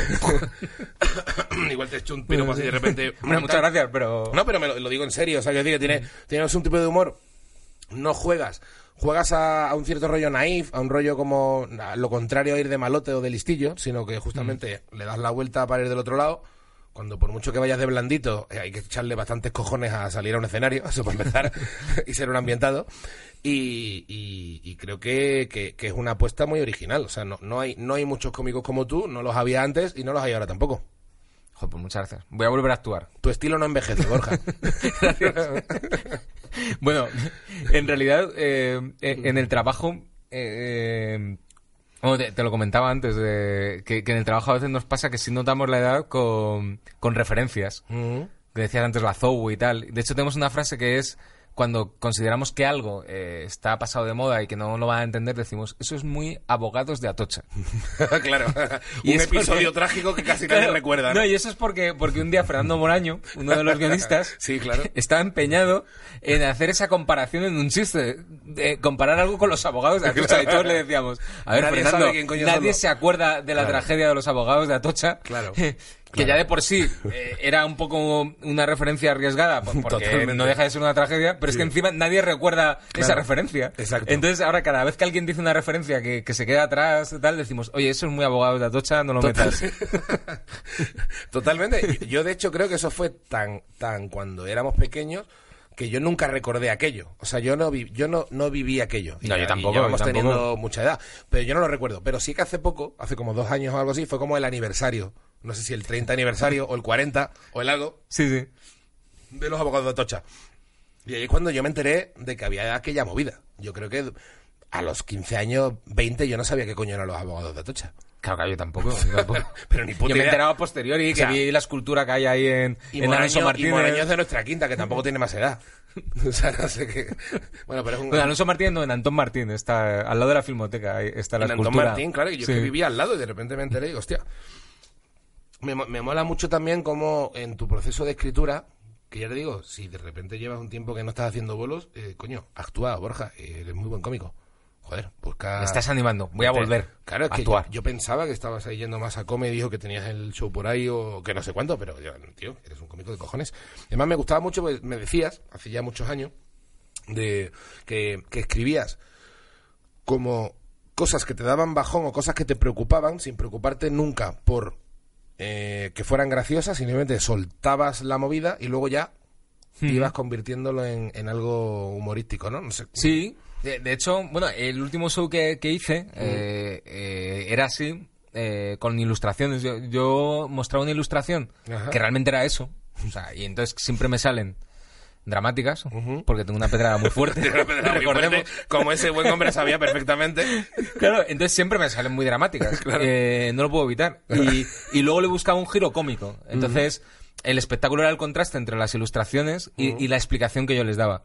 [SPEAKER 1] Igual te echo un piropo así de repente.
[SPEAKER 2] Bueno, muchas gracias, pero...
[SPEAKER 1] No, pero me lo, lo digo en serio. O sea, que decir que tiene, tienes un tipo de humor. No juegas. Juegas a, a un cierto rollo naif, a un rollo como a lo contrario a ir de malote o de listillo, sino que justamente le das la vuelta para ir del otro lado. Cuando por mucho que vayas de blandito, eh, hay que echarle bastantes cojones a salir a un escenario, eso para empezar, y ser un ambientado. Y, y- y creo que, que- que es una apuesta muy original. O sea, no, no, hay, no hay muchos cómicos como tú, no los había antes y no los hay ahora tampoco.
[SPEAKER 2] Joder, pues muchas gracias. Voy a volver a actuar.
[SPEAKER 1] Tu estilo no envejece, Borja.
[SPEAKER 2] Bueno, en realidad, eh, eh, en el trabajo. eh, eh, bueno, te, te lo comentaba antes, de que, que en el trabajo a veces nos pasa que sí notamos la edad con, con referencias.
[SPEAKER 1] Mm.
[SPEAKER 2] Que decías antes la Zoe y tal. De hecho, tenemos una frase que es. Cuando consideramos que algo eh, está pasado de moda y que no lo van a entender, decimos, eso es muy abogados de Atocha.
[SPEAKER 1] claro.
[SPEAKER 2] Y
[SPEAKER 1] un
[SPEAKER 2] es porque-
[SPEAKER 1] episodio trágico que casi nadie
[SPEAKER 2] Claro.
[SPEAKER 1] recuerda. ¿no?
[SPEAKER 2] No, y eso es porque, porque un día Fernando Moraño, uno de los guionistas,
[SPEAKER 1] Sí, claro.
[SPEAKER 2] estaba empeñado en hacer esa comparación en un chiste, de comparar algo con los abogados de Atocha. Y todos le decíamos, a ver,
[SPEAKER 1] Nadie
[SPEAKER 2] Fernando,
[SPEAKER 1] sabe quién coño son
[SPEAKER 2] nadie
[SPEAKER 1] los-
[SPEAKER 2] se acuerda de la tragedia de los abogados de Atocha.
[SPEAKER 1] Claro,
[SPEAKER 2] Que
[SPEAKER 1] claro.
[SPEAKER 2] ya de por sí eh, era un poco una referencia arriesgada, por- porque
[SPEAKER 1] Totalmente.
[SPEAKER 2] no deja de ser una tragedia, pero es que encima nadie recuerda esa referencia.
[SPEAKER 1] Exacto.
[SPEAKER 2] Entonces ahora cada vez que alguien dice una referencia que, que se queda atrás, tal, decimos, oye, eso es muy abogado de Atocha, no lo metas.
[SPEAKER 1] Totalmente. Yo, de hecho, creo que eso fue tan, tan cuando éramos pequeños que yo nunca recordé aquello. O sea, yo no, vi- yo no, no viví aquello.
[SPEAKER 2] No, yo tampoco,
[SPEAKER 1] ya vamos
[SPEAKER 2] yo tampoco.
[SPEAKER 1] teniendo mucha edad. Pero yo no lo recuerdo. Pero sí que hace poco, hace como dos años o algo así, fue como el aniversario. No sé si el 30 aniversario o el 40 o el algo
[SPEAKER 2] Sí, sí.
[SPEAKER 1] de los abogados de Atocha. Y ahí es cuando yo me enteré de que había aquella movida. Yo creo que a los 15 años, 20, yo no sabía qué coño eran los abogados de Atocha.
[SPEAKER 2] Claro, claro, yo tampoco. yo tampoco.
[SPEAKER 1] Pero ni puta
[SPEAKER 2] yo me he
[SPEAKER 1] idea.
[SPEAKER 2] enterado a posteriori que
[SPEAKER 1] O sea,
[SPEAKER 2] vi la escultura que hay ahí en,
[SPEAKER 1] Y
[SPEAKER 2] en
[SPEAKER 1] Moraño,
[SPEAKER 2] Alonso
[SPEAKER 1] y
[SPEAKER 2] Martínez.
[SPEAKER 1] Moraño es de nuestra quinta, que tampoco tiene más edad. O sea, no sé qué. Bueno, pero es un.
[SPEAKER 2] No, en Alonso Martínez, no, en Antón Martín, está eh, al lado de la filmoteca, ahí está la
[SPEAKER 1] en Antón
[SPEAKER 2] escultura.
[SPEAKER 1] Martín, claro, y yo
[SPEAKER 2] Sí.
[SPEAKER 1] que vivía al lado y de repente me enteré y digo, hostia. Me, mo- me mola mucho también como en tu proceso de escritura, que ya te digo, si de repente llevas un tiempo que no estás haciendo bolos, eh, coño, actúa, Borja, eh, eres muy buen cómico. Joder, busca.
[SPEAKER 2] Me estás animando, voy a volver
[SPEAKER 1] Claro, es
[SPEAKER 2] a
[SPEAKER 1] que
[SPEAKER 2] actuar.
[SPEAKER 1] Yo, yo pensaba que estabas ahí yendo más a comedy o que tenías el show por ahí o que no sé cuánto, pero yo, tío, eres un cómico de cojones. Además, me gustaba mucho, pues, me decías, hace ya muchos años, de que, que escribías como cosas que te daban bajón o cosas que te preocupaban sin preocuparte nunca por eh, que fueran graciosas, simplemente soltabas la movida y luego ya ibas convirtiéndolo en, en algo humorístico, ¿no? No sé.
[SPEAKER 2] Sí, de, de hecho, bueno, el último show que, que hice eh, eh, era así, eh, con ilustraciones. Yo, yo mostraba una ilustración
[SPEAKER 1] Ajá.
[SPEAKER 2] que realmente era eso. O sea, y entonces siempre me salen dramáticas, porque tengo una pedrada muy fuerte.
[SPEAKER 1] Tiene una pedrada muy fuerte,
[SPEAKER 2] recordemos.
[SPEAKER 1] como ese buen hombre sabía perfectamente.
[SPEAKER 2] Claro, entonces siempre me salen muy dramáticas. Eh, no lo puedo evitar. Y, y luego le buscaba un giro cómico. Entonces, el espectáculo era el contraste entre las ilustraciones y, y la explicación que yo les daba.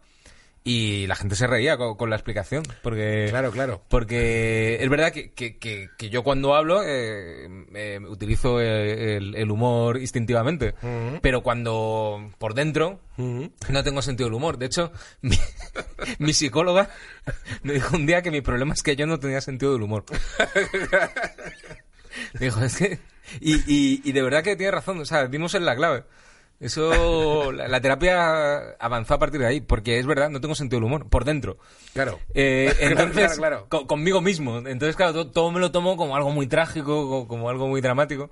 [SPEAKER 2] Y la gente se reía co- con, la explicación. Porque,
[SPEAKER 1] Claro, claro.
[SPEAKER 2] Porque es verdad que, que- que- que yo cuando hablo eh, eh, utilizo eh, el, el humor instintivamente. Pero cuando por dentro no tengo sentido del humor. De hecho, mi, mi psicóloga me dijo un día que mi problema es que yo no tenía sentido del humor. Me dijo, es que... Y, y- y de verdad que tiene razón, o sea, dimos en la clave. Eso, la, la terapia avanzó a partir de ahí, porque es verdad, no tengo sentido del humor, por dentro.
[SPEAKER 1] Claro.
[SPEAKER 2] Eh,
[SPEAKER 1] Claro, claro,
[SPEAKER 2] entonces,
[SPEAKER 1] claro.
[SPEAKER 2] co- conmigo mismo. Entonces, claro, to- todo me lo tomo como algo muy trágico, co- como algo muy dramático.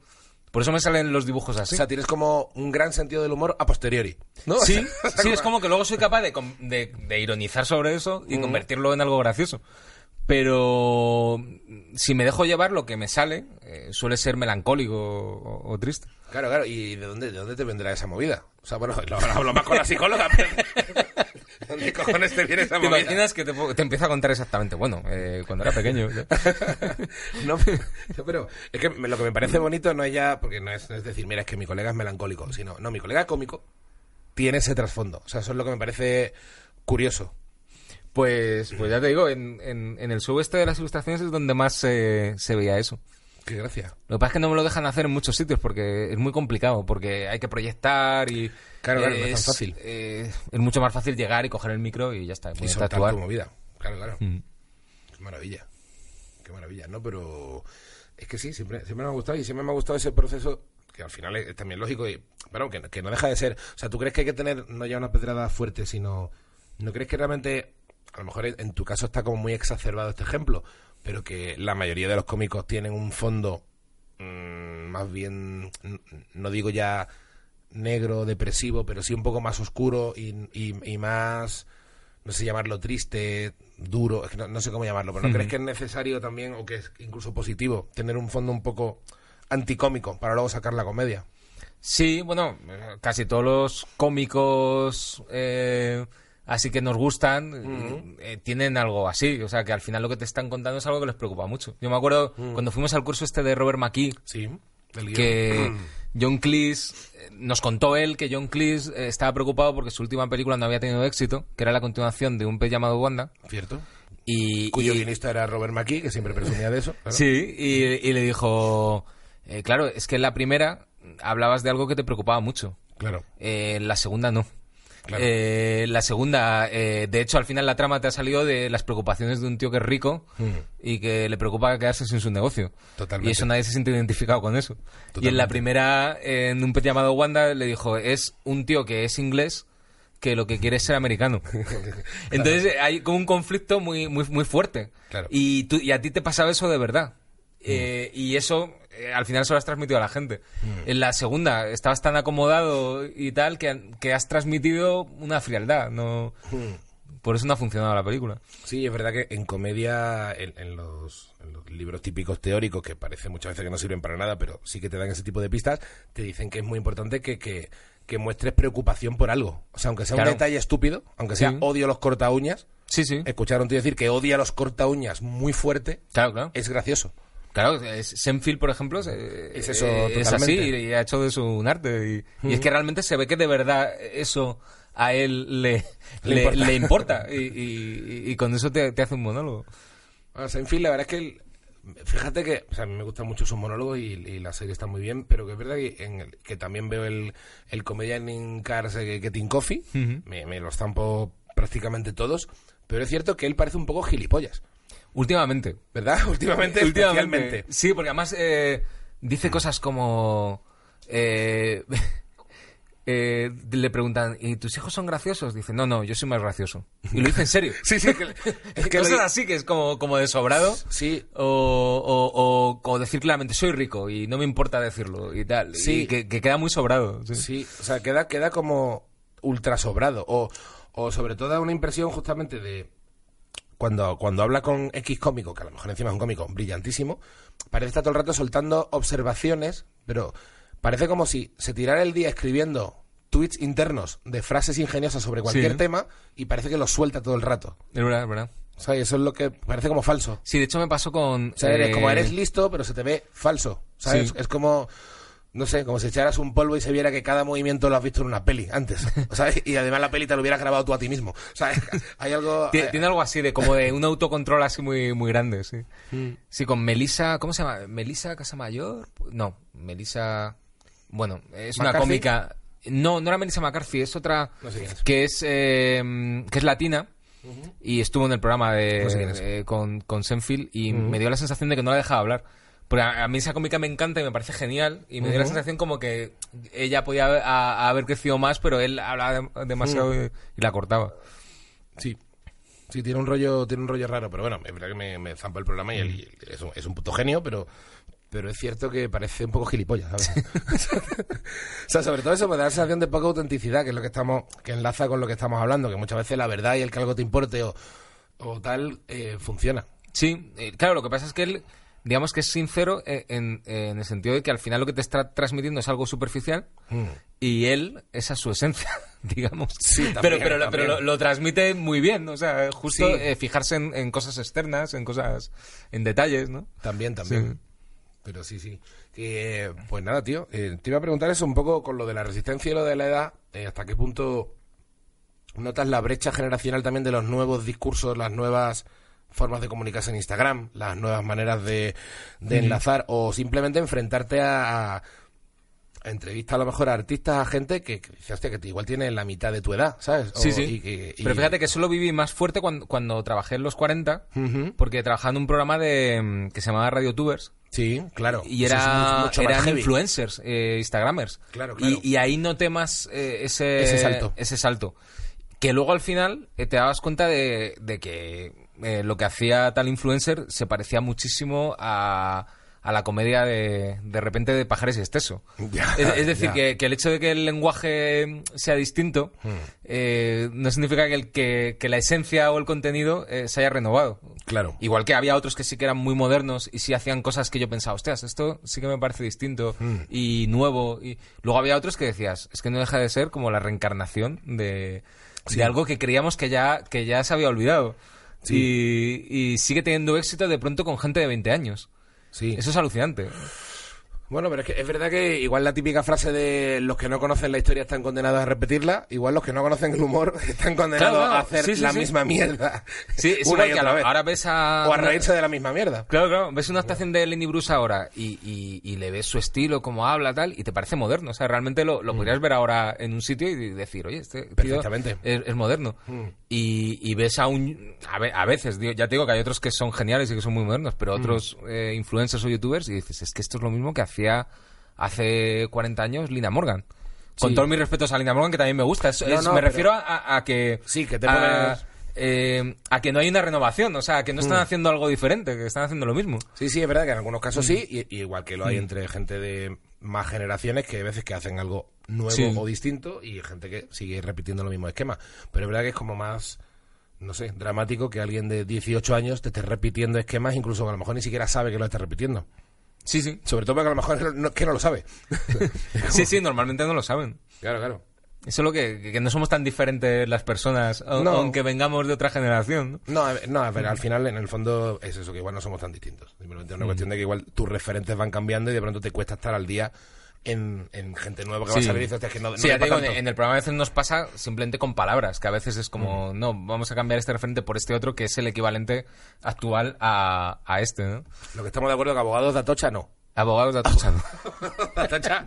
[SPEAKER 2] Por eso me salen los dibujos
[SPEAKER 1] O
[SPEAKER 2] así.
[SPEAKER 1] sea, tienes como un gran sentido del humor a posteriori. ¿no? O
[SPEAKER 2] Sí,
[SPEAKER 1] sea,
[SPEAKER 2] sí, es como que luego soy capaz de, com- de- de ironizar sobre eso y convertirlo en algo gracioso. Pero si me dejo llevar, lo que me sale eh, suele ser melancólico o, o triste.
[SPEAKER 1] Claro, claro. ¿Y de dónde, de dónde te vendrá esa movida? O sea, bueno, lo, lo hablo más con la psicóloga, pero... ¿Dónde cojones te viene esa
[SPEAKER 2] ¿Te
[SPEAKER 1] movida?
[SPEAKER 2] imaginas que te, po- te empieza a contar exactamente? Bueno, eh, cuando era pequeño.
[SPEAKER 1] No, pero- pero es que me- lo que me parece bonito no es ya, porque no es, no es decir, mira, es que mi colega es melancólico, sino, no, mi colega cómico tiene ese trasfondo. O sea, eso es lo que me parece curioso.
[SPEAKER 2] Pues, pues ya te digo, en, en- en el show este de las ilustraciones es donde más eh, se veía eso.
[SPEAKER 1] Qué gracia.
[SPEAKER 2] Lo que pasa es que no me lo dejan hacer en muchos sitios porque es muy complicado, porque hay que proyectar y...
[SPEAKER 1] Claro, claro,
[SPEAKER 2] eh,
[SPEAKER 1] no es tan fácil.
[SPEAKER 2] eh, es mucho más fácil llegar y coger el micro y ya está.
[SPEAKER 1] Y
[SPEAKER 2] ponerte a
[SPEAKER 1] soltar
[SPEAKER 2] actuar.
[SPEAKER 1] tu movida. Claro, claro.
[SPEAKER 2] Mm.
[SPEAKER 1] Qué maravilla. Qué maravilla, ¿no? Pero es que sí, siempre, siempre me ha gustado y siempre me ha gustado ese proceso que al final es, es también lógico y, pero que, que no deja de ser. O sea, ¿tú crees que hay que tener no ya una pedrada fuerte, sino. ¿No crees que realmente, a lo mejor en en tu caso está como muy exacerbado este ejemplo, pero que la mayoría de los cómicos tienen un fondo mm, más bien, n- no digo ya negro, depresivo, pero sí un poco más oscuro y, y- y más, no sé llamarlo triste, duro, es que no, no sé cómo llamarlo, pero ¿no crees que es necesario también, o que es incluso positivo, tener un fondo un poco anticómico para luego sacar la comedia?
[SPEAKER 2] Sí, bueno, eh, casi todos los cómicos eh, así que nos gustan eh, eh, tienen algo así. O sea, que al final lo que te están contando es algo que les preocupa mucho. Yo me acuerdo cuando fuimos al curso este de Robert McKee,
[SPEAKER 1] Sí, del guión.
[SPEAKER 2] que
[SPEAKER 1] Mm.
[SPEAKER 2] John Cleese, eh, nos contó él que John Cleese eh, estaba preocupado porque su última película no había tenido éxito, que era la continuación de Un pez llamado Wanda.
[SPEAKER 1] ¿Cierto?
[SPEAKER 2] Y,
[SPEAKER 1] Cuyo
[SPEAKER 2] y-
[SPEAKER 1] guionista era Robert McKee, que siempre presumía de eso. claro.
[SPEAKER 2] Sí, y, y le dijo, eh, claro, es que en la primera hablabas de algo que te preocupaba mucho.
[SPEAKER 1] Claro.
[SPEAKER 2] Eh, la segunda no.
[SPEAKER 1] Claro.
[SPEAKER 2] Eh, la segunda, eh, de hecho, al final la trama te ha salido de las preocupaciones de un tío que es rico
[SPEAKER 1] Mm.
[SPEAKER 2] y que le preocupa quedarse sin su negocio.
[SPEAKER 1] Totalmente.
[SPEAKER 2] Y eso nadie se siente identificado con eso. Y en la
[SPEAKER 1] Totalmente.
[SPEAKER 2] primera, eh, en un pez llamado Wanda, le dijo, es un tío que es inglés que lo que quiere es ser americano. Entonces eh, hay como un conflicto muy, muy, muy fuerte.
[SPEAKER 1] Claro.
[SPEAKER 2] Y, tú, y a ti te pasaba eso de verdad. Eh, y eso eh, al final se lo has transmitido a la gente. En la segunda, estabas tan acomodado y tal que, que has transmitido una frialdad. No, Por eso no ha funcionado la película.
[SPEAKER 1] Sí, es verdad que en comedia, en, en los, en los libros típicos teóricos, que parece muchas veces que no sirven para nada, pero sí que te dan ese tipo de pistas, te dicen que es muy importante que, que, que muestres preocupación por algo. O sea, aunque sea
[SPEAKER 2] Claro.
[SPEAKER 1] un detalle estúpido, aunque sea
[SPEAKER 2] Sí.
[SPEAKER 1] odio los corta uñas,
[SPEAKER 2] Sí, sí.
[SPEAKER 1] escuchar a un tío decir que odia los corta uñas muy fuerte
[SPEAKER 2] Claro, claro.
[SPEAKER 1] es gracioso.
[SPEAKER 2] Claro, es- Senfield, por ejemplo, se-
[SPEAKER 1] Es eso,
[SPEAKER 2] eh, es así
[SPEAKER 1] totalmente.
[SPEAKER 2] y ha hecho de eso un arte. Y, y es que realmente se ve que de verdad eso a él le,
[SPEAKER 1] Le
[SPEAKER 2] le,
[SPEAKER 1] importa.
[SPEAKER 2] le importa. y, y- y con eso te, te hace un monólogo.
[SPEAKER 1] O sea, en fin, la verdad es que. el- fíjate que. O sea, a mí me gustan mucho sus monólogos y, y la serie está muy bien, pero que es verdad que, en el- que también veo el, el Comedian Cars eh, Getting Coffee. me, me los zampo prácticamente todos. Pero es cierto que él parece un poco gilipollas,
[SPEAKER 2] Últimamente.
[SPEAKER 1] ¿verdad? Últimamente, especialmente.
[SPEAKER 2] Sí, porque además eh, dice cosas como... eh, eh, le preguntan, ¿y tus hijos son graciosos? Dice, no, no, yo soy más gracioso. Y lo dice en serio.
[SPEAKER 1] Sí, sí, que- es que lo
[SPEAKER 2] Cosas
[SPEAKER 1] di-
[SPEAKER 2] así que es como, como de sobrado.
[SPEAKER 1] Sí,
[SPEAKER 2] O, o, o, o decir claramente, soy rico y no me importa decirlo y tal.
[SPEAKER 1] Sí.
[SPEAKER 2] Y que, que queda muy sobrado. sí.
[SPEAKER 1] Sí, o sea, queda, queda como ultra sobrado. O, o sobre todo da una impresión justamente de. Cuando, cuando habla con X cómico, que a lo mejor encima es un cómico brillantísimo, parece estar todo el rato soltando observaciones, pero parece como si se tirara el día escribiendo tweets internos de frases ingeniosas sobre cualquier
[SPEAKER 2] Sí.
[SPEAKER 1] tema y parece que los suelta todo el rato.
[SPEAKER 2] Es verdad, es verdad.
[SPEAKER 1] O sea, y eso es lo que parece como falso.
[SPEAKER 2] Sí, de hecho me pasó con...
[SPEAKER 1] O sea, eres
[SPEAKER 2] eh,
[SPEAKER 1] como eres listo, pero se te ve falso. ¿Sabes?
[SPEAKER 2] Sí.
[SPEAKER 1] Es como, no sé, como si echaras un polvo y se viera que cada movimiento lo has visto en una peli antes. ¿Sabes? Y además la peli te lo hubieras grabado tú a ti mismo. ¿Sabes? Hay algo.
[SPEAKER 2] Tie-
[SPEAKER 1] eh,
[SPEAKER 2] Tiene algo así de como de un autocontrol así muy, muy grande, sí.
[SPEAKER 1] Mm.
[SPEAKER 2] Sí, con Melisa, ¿cómo se llama? ¿Melisa Casamayor? No, Melisa... Bueno, es una
[SPEAKER 1] ¿McCarthy?
[SPEAKER 2] cómica... No, no era Melisa McCarthy, es otra
[SPEAKER 1] No sé quién es.
[SPEAKER 2] que es eh, que es latina y estuvo en el programa de,
[SPEAKER 1] No sé quién es.
[SPEAKER 2] eh, con, con Senfield y me dio la sensación de que no la dejaba hablar. Porque a, a mí esa cómica me encanta y me parece genial y me dio la
[SPEAKER 1] Ujú.
[SPEAKER 2] sensación como que ella podía haber, a- haber crecido más, pero él hablaba dem- demasiado
[SPEAKER 1] Mm.
[SPEAKER 2] y- y la cortaba.
[SPEAKER 1] Sí. Sí, tiene un rollo, tiene un rollo raro, pero bueno, es verdad que me, me zampa el programa y él, y él
[SPEAKER 2] Mm.
[SPEAKER 1] es, un, es un puto genio, pero, pero es cierto que parece un poco gilipollas, ¿sabes? o sea, sobre todo eso me da la sensación de poca autenticidad, que es lo que estamos, que enlaza con lo que estamos hablando, que muchas veces la verdad y el que algo te importe o, o tal eh, funciona.
[SPEAKER 2] Sí, eh, claro, lo que pasa es que él, digamos que es sincero eh, en, en el sentido de que al final lo que te está transmitiendo es algo superficial
[SPEAKER 1] Mm.
[SPEAKER 2] y él, esa es su esencia, digamos.
[SPEAKER 1] Sí,
[SPEAKER 2] pero
[SPEAKER 1] también,
[SPEAKER 2] pero, lo- pero lo,
[SPEAKER 1] también.
[SPEAKER 2] lo transmite muy bien, o sea, justo
[SPEAKER 1] Sí.
[SPEAKER 2] eh, fijarse en, en cosas externas, en cosas, en detalles, ¿no?
[SPEAKER 1] También, también. Pero sí, sí. Eh, pues nada, tío. eh, te iba a preguntar eso un poco con lo de la resistencia y lo de la edad. eh, ¿Hasta qué punto notas la brecha generacional también de los nuevos discursos, las nuevas formas de comunicarse en Instagram, las nuevas maneras de, de enlazar o simplemente enfrentarte a, a entrevistas a lo mejor a artistas, a gente que, que dice, hostia, que igual tiene la mitad de tu edad, ¿sabes? O-
[SPEAKER 2] Sí, sí.
[SPEAKER 1] y que- y-
[SPEAKER 2] Pero fíjate que eso lo viví más fuerte cuando, cuando trabajé en los 40, porque trabajaba en un programa de, mm, que se llamaba Radio Tubers.
[SPEAKER 1] Sí, claro.
[SPEAKER 2] Y
[SPEAKER 1] Eso es
[SPEAKER 2] era,
[SPEAKER 1] mucho- mucho más
[SPEAKER 2] eran
[SPEAKER 1] heavy.
[SPEAKER 2] influencers, eh, instagramers.
[SPEAKER 1] Claro, claro.
[SPEAKER 2] Y, y ahí noté más eh, ese,
[SPEAKER 1] Ese salto.
[SPEAKER 2] ese salto. Que luego al final eh, te dabas cuenta de, de que eh, lo que hacía tal influencer se parecía muchísimo a, a la comedia de, de repente de Pajares y Esteso.
[SPEAKER 1] Ya,
[SPEAKER 2] es, es decir,
[SPEAKER 1] ya. Hmm.
[SPEAKER 2] que, que el hecho de que el lenguaje sea distinto eh, no significa que, el- que, que la esencia o el contenido eh, se haya renovado.
[SPEAKER 1] Claro.
[SPEAKER 2] Igual que había otros que sí que eran muy modernos y sí hacían cosas que yo pensaba, hostias, esto sí que me parece distinto
[SPEAKER 1] Hmm.
[SPEAKER 2] y nuevo. Y luego había otros que decías, es que no deja de ser como la reencarnación de, de algo que creíamos que ya, que ya se había olvidado. Y, y sigue teniendo éxito de pronto con gente de 20 años.
[SPEAKER 1] Sí.
[SPEAKER 2] Eso es alucinante.
[SPEAKER 1] Bueno, pero es que es verdad que igual la típica frase de los que no conocen la historia están condenados a repetirla, igual los que no conocen el humor están condenados
[SPEAKER 2] Claro,
[SPEAKER 1] a
[SPEAKER 2] claro.
[SPEAKER 1] hacer
[SPEAKER 2] Sí, sí,
[SPEAKER 1] la
[SPEAKER 2] sí.
[SPEAKER 1] misma mierda.
[SPEAKER 2] Sí, es
[SPEAKER 1] Una
[SPEAKER 2] igual
[SPEAKER 1] y
[SPEAKER 2] que
[SPEAKER 1] otra
[SPEAKER 2] a la-
[SPEAKER 1] vez.
[SPEAKER 2] ahora ves a...
[SPEAKER 1] O a
[SPEAKER 2] una-
[SPEAKER 1] reírse de la misma mierda.
[SPEAKER 2] Claro, claro. Ves una actuación de Lenny Bruce ahora y, y- y le ves su estilo, cómo habla, tal, y te parece moderno. O sea, realmente lo, lo podrías ver ahora en un sitio y decir, oye, este tío
[SPEAKER 1] Mm. Perfectamente. Mm.
[SPEAKER 2] es, es moderno. Y, y ves a un... A, ve- a veces, digo, ya te digo que hay otros que son geniales y que son muy modernos, pero
[SPEAKER 1] Mm.
[SPEAKER 2] otros eh, influencers o youtubers y dices, es que esto es lo mismo que hacía hace 40 años Lina Morgan. Con
[SPEAKER 1] Sí.
[SPEAKER 2] todos mis respetos a Lina Morgan, que también me gusta. Es-
[SPEAKER 1] No,
[SPEAKER 2] es-
[SPEAKER 1] no,
[SPEAKER 2] me
[SPEAKER 1] pero-
[SPEAKER 2] refiero a- a, a que...
[SPEAKER 1] Sí, que te
[SPEAKER 2] a-
[SPEAKER 1] pones-
[SPEAKER 2] eh, a que no hay una renovación, o sea, que no están
[SPEAKER 1] Mm.
[SPEAKER 2] haciendo algo diferente, que están haciendo lo mismo.
[SPEAKER 1] Sí, sí, es verdad que en algunos casos sí, y, y igual que lo hay
[SPEAKER 2] Mm.
[SPEAKER 1] entre gente de más generaciones que hay veces que hacen algo nuevo
[SPEAKER 2] Sí.
[SPEAKER 1] o distinto y gente que sigue repitiendo los mismos esquemas. Pero es verdad que es como más, no sé, dramático que alguien de 18 años te esté repitiendo esquemas, incluso que a lo mejor ni siquiera sabe que lo está repitiendo.
[SPEAKER 2] Sí, sí.
[SPEAKER 1] Sobre todo porque a lo mejor no- que no lo sabe.
[SPEAKER 2] Sí, sí, normalmente no lo saben.
[SPEAKER 1] Claro, claro.
[SPEAKER 2] Eso es lo que, que no somos tan diferentes las personas, a-
[SPEAKER 1] No.
[SPEAKER 2] aunque vengamos de otra generación. ¿no?
[SPEAKER 1] No, a ver, no, a ver, al final, en el fondo, es eso, que igual no somos tan distintos. Simplemente es una cuestión de que igual tus referentes van cambiando y de pronto te cuesta estar al día en, en gente nueva que va a
[SPEAKER 2] Sí.
[SPEAKER 1] salir y dices, "Hostia, es que no, no
[SPEAKER 2] Sí,
[SPEAKER 1] le
[SPEAKER 2] ya te
[SPEAKER 1] va
[SPEAKER 2] digo, en,
[SPEAKER 1] tanto".
[SPEAKER 2] en el programa a veces nos pasa simplemente con palabras, que a veces es
[SPEAKER 1] Mm.
[SPEAKER 2] como, no, vamos a cambiar este referente por este otro que es el equivalente actual a, a este, ¿no?
[SPEAKER 1] Lo que estamos de acuerdo que abogados de Atocha no.
[SPEAKER 2] Abogados de Atocha.
[SPEAKER 1] Atocha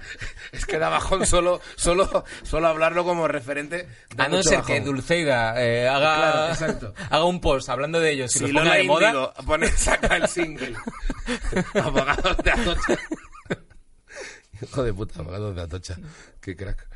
[SPEAKER 1] es que da bajón solo, solo, solo hablarlo como referente. da
[SPEAKER 2] A no
[SPEAKER 1] mucho
[SPEAKER 2] ser
[SPEAKER 1] bajón.
[SPEAKER 2] que Dulceida eh, haga,
[SPEAKER 1] Claro, exacto.
[SPEAKER 2] haga un post hablando de ellos y
[SPEAKER 1] Si
[SPEAKER 2] los
[SPEAKER 1] Lola
[SPEAKER 2] ponga de moda,
[SPEAKER 1] Índigo pone, saca el single. abogados de Atocha. Hijo de puta, abogados de Atocha. Qué crack.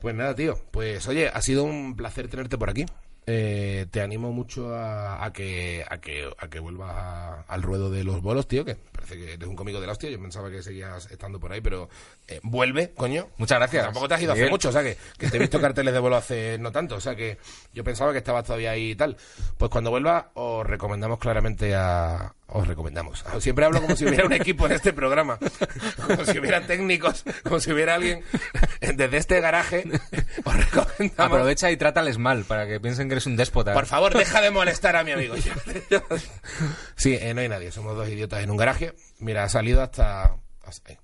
[SPEAKER 1] Pues nada, tío. Pues oye, ha sido un placer tenerte por aquí. Eh, te animo mucho a, a que, a, que, a que vuelvas a- al ruedo de los bolos, tío, que parece que eres un cómico de la hostia. Yo pensaba que seguías estando por ahí, pero eh, vuelve, coño.
[SPEAKER 2] Muchas gracias,
[SPEAKER 1] Tampoco te has ido hace
[SPEAKER 2] Miguel.
[SPEAKER 1] mucho, o sea, que, que te he visto carteles de vuelo hace no tanto, o sea, que yo pensaba que estabas todavía ahí y tal. Pues cuando vuelva, os recomendamos claramente a. Os recomendamos. Siempre hablo como si hubiera un equipo en este programa, como si hubiera técnicos, como si hubiera alguien. Desde este garaje, os recomendamos.
[SPEAKER 2] aprovecha y trátales mal para que piensen que eres un déspota.
[SPEAKER 1] Por favor, deja de molestar a mi amigo. sí, eh, no hay nadie. Somos dos idiotas en un garaje. Mira, ha salido hasta... hasta ahí.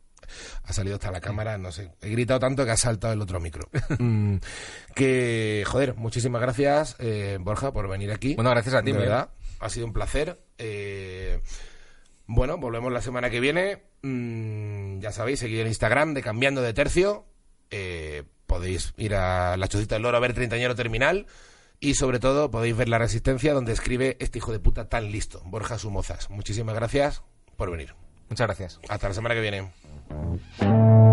[SPEAKER 1] Ha salido hasta la cámara, no sé. He gritado tanto que ha saltado el otro micro. Mm, que, joder, muchísimas gracias, eh, Borja, por venir aquí.
[SPEAKER 2] Bueno, gracias a ti,
[SPEAKER 1] De
[SPEAKER 2] Miguel.
[SPEAKER 1] verdad. Ha sido un placer. Eh, bueno, volvemos la semana que viene. Mm, ya sabéis, seguid en Instagram de Cambiando de Tercio. Eh, podéis ir a la Chocita del Loro a ver Treintañero Terminal. Y sobre todo podéis ver La Resistencia, donde escribe este hijo de puta tan listo, Borja Sumozas. Muchísimas gracias por venir.
[SPEAKER 2] Muchas gracias.
[SPEAKER 1] Hasta la semana que viene.